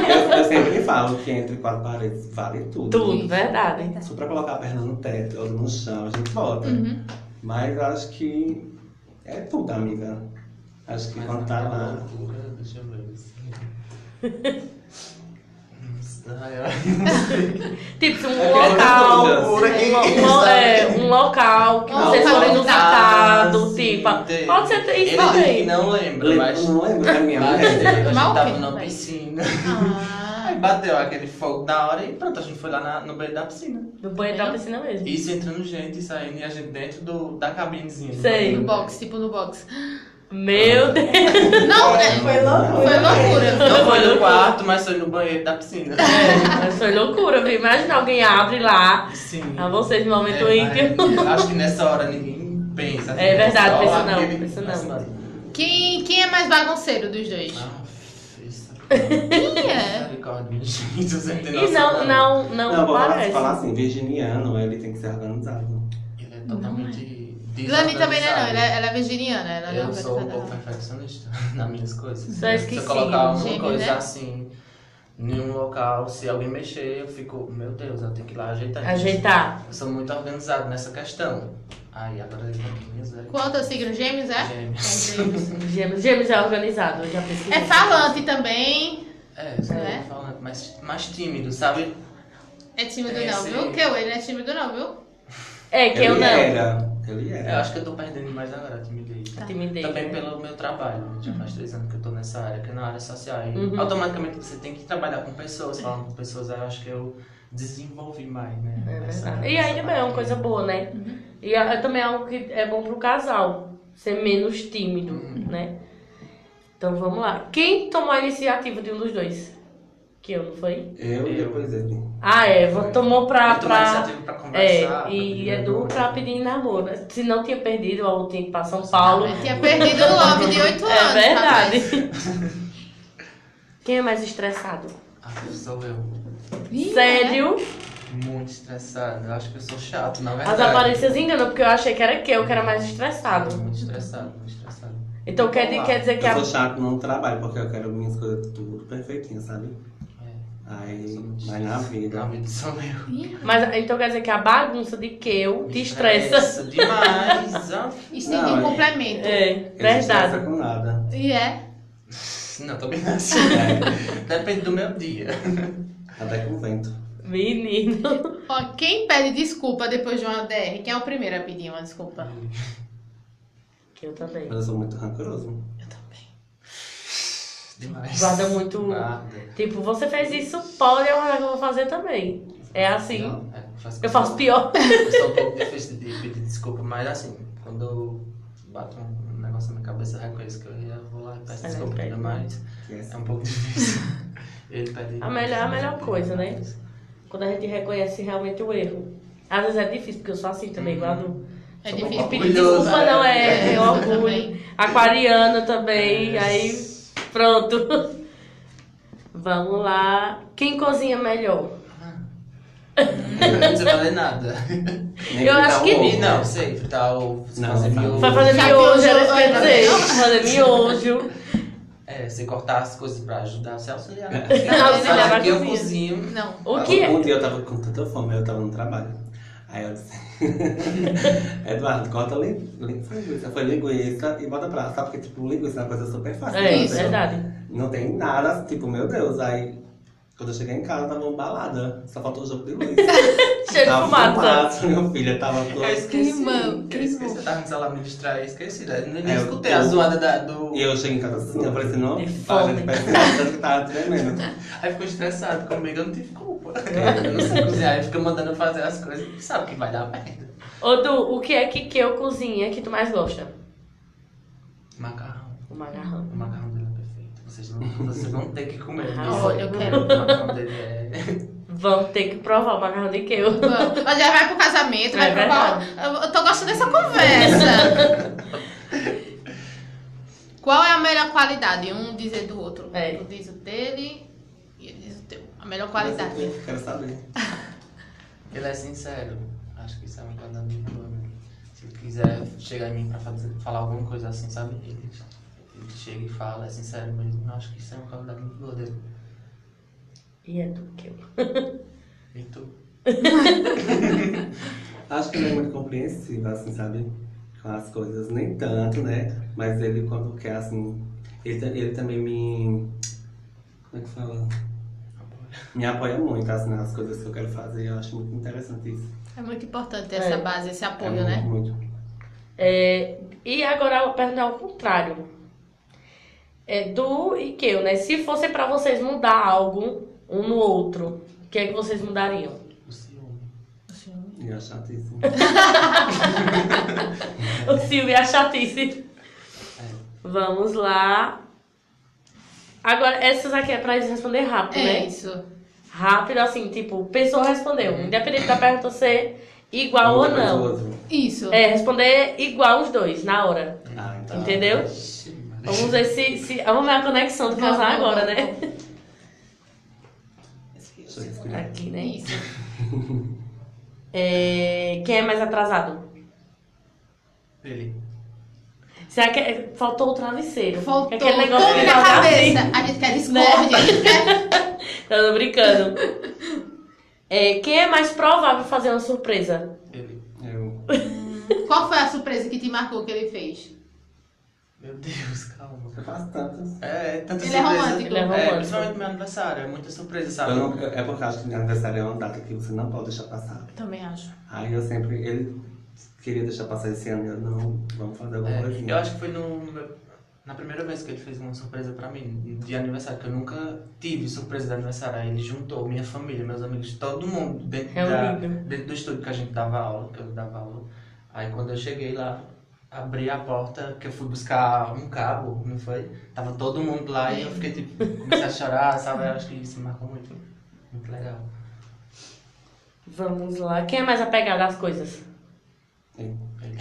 [SPEAKER 3] Eu, eu sempre falo que entre quatro paredes vale tudo.
[SPEAKER 1] Tudo, verdade.
[SPEAKER 3] Só pra colocar a perna no teto, ou no chão, a gente volta.
[SPEAKER 2] Uhum.
[SPEAKER 3] Mas acho que é tudo, amiga. Acho que quando tá lá.
[SPEAKER 4] Loucura, deixa eu ver. Ai, ai.
[SPEAKER 1] Tipo, um
[SPEAKER 3] É
[SPEAKER 1] local.
[SPEAKER 3] aquela
[SPEAKER 4] loucura que-
[SPEAKER 1] Um, lo- é, um local que
[SPEAKER 2] Não,
[SPEAKER 1] vocês foram
[SPEAKER 2] localizado,
[SPEAKER 1] inusitado,
[SPEAKER 4] sim,
[SPEAKER 1] tá tipo.
[SPEAKER 4] assim, tem.
[SPEAKER 1] Pode ser isso
[SPEAKER 4] Ele
[SPEAKER 1] também.
[SPEAKER 4] não lembra, mas.
[SPEAKER 3] Não lembro da minha
[SPEAKER 4] mas
[SPEAKER 3] mulher.
[SPEAKER 4] ele- a gente
[SPEAKER 2] Mal
[SPEAKER 4] tava
[SPEAKER 2] feito,
[SPEAKER 4] numa
[SPEAKER 2] mas-
[SPEAKER 4] piscina.
[SPEAKER 2] Ah,
[SPEAKER 4] Aí bateu aquele fogo da hora e pronto, a gente foi lá na- no banheiro da piscina.
[SPEAKER 1] Do banheiro da piscina mesmo.
[SPEAKER 4] Isso entrando gente e saindo e a gente dentro do, da cabinezinha.
[SPEAKER 1] Sei.
[SPEAKER 2] no box, tipo no box.
[SPEAKER 1] Meu Deus.
[SPEAKER 2] Não,
[SPEAKER 1] né?
[SPEAKER 2] é,
[SPEAKER 5] Foi loucura. né?
[SPEAKER 2] foi loucura.
[SPEAKER 4] Não foi no quarto, mas foi no banheiro da piscina.
[SPEAKER 1] Mas foi é loucura, viu? Imagina alguém abre lá.
[SPEAKER 4] Sim.
[SPEAKER 1] A vocês no momento
[SPEAKER 4] É,
[SPEAKER 1] íntimo.
[SPEAKER 4] mas eu Acho que nessa hora ninguém pensa. assim, né?
[SPEAKER 1] É verdade,
[SPEAKER 4] só
[SPEAKER 1] pensa não,
[SPEAKER 4] aquele-
[SPEAKER 1] pensa não.
[SPEAKER 4] Assim,
[SPEAKER 2] Quem, quem é mais bagunceiro dos dois?
[SPEAKER 4] ah, fez essa-
[SPEAKER 2] Quem é?
[SPEAKER 4] Misericórdia, gente, você não tem
[SPEAKER 1] E
[SPEAKER 4] noção,
[SPEAKER 1] não, não, não,
[SPEAKER 3] Não, vou falar,
[SPEAKER 1] parece.
[SPEAKER 3] falar assim, virginiano, ele tem que ser organizado.
[SPEAKER 4] Ele é totalmente
[SPEAKER 2] Lani também não é, não.
[SPEAKER 4] desorganizado.
[SPEAKER 2] Ela, é- ela é virginiana. Ela não
[SPEAKER 4] Eu
[SPEAKER 2] é
[SPEAKER 4] sou um
[SPEAKER 2] organizada,
[SPEAKER 4] pouco
[SPEAKER 2] não.
[SPEAKER 4] perfeccionista nas minhas coisas.
[SPEAKER 1] Só
[SPEAKER 4] Se
[SPEAKER 1] esqueci,
[SPEAKER 4] eu colocar uma
[SPEAKER 2] gêmeo,
[SPEAKER 4] coisa
[SPEAKER 2] né?
[SPEAKER 4] assim em um local, se alguém mexer, eu fico, meu Deus, eu tenho que ir lá ajeitar. isso."
[SPEAKER 1] Ajeitar.
[SPEAKER 4] Eu sou muito organizado nessa questão. Aí agora ele tá com miséria.
[SPEAKER 2] Qual é o teu signo? Gêmeos, é?
[SPEAKER 4] Gêmeos.
[SPEAKER 1] Gêmeos, gêmeos é organizado, eu já pesquisei.
[SPEAKER 2] É falante também.
[SPEAKER 4] É, eu sou
[SPEAKER 2] É.
[SPEAKER 4] muito falante, mas mais tímido, sabe?
[SPEAKER 2] É tímido
[SPEAKER 4] Tem
[SPEAKER 2] não,
[SPEAKER 4] esse-
[SPEAKER 2] viu? Que eu, ele não é tímido não, viu?
[SPEAKER 1] É, que eu
[SPEAKER 3] ele
[SPEAKER 1] não.
[SPEAKER 3] era. Ele
[SPEAKER 4] Eu
[SPEAKER 3] era.
[SPEAKER 4] acho que eu tô perdendo mais agora a timidez.
[SPEAKER 1] Timidez. né?
[SPEAKER 4] Também pelo meu trabalho, já faz três anos que eu tô nessa área, que é na área social. E
[SPEAKER 1] Uhum.
[SPEAKER 4] automaticamente você tem que trabalhar com pessoas, falando com pessoas, aí eu acho que eu desenvolvi mais, né?
[SPEAKER 1] É
[SPEAKER 4] Essa-
[SPEAKER 1] verdade. E
[SPEAKER 4] essa
[SPEAKER 1] ainda bem, é uma
[SPEAKER 4] parte.
[SPEAKER 1] coisa boa, né?
[SPEAKER 4] Uhum.
[SPEAKER 1] E é também é algo que é bom pro casal, ser menos tímido,
[SPEAKER 4] Uhum.
[SPEAKER 1] né? Então vamos lá. Quem tomou a iniciativa de um dos dois? Que eu, não foi?
[SPEAKER 3] Eu e depois ele.
[SPEAKER 1] Ah, Eva tomou pra.
[SPEAKER 4] Eu tomei a
[SPEAKER 1] pra...
[SPEAKER 4] iniciativa pra conversar.
[SPEAKER 1] É, e
[SPEAKER 4] pra pedir
[SPEAKER 1] Edu
[SPEAKER 4] ajuda.
[SPEAKER 1] pra pedir em namoro. né? Se não tinha perdido, ou tinha que ir pra São Paulo.
[SPEAKER 2] Ele tinha perdido o love de 8
[SPEAKER 1] É
[SPEAKER 2] anos.
[SPEAKER 1] verdade.
[SPEAKER 2] rapaz.
[SPEAKER 1] Quem é mais estressado?
[SPEAKER 4] Ah, sou eu.
[SPEAKER 2] Ih, é.
[SPEAKER 1] Sério?
[SPEAKER 4] Muito estressado. Eu acho que eu sou chato, na
[SPEAKER 1] As
[SPEAKER 4] verdade.
[SPEAKER 1] aparências enganam, porque eu achei que era que eu que era mais
[SPEAKER 4] Tô
[SPEAKER 1] estressado.
[SPEAKER 4] Muito estressado, muito estressado.
[SPEAKER 1] Então quer, di-
[SPEAKER 4] Vamos lá.
[SPEAKER 1] quer dizer que
[SPEAKER 3] Eu
[SPEAKER 1] a
[SPEAKER 3] sou chato no trabalho, porque eu quero minhas coisas tudo perfeitinhas, sabe?
[SPEAKER 4] É,
[SPEAKER 3] Aí,
[SPEAKER 4] sou muito
[SPEAKER 3] vai na
[SPEAKER 4] estressado.
[SPEAKER 3] vida.
[SPEAKER 4] Realmente sou eu.
[SPEAKER 1] Mas então quer dizer que a bagunça de que eu te estressa.
[SPEAKER 4] demais. ó.
[SPEAKER 2] Isso tem
[SPEAKER 3] Não,
[SPEAKER 2] um
[SPEAKER 3] é-
[SPEAKER 2] complemento.
[SPEAKER 1] É,
[SPEAKER 3] Ele se estressa
[SPEAKER 1] verdade.
[SPEAKER 3] com nada.
[SPEAKER 2] E é.
[SPEAKER 4] Não, tô bem assim. Depende do meu dia.
[SPEAKER 3] Até com o vento.
[SPEAKER 1] Menino.
[SPEAKER 2] Ó, quem pede desculpa depois de uma DR? Quem é o primeiro a pedir uma desculpa?
[SPEAKER 1] Que eu também.
[SPEAKER 3] Mas eu sou muito rancoroso.
[SPEAKER 2] Eu também.
[SPEAKER 4] Demais.
[SPEAKER 1] Guarda muito-
[SPEAKER 4] Guarda.
[SPEAKER 1] Tipo, você fez isso, pode, eu acho que eu vou fazer também. É assim.
[SPEAKER 4] Não, é,
[SPEAKER 1] Eu faço pior.
[SPEAKER 4] Eu sou um pouco difícil de pedir desculpa, mas assim, quando eu bato um negócio na minha cabeça, eu reconheço que eu ia, vou lá e peço
[SPEAKER 1] Aí
[SPEAKER 4] desculpa,
[SPEAKER 1] pede.
[SPEAKER 4] mas
[SPEAKER 3] Que é assim.
[SPEAKER 4] é um pouco difícil. Ele pede.
[SPEAKER 1] A melhor- a melhor coisa, né? Quando a gente reconhece realmente o erro. Às vezes é difícil, porque eu sou assim também, igual a Du.
[SPEAKER 2] É
[SPEAKER 4] Sou
[SPEAKER 2] difícil.
[SPEAKER 1] E
[SPEAKER 4] pouco
[SPEAKER 1] pedir
[SPEAKER 4] orgulhosa,
[SPEAKER 1] desculpa não é, é
[SPEAKER 2] Eu
[SPEAKER 1] orgulho.
[SPEAKER 2] também.
[SPEAKER 1] Aquariana também,
[SPEAKER 4] É.
[SPEAKER 1] aí pronto. Vamos lá. Quem cozinha melhor?
[SPEAKER 4] Não precisa fazer nada.
[SPEAKER 3] Nem
[SPEAKER 1] Eu
[SPEAKER 3] fritar
[SPEAKER 1] acho
[SPEAKER 3] o
[SPEAKER 1] que
[SPEAKER 3] ovo. né?
[SPEAKER 4] E não, sei, fritar ovo, se
[SPEAKER 3] Não,
[SPEAKER 4] fazer
[SPEAKER 3] não.
[SPEAKER 4] miojo.
[SPEAKER 1] Vai fazer
[SPEAKER 2] Já
[SPEAKER 1] miojo,
[SPEAKER 2] que
[SPEAKER 1] era isso
[SPEAKER 2] eu-
[SPEAKER 1] que eu ia
[SPEAKER 2] eu-
[SPEAKER 1] dizer.
[SPEAKER 2] eu-
[SPEAKER 1] Fazer miojo.
[SPEAKER 4] É, você cortar as coisas pra ajudar, você
[SPEAKER 3] É.
[SPEAKER 4] auxiliar.
[SPEAKER 1] Auxiliar na
[SPEAKER 4] Sabe que né? eu
[SPEAKER 1] cozinha.
[SPEAKER 4] cozinho.
[SPEAKER 2] Não.
[SPEAKER 1] O que é?
[SPEAKER 3] Um dia eu tava com tanta fome, eu tava no trabalho. Aí eu disse, Eduardo, corta li- li- foi linguiça. Foi linguiça e bota pra. Sabe porque, tipo, linguiça é uma coisa super fácil.
[SPEAKER 1] É,
[SPEAKER 3] né?
[SPEAKER 1] isso, verdade.
[SPEAKER 3] Não tem nada, tipo, meu Deus. Aí, quando eu cheguei em casa, tava uma balada. Só faltou o jogo de luz.
[SPEAKER 1] Cheiro de
[SPEAKER 3] tava um
[SPEAKER 1] fumaça. É
[SPEAKER 3] fumaça, minha filha tava com...
[SPEAKER 4] Eu esqueci.
[SPEAKER 2] Queimou,
[SPEAKER 4] Eu esqueci. Eu tava no celular me distrair, esqueci. né? Nem nem
[SPEAKER 3] É, eu
[SPEAKER 4] escutei
[SPEAKER 3] tô-
[SPEAKER 4] a zoada da- do.
[SPEAKER 3] E eu cheguei em casa assim, eu falei assim, não,
[SPEAKER 1] De
[SPEAKER 3] pá, a
[SPEAKER 1] fome.
[SPEAKER 3] gente parece que tava- tanto que tava "Tá tremendo.
[SPEAKER 4] Aí ficou estressado comigo, eu não tive culpa.
[SPEAKER 3] É.
[SPEAKER 4] Eu não sei cozinhar, aí fica mandando eu fazer as coisas, sabe que vai dar merda.
[SPEAKER 1] Ô Du, o que é que, que eu cozinha que tu mais gosta?
[SPEAKER 4] Macarrão.
[SPEAKER 1] O macarrão.
[SPEAKER 4] O macarrão dele é perfeito. Vocês não, vocês não têm que comer.
[SPEAKER 1] Ah,
[SPEAKER 4] isso.
[SPEAKER 2] olha, eu quero.
[SPEAKER 4] O macarrão dele é.
[SPEAKER 1] Vamos ter que provar o macarrão de queijo.
[SPEAKER 2] Vamos. Mas já vai pro casamento, vai
[SPEAKER 1] É
[SPEAKER 2] pro qual... Eu- Eu tô gostando dessa conversa. qual é a melhor qualidade? Um dizer do outro.
[SPEAKER 1] É.
[SPEAKER 2] Tu diz o dele e ele diz o teu. A melhor
[SPEAKER 3] Mas
[SPEAKER 1] é
[SPEAKER 2] qualidade.
[SPEAKER 3] eu Quero saber.
[SPEAKER 4] Ele é sincero. Acho que isso é uma coisa muito boa. né? quiser chegar em mim pra fazer- falar alguma coisa assim, sabe? Ele, ele chega e fala, é sincero mesmo. Eu acho que isso é uma qualidade muito boa dele.
[SPEAKER 1] E é do que eu.
[SPEAKER 4] E tu?
[SPEAKER 3] Acho que ele é muito compreensivo, assim, sabe? Com as coisas, nem tanto, né? Mas ele, quando quer, assim. Ele, ta- ele também me. Como é que fala? Me apoia muito, assim, nas coisas que eu quero fazer. Eu acho muito interessante isso.
[SPEAKER 2] É muito importante ter essa
[SPEAKER 1] É.
[SPEAKER 2] base, esse
[SPEAKER 3] É
[SPEAKER 2] apoio,
[SPEAKER 3] muito,
[SPEAKER 2] né?
[SPEAKER 3] muito.
[SPEAKER 1] É, e agora eu vou perguntar ao contrário. É do e que eu, né? Se fosse pra vocês mudar algo um no outro, o que é que vocês mudariam?
[SPEAKER 4] O ciúme.
[SPEAKER 3] E é chatíssimo.
[SPEAKER 1] O Silvio e a chatice.
[SPEAKER 4] É.
[SPEAKER 1] Vamos lá. Agora, essas aqui é pra eles responder rápido,
[SPEAKER 2] É
[SPEAKER 1] né?
[SPEAKER 2] isso.
[SPEAKER 1] Rápido, assim, tipo, pessoa respondeu.
[SPEAKER 2] Uhum.
[SPEAKER 1] Independente da pergunta ser igual
[SPEAKER 3] Um
[SPEAKER 1] ou
[SPEAKER 3] depois do
[SPEAKER 1] não.
[SPEAKER 3] outro.
[SPEAKER 2] Isso.
[SPEAKER 1] É, responder igual os dois, na hora.
[SPEAKER 3] Ah, então.
[SPEAKER 1] Entendeu?
[SPEAKER 4] Ixi, Maria.
[SPEAKER 1] Vamos ver se. se vamos ver a conexão do casal
[SPEAKER 2] Vamos,
[SPEAKER 1] agora,
[SPEAKER 2] vamos,
[SPEAKER 1] né?
[SPEAKER 3] Deixa eu
[SPEAKER 2] É.
[SPEAKER 3] escolher.
[SPEAKER 1] Aqui, né?
[SPEAKER 2] Isso.
[SPEAKER 1] É, quem é mais atrasado?
[SPEAKER 4] Ele.
[SPEAKER 1] Será que é- faltou o travesseiro?
[SPEAKER 2] Faltou
[SPEAKER 1] É Aquele negócio
[SPEAKER 2] tudo
[SPEAKER 1] de assim, né?
[SPEAKER 2] na
[SPEAKER 1] jogar
[SPEAKER 2] cabeça. A gente quer discórdia.
[SPEAKER 1] assim. Não, tô brincando. É, quem é mais provável fazer uma surpresa?
[SPEAKER 4] Ele.
[SPEAKER 3] Eu.
[SPEAKER 2] Qual foi a surpresa que te marcou que ele fez?
[SPEAKER 4] Meu Deus, calma.
[SPEAKER 3] Eu faço tantas.
[SPEAKER 4] É, é tanta
[SPEAKER 2] Ele é
[SPEAKER 4] surpresa.
[SPEAKER 2] romântico.
[SPEAKER 1] Ele é
[SPEAKER 4] É,
[SPEAKER 1] romântico.
[SPEAKER 4] principalmente meu aniversário. É muita surpresa, sabe?
[SPEAKER 3] Eu não- eu- é porque eu acho que meu aniversário é uma data que você não pode deixar passar.
[SPEAKER 2] Também acho.
[SPEAKER 3] Aí eu sempre. Ele queria deixar passar esse ano e eu não. Vamos fazer alguma
[SPEAKER 4] É,
[SPEAKER 3] coisinha.
[SPEAKER 4] eu
[SPEAKER 1] um.
[SPEAKER 4] acho que foi no, na primeira vez que ele fez uma surpresa pra mim, de aniversário, que eu nunca tive surpresa de aniversário. Aí ele juntou minha família, meus amigos, todo mundo dentro,
[SPEAKER 1] É
[SPEAKER 4] da,
[SPEAKER 1] Reunido.
[SPEAKER 4] dentro do estúdio que a gente dava aula, que eu dava aula. Aí quando eu cheguei lá, abri a porta, que eu fui buscar um cabo, não foi? Tava todo mundo lá e eu fiquei tipo, comecei a chorar, sabe? Eu acho que isso me marcou muito. Muito legal.
[SPEAKER 1] Vamos lá. Quem é mais apegado às coisas?
[SPEAKER 3] Então,
[SPEAKER 4] Ele-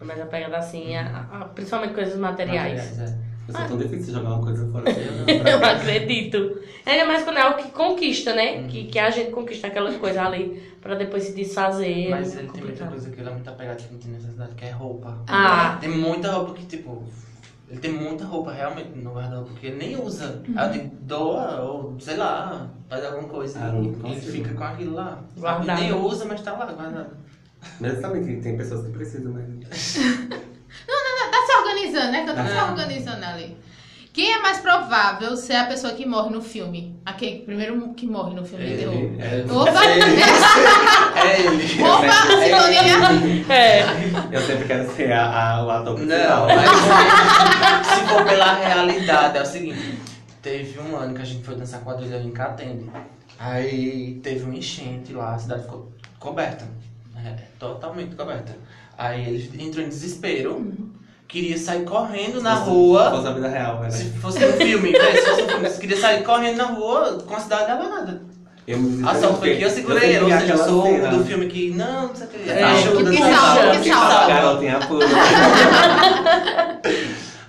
[SPEAKER 1] É mais apegado assim, a, a- a- principalmente coisas materiais.
[SPEAKER 4] Materiais, é.
[SPEAKER 3] Eu sou tão difícil jogar uma coisa fora. assim, eu não-
[SPEAKER 1] Eu acredito. Ainda mais quando é algo que conquista, né?
[SPEAKER 4] Hum.
[SPEAKER 1] Que, que a gente conquista aquelas coisas ali pra depois se desfazer.
[SPEAKER 4] Mas
[SPEAKER 1] É
[SPEAKER 4] ele tem muita
[SPEAKER 1] complicado.
[SPEAKER 4] coisa que ele é muito apegado que não tem necessidade, que é roupa.
[SPEAKER 1] Ah,
[SPEAKER 4] Tem muita roupa que, tipo, ele tem muita roupa realmente no guarda-roupa que ele nem usa. Aí eu digo, doa ou sei lá, faz alguma coisa.
[SPEAKER 3] Ah, eu não
[SPEAKER 4] e ele
[SPEAKER 3] consigo.
[SPEAKER 4] fica com aquilo lá. sabe?
[SPEAKER 1] Guardado.
[SPEAKER 4] Nem usa, mas tá lá guardado.
[SPEAKER 3] Mesmo também que tem pessoas que precisam, mas.
[SPEAKER 2] Tá se organizando, né? Que eu tô se
[SPEAKER 4] Ah.
[SPEAKER 2] organizando ali. Quem é mais provável ser a pessoa que morre no filme? Aquele primeiro que morre no filme de
[SPEAKER 4] Ele.
[SPEAKER 2] terror.
[SPEAKER 3] É,
[SPEAKER 2] Opa!
[SPEAKER 4] É ele.
[SPEAKER 2] Opa, sintonia!
[SPEAKER 1] é.
[SPEAKER 3] eu sempre quero ser a, a- o ator
[SPEAKER 4] Não,
[SPEAKER 3] principal.
[SPEAKER 4] mas se for pela realidade, é o seguinte. Teve um ano que a gente foi dançar quadrilha em Catende. Aí teve um enchente lá, a cidade ficou coberta. é, totalmente coberta. Aí ele entrou em desespero, queria sair correndo na
[SPEAKER 3] Se
[SPEAKER 4] rua.
[SPEAKER 3] fosse a vida real, era.
[SPEAKER 4] Se fosse um filme, né? se fosse um filme, você queria sair correndo na rua com a cidade abanada.
[SPEAKER 3] Eu me
[SPEAKER 4] A sorte foi que um eu segurei ele, ou seja, eu sou um do filme que. Não, não sei o que.
[SPEAKER 3] Tá,
[SPEAKER 1] É,
[SPEAKER 4] Ajuda,
[SPEAKER 2] que
[SPEAKER 4] não
[SPEAKER 2] salva,
[SPEAKER 4] sabe,
[SPEAKER 2] que
[SPEAKER 4] que
[SPEAKER 2] salva.
[SPEAKER 4] salva.
[SPEAKER 3] Garotinha pura.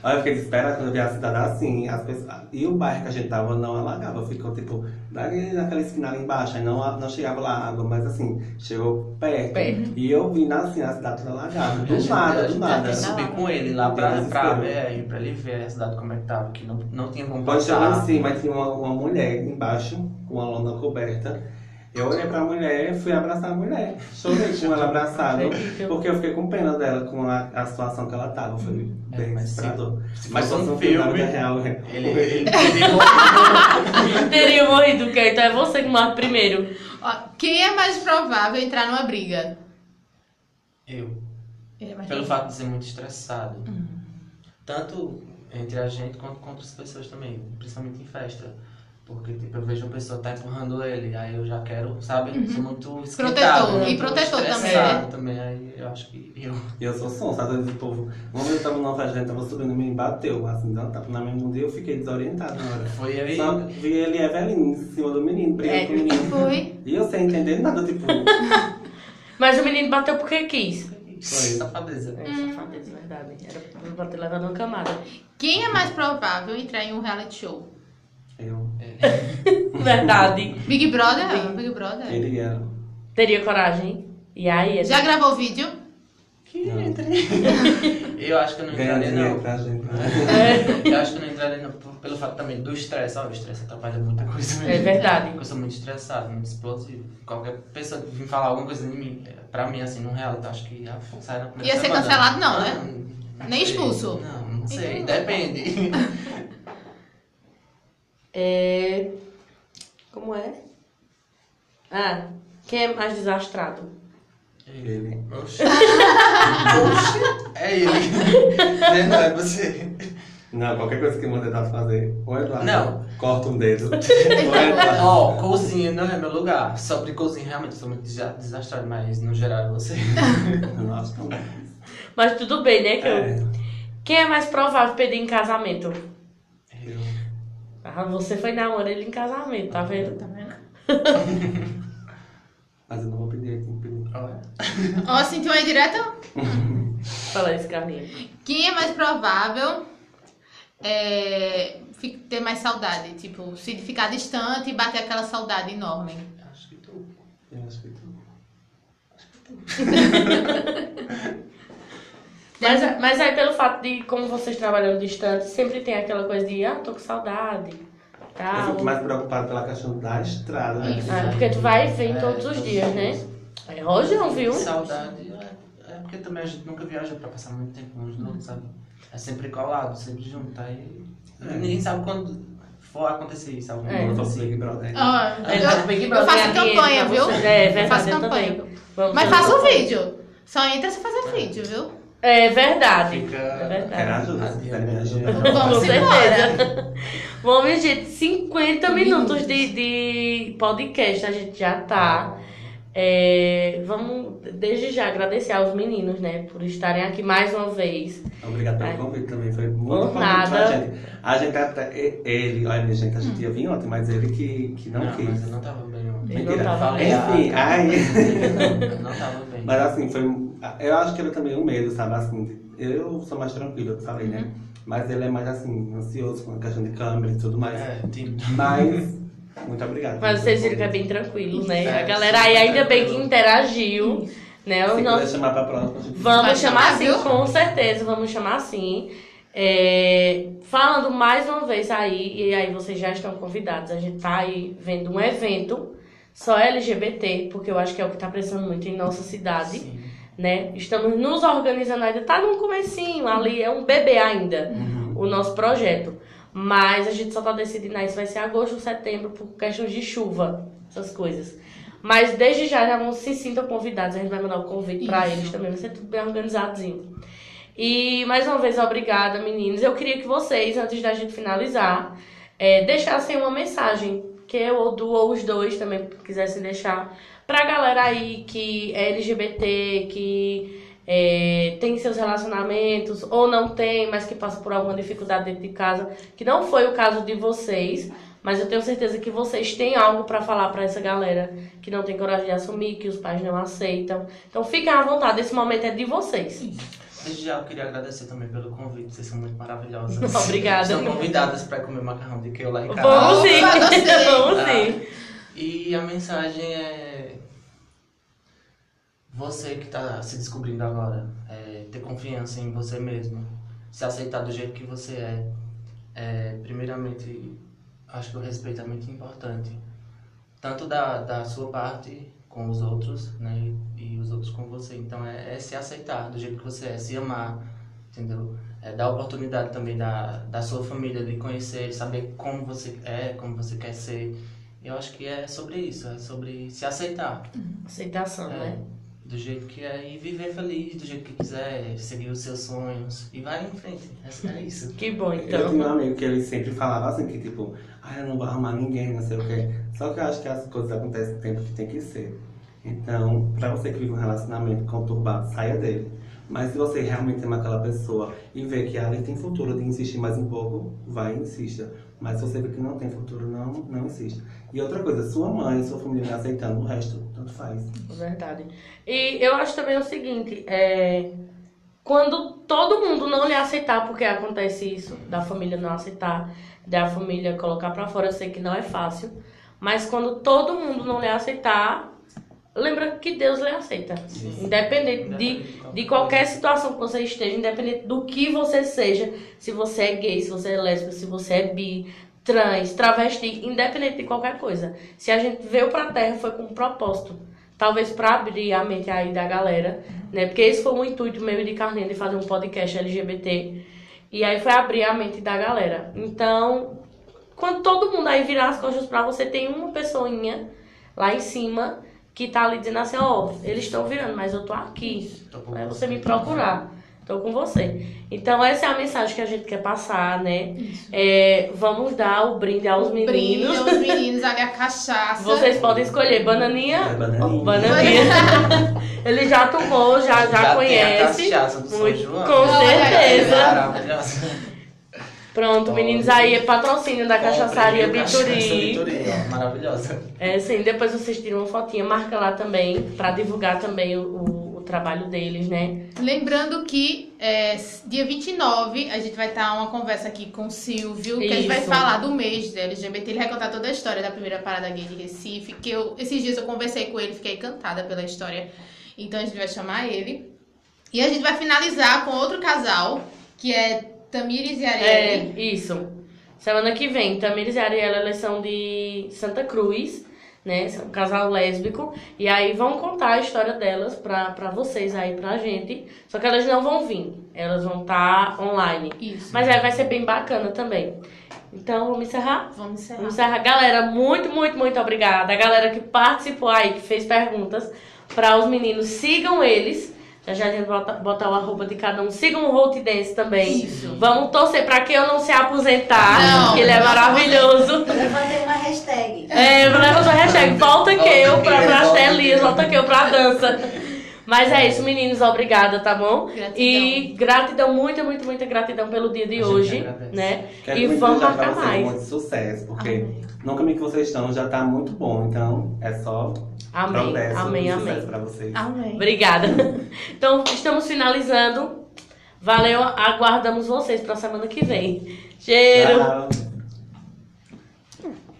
[SPEAKER 3] Olha, eu fiquei desesperada quando eu vi a cidade assim. As pessoas... E o bairro que a gente tava não alagava. Ficou tipo, dali naquela esquina ali embaixo. Aí não, não chegava lá a água, mas assim, chegou perto.
[SPEAKER 1] Perto.
[SPEAKER 3] E eu vi assim, a cidade toda alagada.
[SPEAKER 4] A
[SPEAKER 3] Do
[SPEAKER 4] gente- tá
[SPEAKER 3] nada,
[SPEAKER 4] a
[SPEAKER 3] do
[SPEAKER 4] gente
[SPEAKER 3] nada.
[SPEAKER 4] teve que subir com ele lá pra,
[SPEAKER 3] Desespero.
[SPEAKER 4] pra, é, pra ele ver a cidade como é que tava, que não, não tinha como
[SPEAKER 3] Pode assim. chegar
[SPEAKER 4] passar.
[SPEAKER 3] em cima, tinha uma, uma mulher embaixo, com uma lona coberta. Eu olhei pra mulher, fui abraçar a mulher. Chorei com ela
[SPEAKER 4] é
[SPEAKER 3] abraçada. Porque eu fiquei com pena dela com a, a situação que ela tava. Foi bem
[SPEAKER 4] Hum. É, mas
[SPEAKER 3] desesperador.
[SPEAKER 4] se
[SPEAKER 3] Mas
[SPEAKER 4] fosse um
[SPEAKER 3] fosse um filme da
[SPEAKER 4] filme,
[SPEAKER 3] vida real. é.
[SPEAKER 4] Ele, ele, ele morreu.
[SPEAKER 1] Teria morrido, porque então é você que morre primeiro.
[SPEAKER 2] Ó, Quem é mais provável entrar numa briga?
[SPEAKER 4] Eu,
[SPEAKER 2] Ele é mais
[SPEAKER 4] pelo fato de ser muito estressado.
[SPEAKER 2] Hum.
[SPEAKER 4] Tanto entre a gente quanto com outras pessoas também, principalmente em festa. Porque, tipo, eu vejo uma pessoa tá empurrando ele, aí eu já quero, sabe? Sou muito esquentado.
[SPEAKER 2] Uhum. Protetor, e
[SPEAKER 4] muito
[SPEAKER 2] protetor também, né?
[SPEAKER 4] estressado também, aí eu acho que eu...
[SPEAKER 3] E eu sou sonsa, às vezes o povo. Uma vez eu tava numa festa, ele tava subindo e me bateu. Assim, dando um tapa na minha bunda e eu fiquei desorientado na hora.
[SPEAKER 4] Foi eu e...
[SPEAKER 3] Só vi ele e Evelyn em cima do menino, brigando
[SPEAKER 1] É.
[SPEAKER 3] com o menino.
[SPEAKER 2] Foi.
[SPEAKER 3] E eu sem entender nada, tipo.
[SPEAKER 1] Mas o menino bateu porque quis.
[SPEAKER 4] Safadeza.
[SPEAKER 1] É, safadeza, verdade. Era pra ter levado uma camada.
[SPEAKER 2] Quem é mais provável entrar em um reality show?
[SPEAKER 3] eu.
[SPEAKER 1] Verdade.
[SPEAKER 2] Big Brother? Big Brother.
[SPEAKER 3] Ele e ela.
[SPEAKER 1] Teria coragem. E aí, é
[SPEAKER 2] Já gravou vídeo?
[SPEAKER 4] que entrei. eu acho que eu não
[SPEAKER 3] Ganha
[SPEAKER 4] entraria,
[SPEAKER 3] dinheiro
[SPEAKER 4] não.
[SPEAKER 3] pra gente.
[SPEAKER 4] Eu acho que eu não entraria não, por- pelo fato também do estresse. Ó, o estresse atrapalha muita coisa.
[SPEAKER 1] É verdade.
[SPEAKER 4] Eu sou muito estressado, muito explosivo. Qualquer pessoa que vir falar alguma coisa de mim, é, pra mim, assim, no real, eu acho que ia sair na primeira
[SPEAKER 2] Ia ser
[SPEAKER 4] semana.
[SPEAKER 2] cancelado, não, né?
[SPEAKER 4] Ah,
[SPEAKER 2] Nem
[SPEAKER 4] sei.
[SPEAKER 2] expulso.
[SPEAKER 4] Não, não sei.
[SPEAKER 2] Então-
[SPEAKER 4] Depende.
[SPEAKER 1] É... Como é? Ah, quem é mais desastrado?
[SPEAKER 3] Ele.
[SPEAKER 4] Oxi. Oxi. É ele. Né, Não, é você.
[SPEAKER 3] Não, qualquer coisa que tá mandar tentar fazer. Ou Eduardo.
[SPEAKER 4] Não.
[SPEAKER 3] Corta um dedo. Ou Eduardo.
[SPEAKER 4] Ó, cozinha não é meu lugar. Sobre cozinha, realmente, eu sou muito desa- desastrado, mas no geral é você.
[SPEAKER 3] Nossa, como é.
[SPEAKER 1] Mas tudo bem, né? Que eu-
[SPEAKER 3] É,
[SPEAKER 1] Quem é mais provável pedir em casamento?
[SPEAKER 4] Eu.
[SPEAKER 1] Ah, você foi namoro ele em casamento, tá vendo?
[SPEAKER 2] Tá vendo?
[SPEAKER 3] Mas eu não vou pedir, eu tenho que pedir.
[SPEAKER 4] Olha.
[SPEAKER 2] Ó, sentiu aí direto?
[SPEAKER 1] Fala isso, Carlinha.
[SPEAKER 2] Quem é mais provável é, fi- ter mais saudade? Tipo, se ficar distante e bater aquela saudade enorme.
[SPEAKER 4] Acho que tu.
[SPEAKER 3] Eu acho que tu.
[SPEAKER 1] Mas, mas aí, pelo fato de como vocês trabalham distante, sempre tem aquela coisa de, ah, tô com saudade.
[SPEAKER 3] Eu
[SPEAKER 1] Tal.
[SPEAKER 3] fico mais preocupado pela questão da estrada, né?
[SPEAKER 1] Ah, porque tu vai e vem
[SPEAKER 4] É,
[SPEAKER 1] todos os
[SPEAKER 4] todos
[SPEAKER 1] dias,
[SPEAKER 4] os
[SPEAKER 1] né?
[SPEAKER 4] dias.
[SPEAKER 1] É rojão, viu?
[SPEAKER 4] Saudade. É, é porque também a gente nunca viaja pra passar muito tempo
[SPEAKER 1] Uhum.
[SPEAKER 4] longe do outro, sabe? É sempre colado, sempre junto. Aí
[SPEAKER 3] É.
[SPEAKER 4] ninguém sabe quando for acontecer isso. Algum
[SPEAKER 1] É.
[SPEAKER 3] Eu tô
[SPEAKER 4] momento,
[SPEAKER 3] com
[SPEAKER 4] assim.
[SPEAKER 3] Big Brother.
[SPEAKER 2] Ó,
[SPEAKER 1] É, tá com Big
[SPEAKER 2] eu, eu
[SPEAKER 1] Brother,
[SPEAKER 2] faço
[SPEAKER 1] ganha dinheiro
[SPEAKER 2] campanha,
[SPEAKER 1] pra
[SPEAKER 2] viu?
[SPEAKER 1] vocês. É,
[SPEAKER 2] Eu
[SPEAKER 1] verdade,
[SPEAKER 2] faço
[SPEAKER 1] eu
[SPEAKER 2] campanha.
[SPEAKER 1] também. Vamos
[SPEAKER 2] Mas
[SPEAKER 1] fazer
[SPEAKER 2] faça o
[SPEAKER 1] campanha.
[SPEAKER 2] vídeo. Só entra se fazer vídeo, viu?
[SPEAKER 1] É verdade.
[SPEAKER 4] assim, Fica-
[SPEAKER 1] É
[SPEAKER 3] Quero
[SPEAKER 1] verdade.
[SPEAKER 3] ajuda, se quiser me
[SPEAKER 4] Vamos
[SPEAKER 3] ajudar.
[SPEAKER 1] Com
[SPEAKER 2] Vamos embora.
[SPEAKER 1] certeza. Bom, minha gente, 50 minutos
[SPEAKER 2] Minutos.
[SPEAKER 1] de, de podcast a gente já tá. É, vamos desde já agradecer aos meninos, né, por estarem aqui mais uma vez.
[SPEAKER 3] Obrigado
[SPEAKER 1] Ai.
[SPEAKER 3] pelo convite também, foi muito
[SPEAKER 1] Por
[SPEAKER 3] importante pra
[SPEAKER 1] nada.
[SPEAKER 3] gente. A gente até, e- ele, olha minha gente, a gente ia vir ontem, mas ele que, que não,
[SPEAKER 4] Não, mas
[SPEAKER 3] quis.
[SPEAKER 4] eu não tava bem ontem.
[SPEAKER 1] Ele não
[SPEAKER 3] Mentira.
[SPEAKER 1] tava É,
[SPEAKER 4] bem.
[SPEAKER 3] Enfim, aí...
[SPEAKER 4] Eu Ah, não tava bem.
[SPEAKER 3] Mas assim, foi. um- Eu acho que ele também é um medo, sabe? Assim, de- eu sou mais tranquilo, eu te falei, né?
[SPEAKER 1] Uhum.
[SPEAKER 3] Mas ele é mais assim, ansioso com a questão de câmera e tudo mais.
[SPEAKER 4] É, tem-
[SPEAKER 3] Mas, muito obrigado.
[SPEAKER 1] Mas vocês viram que é bem tranquilo, né?
[SPEAKER 4] É,
[SPEAKER 1] A galera aí ainda bem que
[SPEAKER 4] tranquilo.
[SPEAKER 1] interagiu, né?
[SPEAKER 3] Se
[SPEAKER 1] Os
[SPEAKER 3] quiser
[SPEAKER 1] nossos-
[SPEAKER 3] chamar pra próxima, a gente
[SPEAKER 2] Vai
[SPEAKER 1] Vamos chamar
[SPEAKER 2] chamar,
[SPEAKER 1] assim,
[SPEAKER 2] viu?
[SPEAKER 1] com certeza, vamos chamar assim. É, falando mais uma vez aí, e aí vocês já estão convidados, a gente tá aí vendo um evento só LGBT, porque eu acho que é o que tá precisando muito em nossa cidade,
[SPEAKER 4] Sim.
[SPEAKER 1] né? Estamos nos organizando ainda, tá num comecinho ali, é um bebê ainda
[SPEAKER 3] Uhum.
[SPEAKER 1] o nosso projeto. Mas a gente só tá decidindo aí se vai ser agosto ou setembro por questões de chuva, essas coisas. Mas desde já, já não se sintam convidados, a gente vai mandar o convite pra
[SPEAKER 2] Isso.
[SPEAKER 1] eles também, vai ser tudo bem organizadinho. E mais uma vez, obrigada, meninos. Eu queria que vocês, antes da gente finalizar, eh, deixassem uma mensagem, que eu ou du ou os dois também quisessem deixar, pra galera aí que é LGBT, que é, tem seus relacionamentos ou não tem, mas que passa por alguma dificuldade dentro de casa, que não foi o caso de vocês, mas eu tenho certeza que vocês têm algo pra falar pra essa galera que não tem coragem de assumir, que os pais não aceitam. Então fiquem à vontade, esse momento é de vocês.
[SPEAKER 4] Desde já eu queria agradecer também pelo convite, vocês são muito maravilhosas.
[SPEAKER 1] Obrigada.
[SPEAKER 4] Estão convidadas pra comer macarrão de queijo lá em casa.
[SPEAKER 1] Vamos sim,
[SPEAKER 2] Opa, gostei.
[SPEAKER 1] vamos
[SPEAKER 4] Tá.
[SPEAKER 1] sim.
[SPEAKER 4] E a mensagem é. Você que tá se descobrindo agora, é, ter confiança em você mesmo, se aceitar do jeito que você é. É, primeiramente, acho que o respeito é muito importante, tanto da, da sua parte com os outros, né, e os outros com você. Então é, é se aceitar do jeito que você é, se amar, entendeu? É dar oportunidade também da, da sua família de conhecer, saber como você é, como você quer ser. Eu acho que é sobre isso, é sobre se aceitar.
[SPEAKER 1] Ah. Aceitação,
[SPEAKER 4] É,
[SPEAKER 1] né?
[SPEAKER 4] do jeito que é e viver feliz, do jeito que quiser, seguir os seus sonhos e vai em frente. É, é isso.
[SPEAKER 1] Que bom,
[SPEAKER 3] Eu tinha um
[SPEAKER 1] então.
[SPEAKER 3] amigo que ele sempre falava assim, que tipo, ah, eu não vou arrumar ninguém, não sei o quê. Só que eu acho que as coisas acontecem no tempo que tem que ser. Então, pra você que vive um relacionamento conturbado, saia dele. Mas se você realmente ama aquela pessoa e vê que ela tem futuro de insistir mais um pouco, vai e insista. Mas se você vê que não tem futuro, não, não insista. E outra coisa, sua mãe, sua família não aceitando o resto, tanto faz.
[SPEAKER 1] É Verdade. E eu acho também o seguinte, é, quando todo mundo não lhe aceitar, porque acontece isso, da família não aceitar, da família colocar pra fora, eu sei que não é fácil, mas quando todo mundo não lhe aceitar, Lembra que Deus lhe aceita.
[SPEAKER 4] Sim.
[SPEAKER 1] Independente de, de qualquer situação que você esteja, independente do que você seja, se você é gay, se você é lésbica, se você é bi, trans, travesti, independente de qualquer coisa. Se a gente veio pra terra foi com um propósito. Talvez pra abrir a mente aí da galera, né? Porque esse foi o intuito meio de Carlinha de fazer um podcast LGBT. E aí foi abrir a mente da galera. Então, quando todo mundo aí virar as costas pra você, tem uma pessoinha lá em cima que tá ali dizendo assim, ó, eles estão virando, mas eu tô aqui. É você me procurar. Tô com você. Então, essa é a mensagem que a gente quer passar, né? É, vamos dar o brinde aos meninos.
[SPEAKER 2] Brilha, os meninos, olha a cachaça.
[SPEAKER 1] Vocês podem escolher
[SPEAKER 3] É
[SPEAKER 1] bananinha ou
[SPEAKER 3] bananinha.
[SPEAKER 1] bananinha. Ele já tomou, já, já, conhece.
[SPEAKER 4] Tem a cachaça do São
[SPEAKER 1] Muito-
[SPEAKER 4] João.
[SPEAKER 1] com
[SPEAKER 4] né?
[SPEAKER 1] certeza.
[SPEAKER 4] Maravilhosa.
[SPEAKER 1] Pronto, meninos, aí é patrocínio da cachaçaria
[SPEAKER 4] Comprei cachaça
[SPEAKER 1] Bituri.
[SPEAKER 4] Bituri, ó, Maravilhosa.
[SPEAKER 1] É, sim, depois vocês tiram uma fotinha, marca lá também, pra divulgar também o, o- o trabalho deles, né?
[SPEAKER 2] Lembrando que é, dia 29 a gente vai estar uma conversa aqui com o Silvio, que a gente vai
[SPEAKER 1] Isso.
[SPEAKER 2] falar do mês da LGBT. Ele vai contar toda a história da primeira parada gay de Recife. Que eu, esses dias eu conversei com ele, fiquei encantada pela história. Então a gente vai chamar ele. E a gente vai finalizar com outro casal, que é Tamires e
[SPEAKER 1] É,
[SPEAKER 2] Ariel.
[SPEAKER 1] isso. Semana que vem, Tamires e Ariela, elas são de Santa Cruz, né? São um casal lésbico. E aí vão contar a história delas pra, pra vocês aí, pra gente. Só que elas não vão vir, elas vão estar online.
[SPEAKER 2] Isso.
[SPEAKER 1] Mas aí vai ser bem bacana também. Então, vamos encerrar?
[SPEAKER 2] Vamos encerrar.
[SPEAKER 1] Vamos encerrar. Galera, muito, muito, muito obrigada. A galera que participou aí, que fez perguntas para os meninos, sigam eles. Já já a gente bota, botar o arroba de cada um. Sigam o Holt Dance também.
[SPEAKER 2] Isso.
[SPEAKER 1] Vamos torcer para que eu não se aposentar,
[SPEAKER 2] Não,
[SPEAKER 1] que ele é
[SPEAKER 2] não.
[SPEAKER 1] maravilhoso.
[SPEAKER 5] Levantei uma hashtag.
[SPEAKER 1] É, leva sua hashtag, volta que eu pra, pra telinhas, volta que eu pra dança. Mas é isso, meninos, obrigada, tá bom?
[SPEAKER 2] Gratidão.
[SPEAKER 1] E gratidão, muita, muita, muita gratidão pelo dia de
[SPEAKER 4] A gente
[SPEAKER 1] hoje,
[SPEAKER 4] agradece.
[SPEAKER 1] né?
[SPEAKER 3] Quero
[SPEAKER 1] E
[SPEAKER 3] muito
[SPEAKER 1] vamos
[SPEAKER 3] desejar pra
[SPEAKER 1] marcar
[SPEAKER 3] vocês
[SPEAKER 1] mais.
[SPEAKER 3] muito sucesso, porque no caminho que vocês estão já tá muito bom. Então, é só
[SPEAKER 1] Amém,
[SPEAKER 3] progresso
[SPEAKER 1] amém,
[SPEAKER 3] e
[SPEAKER 1] amém.
[SPEAKER 3] um sucesso pra vocês.
[SPEAKER 2] Amém.
[SPEAKER 1] Obrigada. Então, estamos finalizando. Valeu, aguardamos vocês para semana que vem. Cheiro!
[SPEAKER 3] Tchau.